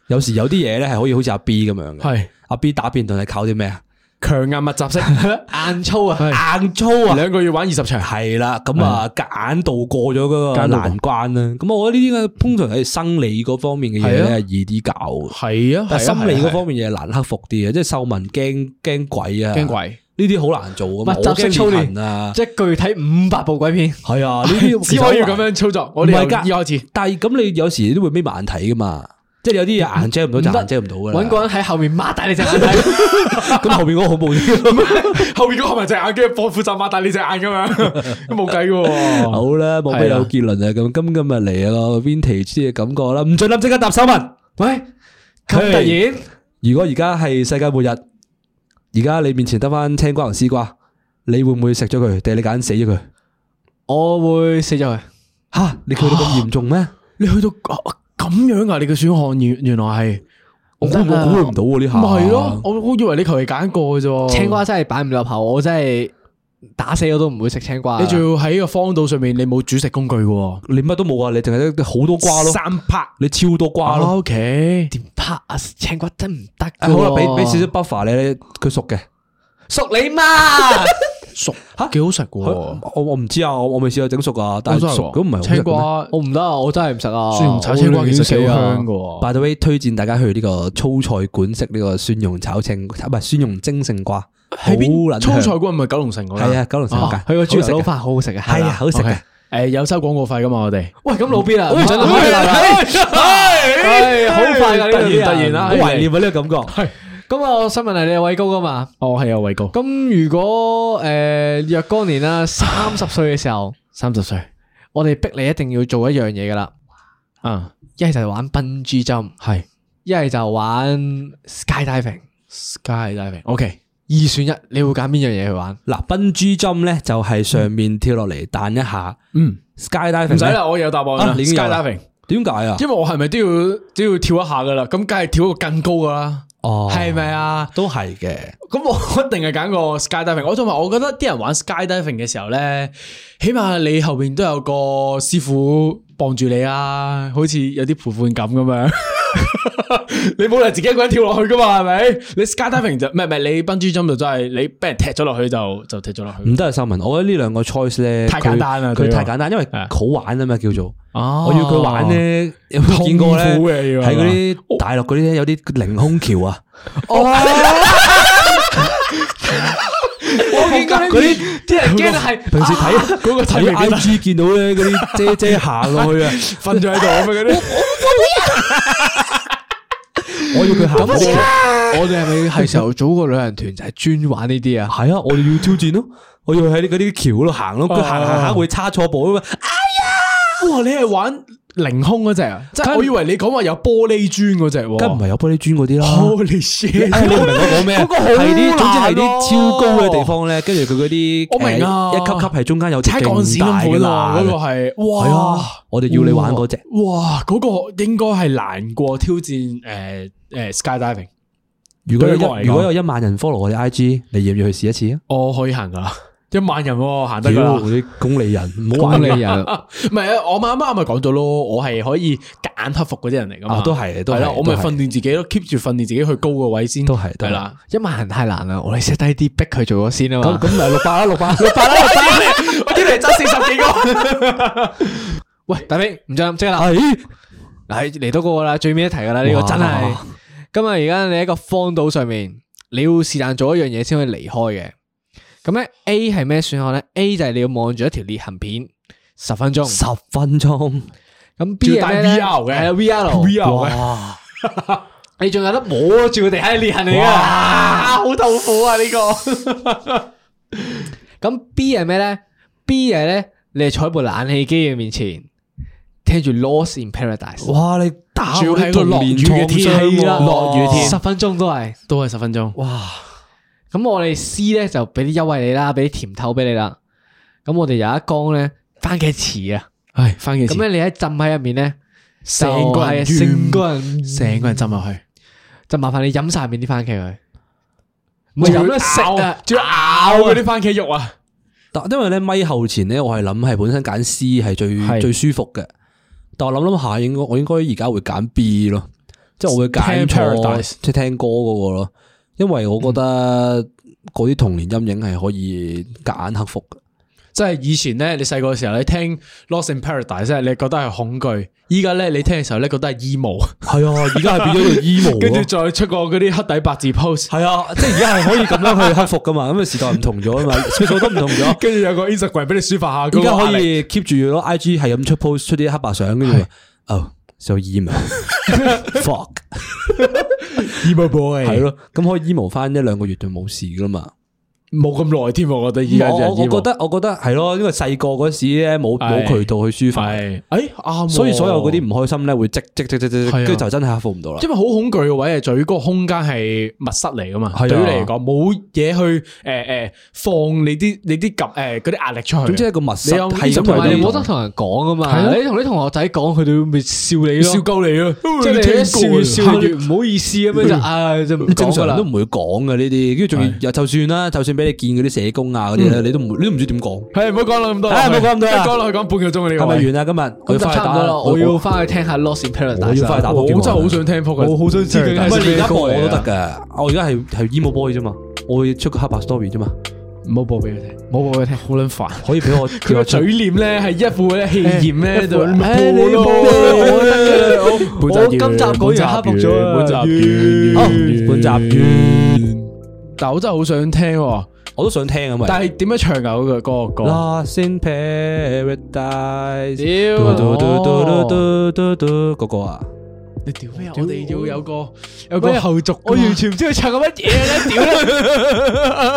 [SPEAKER 2] 有時有啲嘢咧係可以好似阿 B 咁樣嘅。
[SPEAKER 3] 係
[SPEAKER 2] 阿 B 打辯論係靠啲咩啊？
[SPEAKER 3] 強硬密集式，
[SPEAKER 4] 硬操啊！
[SPEAKER 2] 硬操啊！
[SPEAKER 3] 兩個月玩二十場，
[SPEAKER 2] 係啦，咁啊，夾硬度過咗嗰個
[SPEAKER 3] 夾硬度過
[SPEAKER 2] 難關啦。咁我覺得呢啲嘅通常係生理嗰方面嘅嘢
[SPEAKER 3] 係啊
[SPEAKER 2] 咧係易啲搞嘅，
[SPEAKER 3] 係啊，
[SPEAKER 2] 但係心理嗰
[SPEAKER 3] 方
[SPEAKER 2] 方面嘢係難克服啲嘅，即係秀文驚驚鬼啊，
[SPEAKER 3] 驚鬼。
[SPEAKER 2] 呢啲好難做啊嘛，
[SPEAKER 4] 密集式操
[SPEAKER 2] 我驚
[SPEAKER 4] 練
[SPEAKER 2] 裂痕 啊，
[SPEAKER 4] 即係具體五百部鬼片，
[SPEAKER 2] 係啊，呢啲
[SPEAKER 3] 只
[SPEAKER 2] 其實好
[SPEAKER 3] 可以
[SPEAKER 2] 難
[SPEAKER 3] 咁。樣操作，我哋
[SPEAKER 2] 唔係
[SPEAKER 3] 由
[SPEAKER 2] 㗎
[SPEAKER 3] 依開始。
[SPEAKER 2] 但係咁你有時都會眯埋眼睇噶嘛，即係有啲嘢眼遮唔到就眼遮唔到噶啦。
[SPEAKER 4] 揾個人喺後面擘大你隻眼睇，
[SPEAKER 2] 咁後邊嗰個恐怖啲。
[SPEAKER 3] 後面嗰個咪隻眼，跟住放負責擘大你隻眼咁樣，咁冇計喎。
[SPEAKER 2] 好啦，冇咩
[SPEAKER 3] 係啊
[SPEAKER 2] 有結論啊。咁今今日嚟個 vintage 啲嘅感覺啦，唔准諗即刻答手文。
[SPEAKER 4] 喂，咁突然。
[SPEAKER 2] 如果而家係世界末日，而家你面前得翻青瓜同絲瓜，你會唔會食咗佢？定係你揀死咗佢？
[SPEAKER 4] 我會死咗佢。
[SPEAKER 2] 吓，你去到咁嚴重咩？
[SPEAKER 3] 你去到啊咁樣啊？你嘅選項原原來係
[SPEAKER 2] 我估我估佢唔到喎呢下。
[SPEAKER 3] 咪係咯？我我以為你求其揀一個嘅啫。
[SPEAKER 4] 青瓜真係擺唔落口，我真係打死我都唔會食青瓜。
[SPEAKER 3] 你仲要喺個荒島上面，你冇煮食工具嘅喎，
[SPEAKER 2] 你乜都冇啊，你淨係得好多瓜咯，
[SPEAKER 3] 三拍
[SPEAKER 2] 你超多瓜咯。
[SPEAKER 3] O K，
[SPEAKER 4] 點拍啊？青瓜真唔得㗎
[SPEAKER 2] 啊好啦，俾俾
[SPEAKER 4] 喎
[SPEAKER 2] 少少 buffer 你，佢熟嘅。
[SPEAKER 4] 熟你媽！
[SPEAKER 3] 熟吓幾好食嘅喎。
[SPEAKER 2] 我我唔知啊，我我未試過整熟啊，但
[SPEAKER 3] 哦我真
[SPEAKER 2] 係
[SPEAKER 3] 係
[SPEAKER 2] 熟
[SPEAKER 3] 喎
[SPEAKER 2] 咁唔係好食嘅咩
[SPEAKER 3] 青瓜，
[SPEAKER 4] 我唔得啊！我真係唔食啊！
[SPEAKER 3] 蒜蓉炒青瓜其實幾香嘅喎。
[SPEAKER 2] By the way，推薦大家去呢個粗菜館食呢個蒜蓉炒青，唔係蒜蓉蒸勝瓜，好
[SPEAKER 3] 喺邊？
[SPEAKER 2] 撚
[SPEAKER 3] 粗菜
[SPEAKER 2] 香。
[SPEAKER 3] 館唔係九龍城嗰間
[SPEAKER 2] 係啊，九龍城街
[SPEAKER 4] 佢個豬
[SPEAKER 2] 好食
[SPEAKER 4] 油
[SPEAKER 2] 嘅
[SPEAKER 4] 撈飯好好食啊！
[SPEAKER 2] 係啊，
[SPEAKER 4] 嘛
[SPEAKER 2] 好食嘅
[SPEAKER 3] OK。誒有收廣告費噶嘛？我哋
[SPEAKER 4] 喂，咁老邊啊？
[SPEAKER 3] 喂
[SPEAKER 4] 唔准
[SPEAKER 3] 喂
[SPEAKER 4] 開啦！哎唉
[SPEAKER 3] 喂
[SPEAKER 4] 好快㗎呢
[SPEAKER 3] 突
[SPEAKER 4] 度啲
[SPEAKER 3] 然
[SPEAKER 4] 人
[SPEAKER 3] 突然啦
[SPEAKER 2] 哎啊
[SPEAKER 3] 哎
[SPEAKER 2] 好懷念啊呢個感覺。
[SPEAKER 4] 咁啊，我想問係你係畏高噶嘛？
[SPEAKER 3] 哦，系啊，伟哥，
[SPEAKER 4] 咁如果诶、呃若干年啦，三十歲嘅時候，
[SPEAKER 3] 三十歲
[SPEAKER 4] 我哋逼你一定要做一樣嘢噶啦，
[SPEAKER 3] 啊，
[SPEAKER 4] 一係就玩笨珠針，
[SPEAKER 3] 係
[SPEAKER 4] 一係就玩 skydiving，
[SPEAKER 3] skydiving，OK，
[SPEAKER 4] 二選一，你會揀邊樣嘢去玩？
[SPEAKER 2] 嗱，奔珠針咧就係上面跳落嚟彈一下
[SPEAKER 3] 嗯，
[SPEAKER 2] ，skydiving
[SPEAKER 3] 唔使啦，我有答案
[SPEAKER 2] 啊
[SPEAKER 3] 啦
[SPEAKER 2] 你已經有啦
[SPEAKER 3] ，skydiving，
[SPEAKER 2] 咧，點解啊？
[SPEAKER 3] 因為我係咪都要都要跳一下噶啦？咁梗係跳個更高噶啦，
[SPEAKER 2] 哦
[SPEAKER 3] 係咪啊？
[SPEAKER 2] 都係嘅，
[SPEAKER 3] 咁我 一定係揀個 skydiving。我同埋我覺得啲人玩 skydiving 嘅時候咧，起碼你後边都有個師傅傍住你啊，好似有啲陪伴感咁樣。 你冇理由自己一個人跳落去噶嘛，係咪？你 skydiving 就唔係唔係你奔珠 jump 就真係你俾人踢咗落去就就踢咗落去。
[SPEAKER 2] 唔得啊，秀文，我覺得呢兩個 choice 咧
[SPEAKER 3] 太簡單啦
[SPEAKER 2] 佢
[SPEAKER 3] 對
[SPEAKER 2] 佢
[SPEAKER 3] 我
[SPEAKER 2] 太簡單，因為
[SPEAKER 3] 係
[SPEAKER 2] 好玩啊嘛，叫做。
[SPEAKER 3] 哦
[SPEAKER 2] 我要佢玩，咧，有冇見過咧？
[SPEAKER 3] 痛苦嘅要
[SPEAKER 2] 喺嗰啲大陸嗰啲咧，有啲凌空橋啊，
[SPEAKER 4] 我
[SPEAKER 3] 哦
[SPEAKER 4] 見過
[SPEAKER 2] 嗰啲
[SPEAKER 4] 啲人驚係
[SPEAKER 2] 平時睇
[SPEAKER 3] 嗰個睇
[SPEAKER 2] 睇
[SPEAKER 3] 完
[SPEAKER 2] I G 見到咧，嗰啲姐姐行落去啊，
[SPEAKER 3] 瞓咗喺度咁樣嗰啲。
[SPEAKER 2] 我要佢行嗰個
[SPEAKER 4] 我哋係咪係時候組個旅行團就係專玩呢啲啊？
[SPEAKER 2] 係啊，我哋要挑戰咯，我要喺啲嗰啲橋嗰度行
[SPEAKER 3] 哦
[SPEAKER 2] 咯，佢行行下會差錯步啊嘛，
[SPEAKER 3] 哇！哦你係玩凌空嗰只啊？即
[SPEAKER 2] 梗
[SPEAKER 3] 係我以為你講話有玻璃磚嗰只喎。
[SPEAKER 2] 啊梗唔係有玻璃磚嗰啲啦。
[SPEAKER 3] Holy shit！
[SPEAKER 2] 哎你唔明我講咩啊？
[SPEAKER 3] 嗰個好
[SPEAKER 2] 係啲，總之係
[SPEAKER 3] 難啊
[SPEAKER 2] 啲超高嘅地方咧，跟住佢嗰啲
[SPEAKER 3] 我明啊
[SPEAKER 2] 誒一級級係中間有
[SPEAKER 3] 踩鋼
[SPEAKER 2] 鋼
[SPEAKER 3] 線
[SPEAKER 2] 大嘅
[SPEAKER 3] 咁款啊，
[SPEAKER 2] 啦。
[SPEAKER 3] 嗰個係哇，哦
[SPEAKER 2] 係啊，我哋要你玩嗰只。
[SPEAKER 3] 哇，嗰個應該係難過挑戰誒誒 skydiving，
[SPEAKER 2] 如果有
[SPEAKER 3] 對我嚟
[SPEAKER 2] 一
[SPEAKER 3] 講
[SPEAKER 2] 如果有一萬人 follow 我哋 I G，你要唔要去試一次啊？
[SPEAKER 3] 我可以行噶啦，一萬人喎行得噶
[SPEAKER 2] 屌
[SPEAKER 3] 啦。
[SPEAKER 2] 啲公理人，唔好
[SPEAKER 4] 玩
[SPEAKER 2] 玩
[SPEAKER 4] 你
[SPEAKER 2] 啦。
[SPEAKER 4] 人
[SPEAKER 3] 唔係啊，我啱啱咪講咗咯，我係可以夾硬克服嗰啲人嚟噶嘛，
[SPEAKER 2] 啊都係都係
[SPEAKER 3] 係啦，我咪
[SPEAKER 2] 都係
[SPEAKER 3] 訓練自己咯，keep 住訓練自己去高個位先，
[SPEAKER 2] 都係都係
[SPEAKER 3] 係啦。
[SPEAKER 4] 一萬人太難啦，啊我哋 set 低啲逼佢做咗先啊
[SPEAKER 2] 咁
[SPEAKER 4] 嘛。
[SPEAKER 2] 咁咪六百啦，六百。
[SPEAKER 3] 我啲嚟爭四十幾個，
[SPEAKER 4] 喂，大飛唔再諗即刻啦。
[SPEAKER 2] 係
[SPEAKER 4] 嗱，嚟到嗰個啦，最尾一題噶啦，呢個
[SPEAKER 2] 哇
[SPEAKER 4] 真係。咁啊，而家你喺個荒島上面，你要是但做一樣嘢先可以離開嘅。咁咧 A 係咩選項咧？A 就係你要望住一條裂痕片十分鐘。
[SPEAKER 2] 十分鐘，
[SPEAKER 4] 咁
[SPEAKER 3] 仲
[SPEAKER 4] B
[SPEAKER 3] 要
[SPEAKER 4] 係咩
[SPEAKER 3] 戴
[SPEAKER 4] 咧？
[SPEAKER 3] VR 嘅
[SPEAKER 4] 係啊 VR。
[SPEAKER 3] VR 嘅
[SPEAKER 2] 哇！
[SPEAKER 4] 你仲有得摸住個地下係裂痕嚟噶，好痛苦啊呢個。 咁 B 係咩咧？B 係咧，你係坐喺部冷氣機嘅面前，聽住 Lost in Paradise。
[SPEAKER 2] 哇！你打
[SPEAKER 3] 仲要係個落雨嘅天
[SPEAKER 2] 氣
[SPEAKER 3] 係啦啊落雨天
[SPEAKER 4] 十分鐘都係。
[SPEAKER 3] 都係十分鐘。
[SPEAKER 2] 哇！
[SPEAKER 4] 咁我哋 C 咧就俾啲優惠你啦，俾啲甜頭俾你啦。咁我哋有一缸咧番茄池啊，
[SPEAKER 3] 唉，翻幾次
[SPEAKER 4] 咁，咧你一浸喺入面咧，
[SPEAKER 3] 成個人
[SPEAKER 4] 就係成
[SPEAKER 3] 完
[SPEAKER 4] 個人
[SPEAKER 2] 啊
[SPEAKER 3] 成個人浸入去，
[SPEAKER 4] 就麻煩你飲晒入面啲番茄佢，唔
[SPEAKER 3] 唔
[SPEAKER 4] 係飲得食啊，
[SPEAKER 3] 仲要咬嗰啲番茄肉啊！
[SPEAKER 2] 但因為咧咪後前咧，我係諗係本身揀 C 係最
[SPEAKER 3] 係
[SPEAKER 2] 最舒服嘅，但我諗諗下，應該我應該而家會揀 B 咯，即係我會揀
[SPEAKER 3] 聽
[SPEAKER 2] 錯
[SPEAKER 3] Paradise
[SPEAKER 2] 即係聽歌嗰個咯，因為我覺得嗰啲童年陰影係可以夾硬克服嘅。
[SPEAKER 3] 即係以前咧，你細個嘅時候你聽《Lost in Paradise》咧，你覺得係恐懼；依家咧你聽嘅時候咧，覺得係 emo，
[SPEAKER 2] 係啊，而家係變 咗個 emo
[SPEAKER 3] 跟住
[SPEAKER 2] 咯。
[SPEAKER 3] 再出個嗰啲黑底白字 post，
[SPEAKER 2] 係啊，即係而家係可以咁樣去克服噶嘛，咁啊時代唔同 咗啊嘛，歲數都唔同咗。
[SPEAKER 3] 跟住有個 Instagram 俾你抒發下，
[SPEAKER 2] 而家可以 keep 住咯，IG 係咁出 post 出啲黑白相，跟住話哦就 emo fuck
[SPEAKER 3] emo boy，
[SPEAKER 2] 係，咯，咁可以 emo 翻一兩個月就冇事噶啦嘛。嗯
[SPEAKER 3] 冇咁耐添，我覺得依家啲
[SPEAKER 2] 我
[SPEAKER 3] 人
[SPEAKER 2] 我我
[SPEAKER 3] emo
[SPEAKER 2] 覺得我覺得係咯，因為細個嗰時咧冇冇
[SPEAKER 3] 係
[SPEAKER 2] 渠道去抒發，
[SPEAKER 3] 係，誒啱喎，
[SPEAKER 2] 所以所有嗰啲唔開心咧會積積積積積，
[SPEAKER 3] 係
[SPEAKER 2] 跟
[SPEAKER 3] 啊
[SPEAKER 2] 住就真係克服唔到啦。
[SPEAKER 3] 因為好恐懼嘅位係在於嗰個空間係密室嚟噶嘛，
[SPEAKER 2] 係啊
[SPEAKER 3] 對於你嚟講冇嘢去誒誒放你啲你啲夾誒嗰啲壓力出去。
[SPEAKER 2] 總之係個密室
[SPEAKER 3] 你有
[SPEAKER 2] 係咁
[SPEAKER 3] 同
[SPEAKER 4] 同
[SPEAKER 3] 埋
[SPEAKER 4] 埋
[SPEAKER 2] 喺
[SPEAKER 4] 你
[SPEAKER 3] 你
[SPEAKER 4] 冇
[SPEAKER 2] 度
[SPEAKER 4] 得同人講啊
[SPEAKER 3] 係
[SPEAKER 4] 嘛，
[SPEAKER 3] 咯
[SPEAKER 4] 你同啲同學仔講，佢哋咪笑你
[SPEAKER 3] 笑
[SPEAKER 4] 咯，
[SPEAKER 3] 鳩你咯，
[SPEAKER 4] 即係
[SPEAKER 3] 聽歌
[SPEAKER 4] 你一笑越笑
[SPEAKER 3] 係
[SPEAKER 4] 越唔好意思咁樣就唉就唔
[SPEAKER 2] 正
[SPEAKER 4] 講噶
[SPEAKER 2] 常人
[SPEAKER 4] 啦
[SPEAKER 2] 都。唔會講嘅呢啲，跟住仲要又就算啦，就算俾你見嗰啲社工啊嗰啲咧，你都唔你都唔知點講。
[SPEAKER 3] 係唔好講啦咁多啦，
[SPEAKER 2] 唉唔好講咁多啦
[SPEAKER 3] 一講落去講半個鐘啊呢
[SPEAKER 2] 係
[SPEAKER 3] 個
[SPEAKER 2] 咪
[SPEAKER 3] 位。
[SPEAKER 2] 完啦？今日我
[SPEAKER 4] 咁
[SPEAKER 2] 要
[SPEAKER 4] 就
[SPEAKER 2] 翻去
[SPEAKER 4] 差唔
[SPEAKER 2] 打
[SPEAKER 4] 多啦，我 要翻去聽下 Lost in
[SPEAKER 2] 我
[SPEAKER 4] Paradise
[SPEAKER 2] 要
[SPEAKER 4] 啦。
[SPEAKER 2] 翻去打
[SPEAKER 3] 我
[SPEAKER 2] 波機
[SPEAKER 3] 真
[SPEAKER 2] 喎
[SPEAKER 3] 係好想聽撲嘅，
[SPEAKER 4] 我好想知究竟
[SPEAKER 2] 唔
[SPEAKER 4] 係
[SPEAKER 2] 係
[SPEAKER 4] 咩
[SPEAKER 2] 你打
[SPEAKER 4] 歌
[SPEAKER 2] 波我
[SPEAKER 4] 嚟
[SPEAKER 2] 都
[SPEAKER 4] 㗎
[SPEAKER 2] 得噶，我而家係係 emo boy 啫嘛，我會出個黑白 story 啫嘛，
[SPEAKER 3] 唔好播俾佢聽，
[SPEAKER 4] 冇播俾佢聽，好撚煩。
[SPEAKER 2] 可以俾我
[SPEAKER 3] 佢
[SPEAKER 2] 叫
[SPEAKER 3] 個
[SPEAKER 2] 我出
[SPEAKER 4] 그렇죠.
[SPEAKER 3] 嘴臉
[SPEAKER 4] 네.
[SPEAKER 3] 咧係一副咧氣焰咧就
[SPEAKER 4] 唉你
[SPEAKER 3] 播
[SPEAKER 4] 播
[SPEAKER 3] 咯
[SPEAKER 4] 뭐, 啦我
[SPEAKER 3] 本集
[SPEAKER 4] 我今集講完克服咗啊
[SPEAKER 3] 本集完
[SPEAKER 2] 好
[SPEAKER 4] 어,
[SPEAKER 2] 本集完，
[SPEAKER 3] 但我真係好想聽喎，
[SPEAKER 2] 我都想聽啊嘛。
[SPEAKER 3] 但係點樣唱㗎嗰個嗰個歌？
[SPEAKER 2] Lost in Paradise。
[SPEAKER 3] 屌
[SPEAKER 2] 嘟嘟嘟嘟嘟嘟嘟嗰個啊，
[SPEAKER 3] 你屌咩啊？我哋
[SPEAKER 4] 屌
[SPEAKER 3] 要有個有個後續㗎嘛。
[SPEAKER 4] 我完全唔知佢唱緊乜嘢咧，屌啦！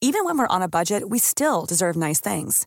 [SPEAKER 6] Even when we're on a budget, we still deserve nice things.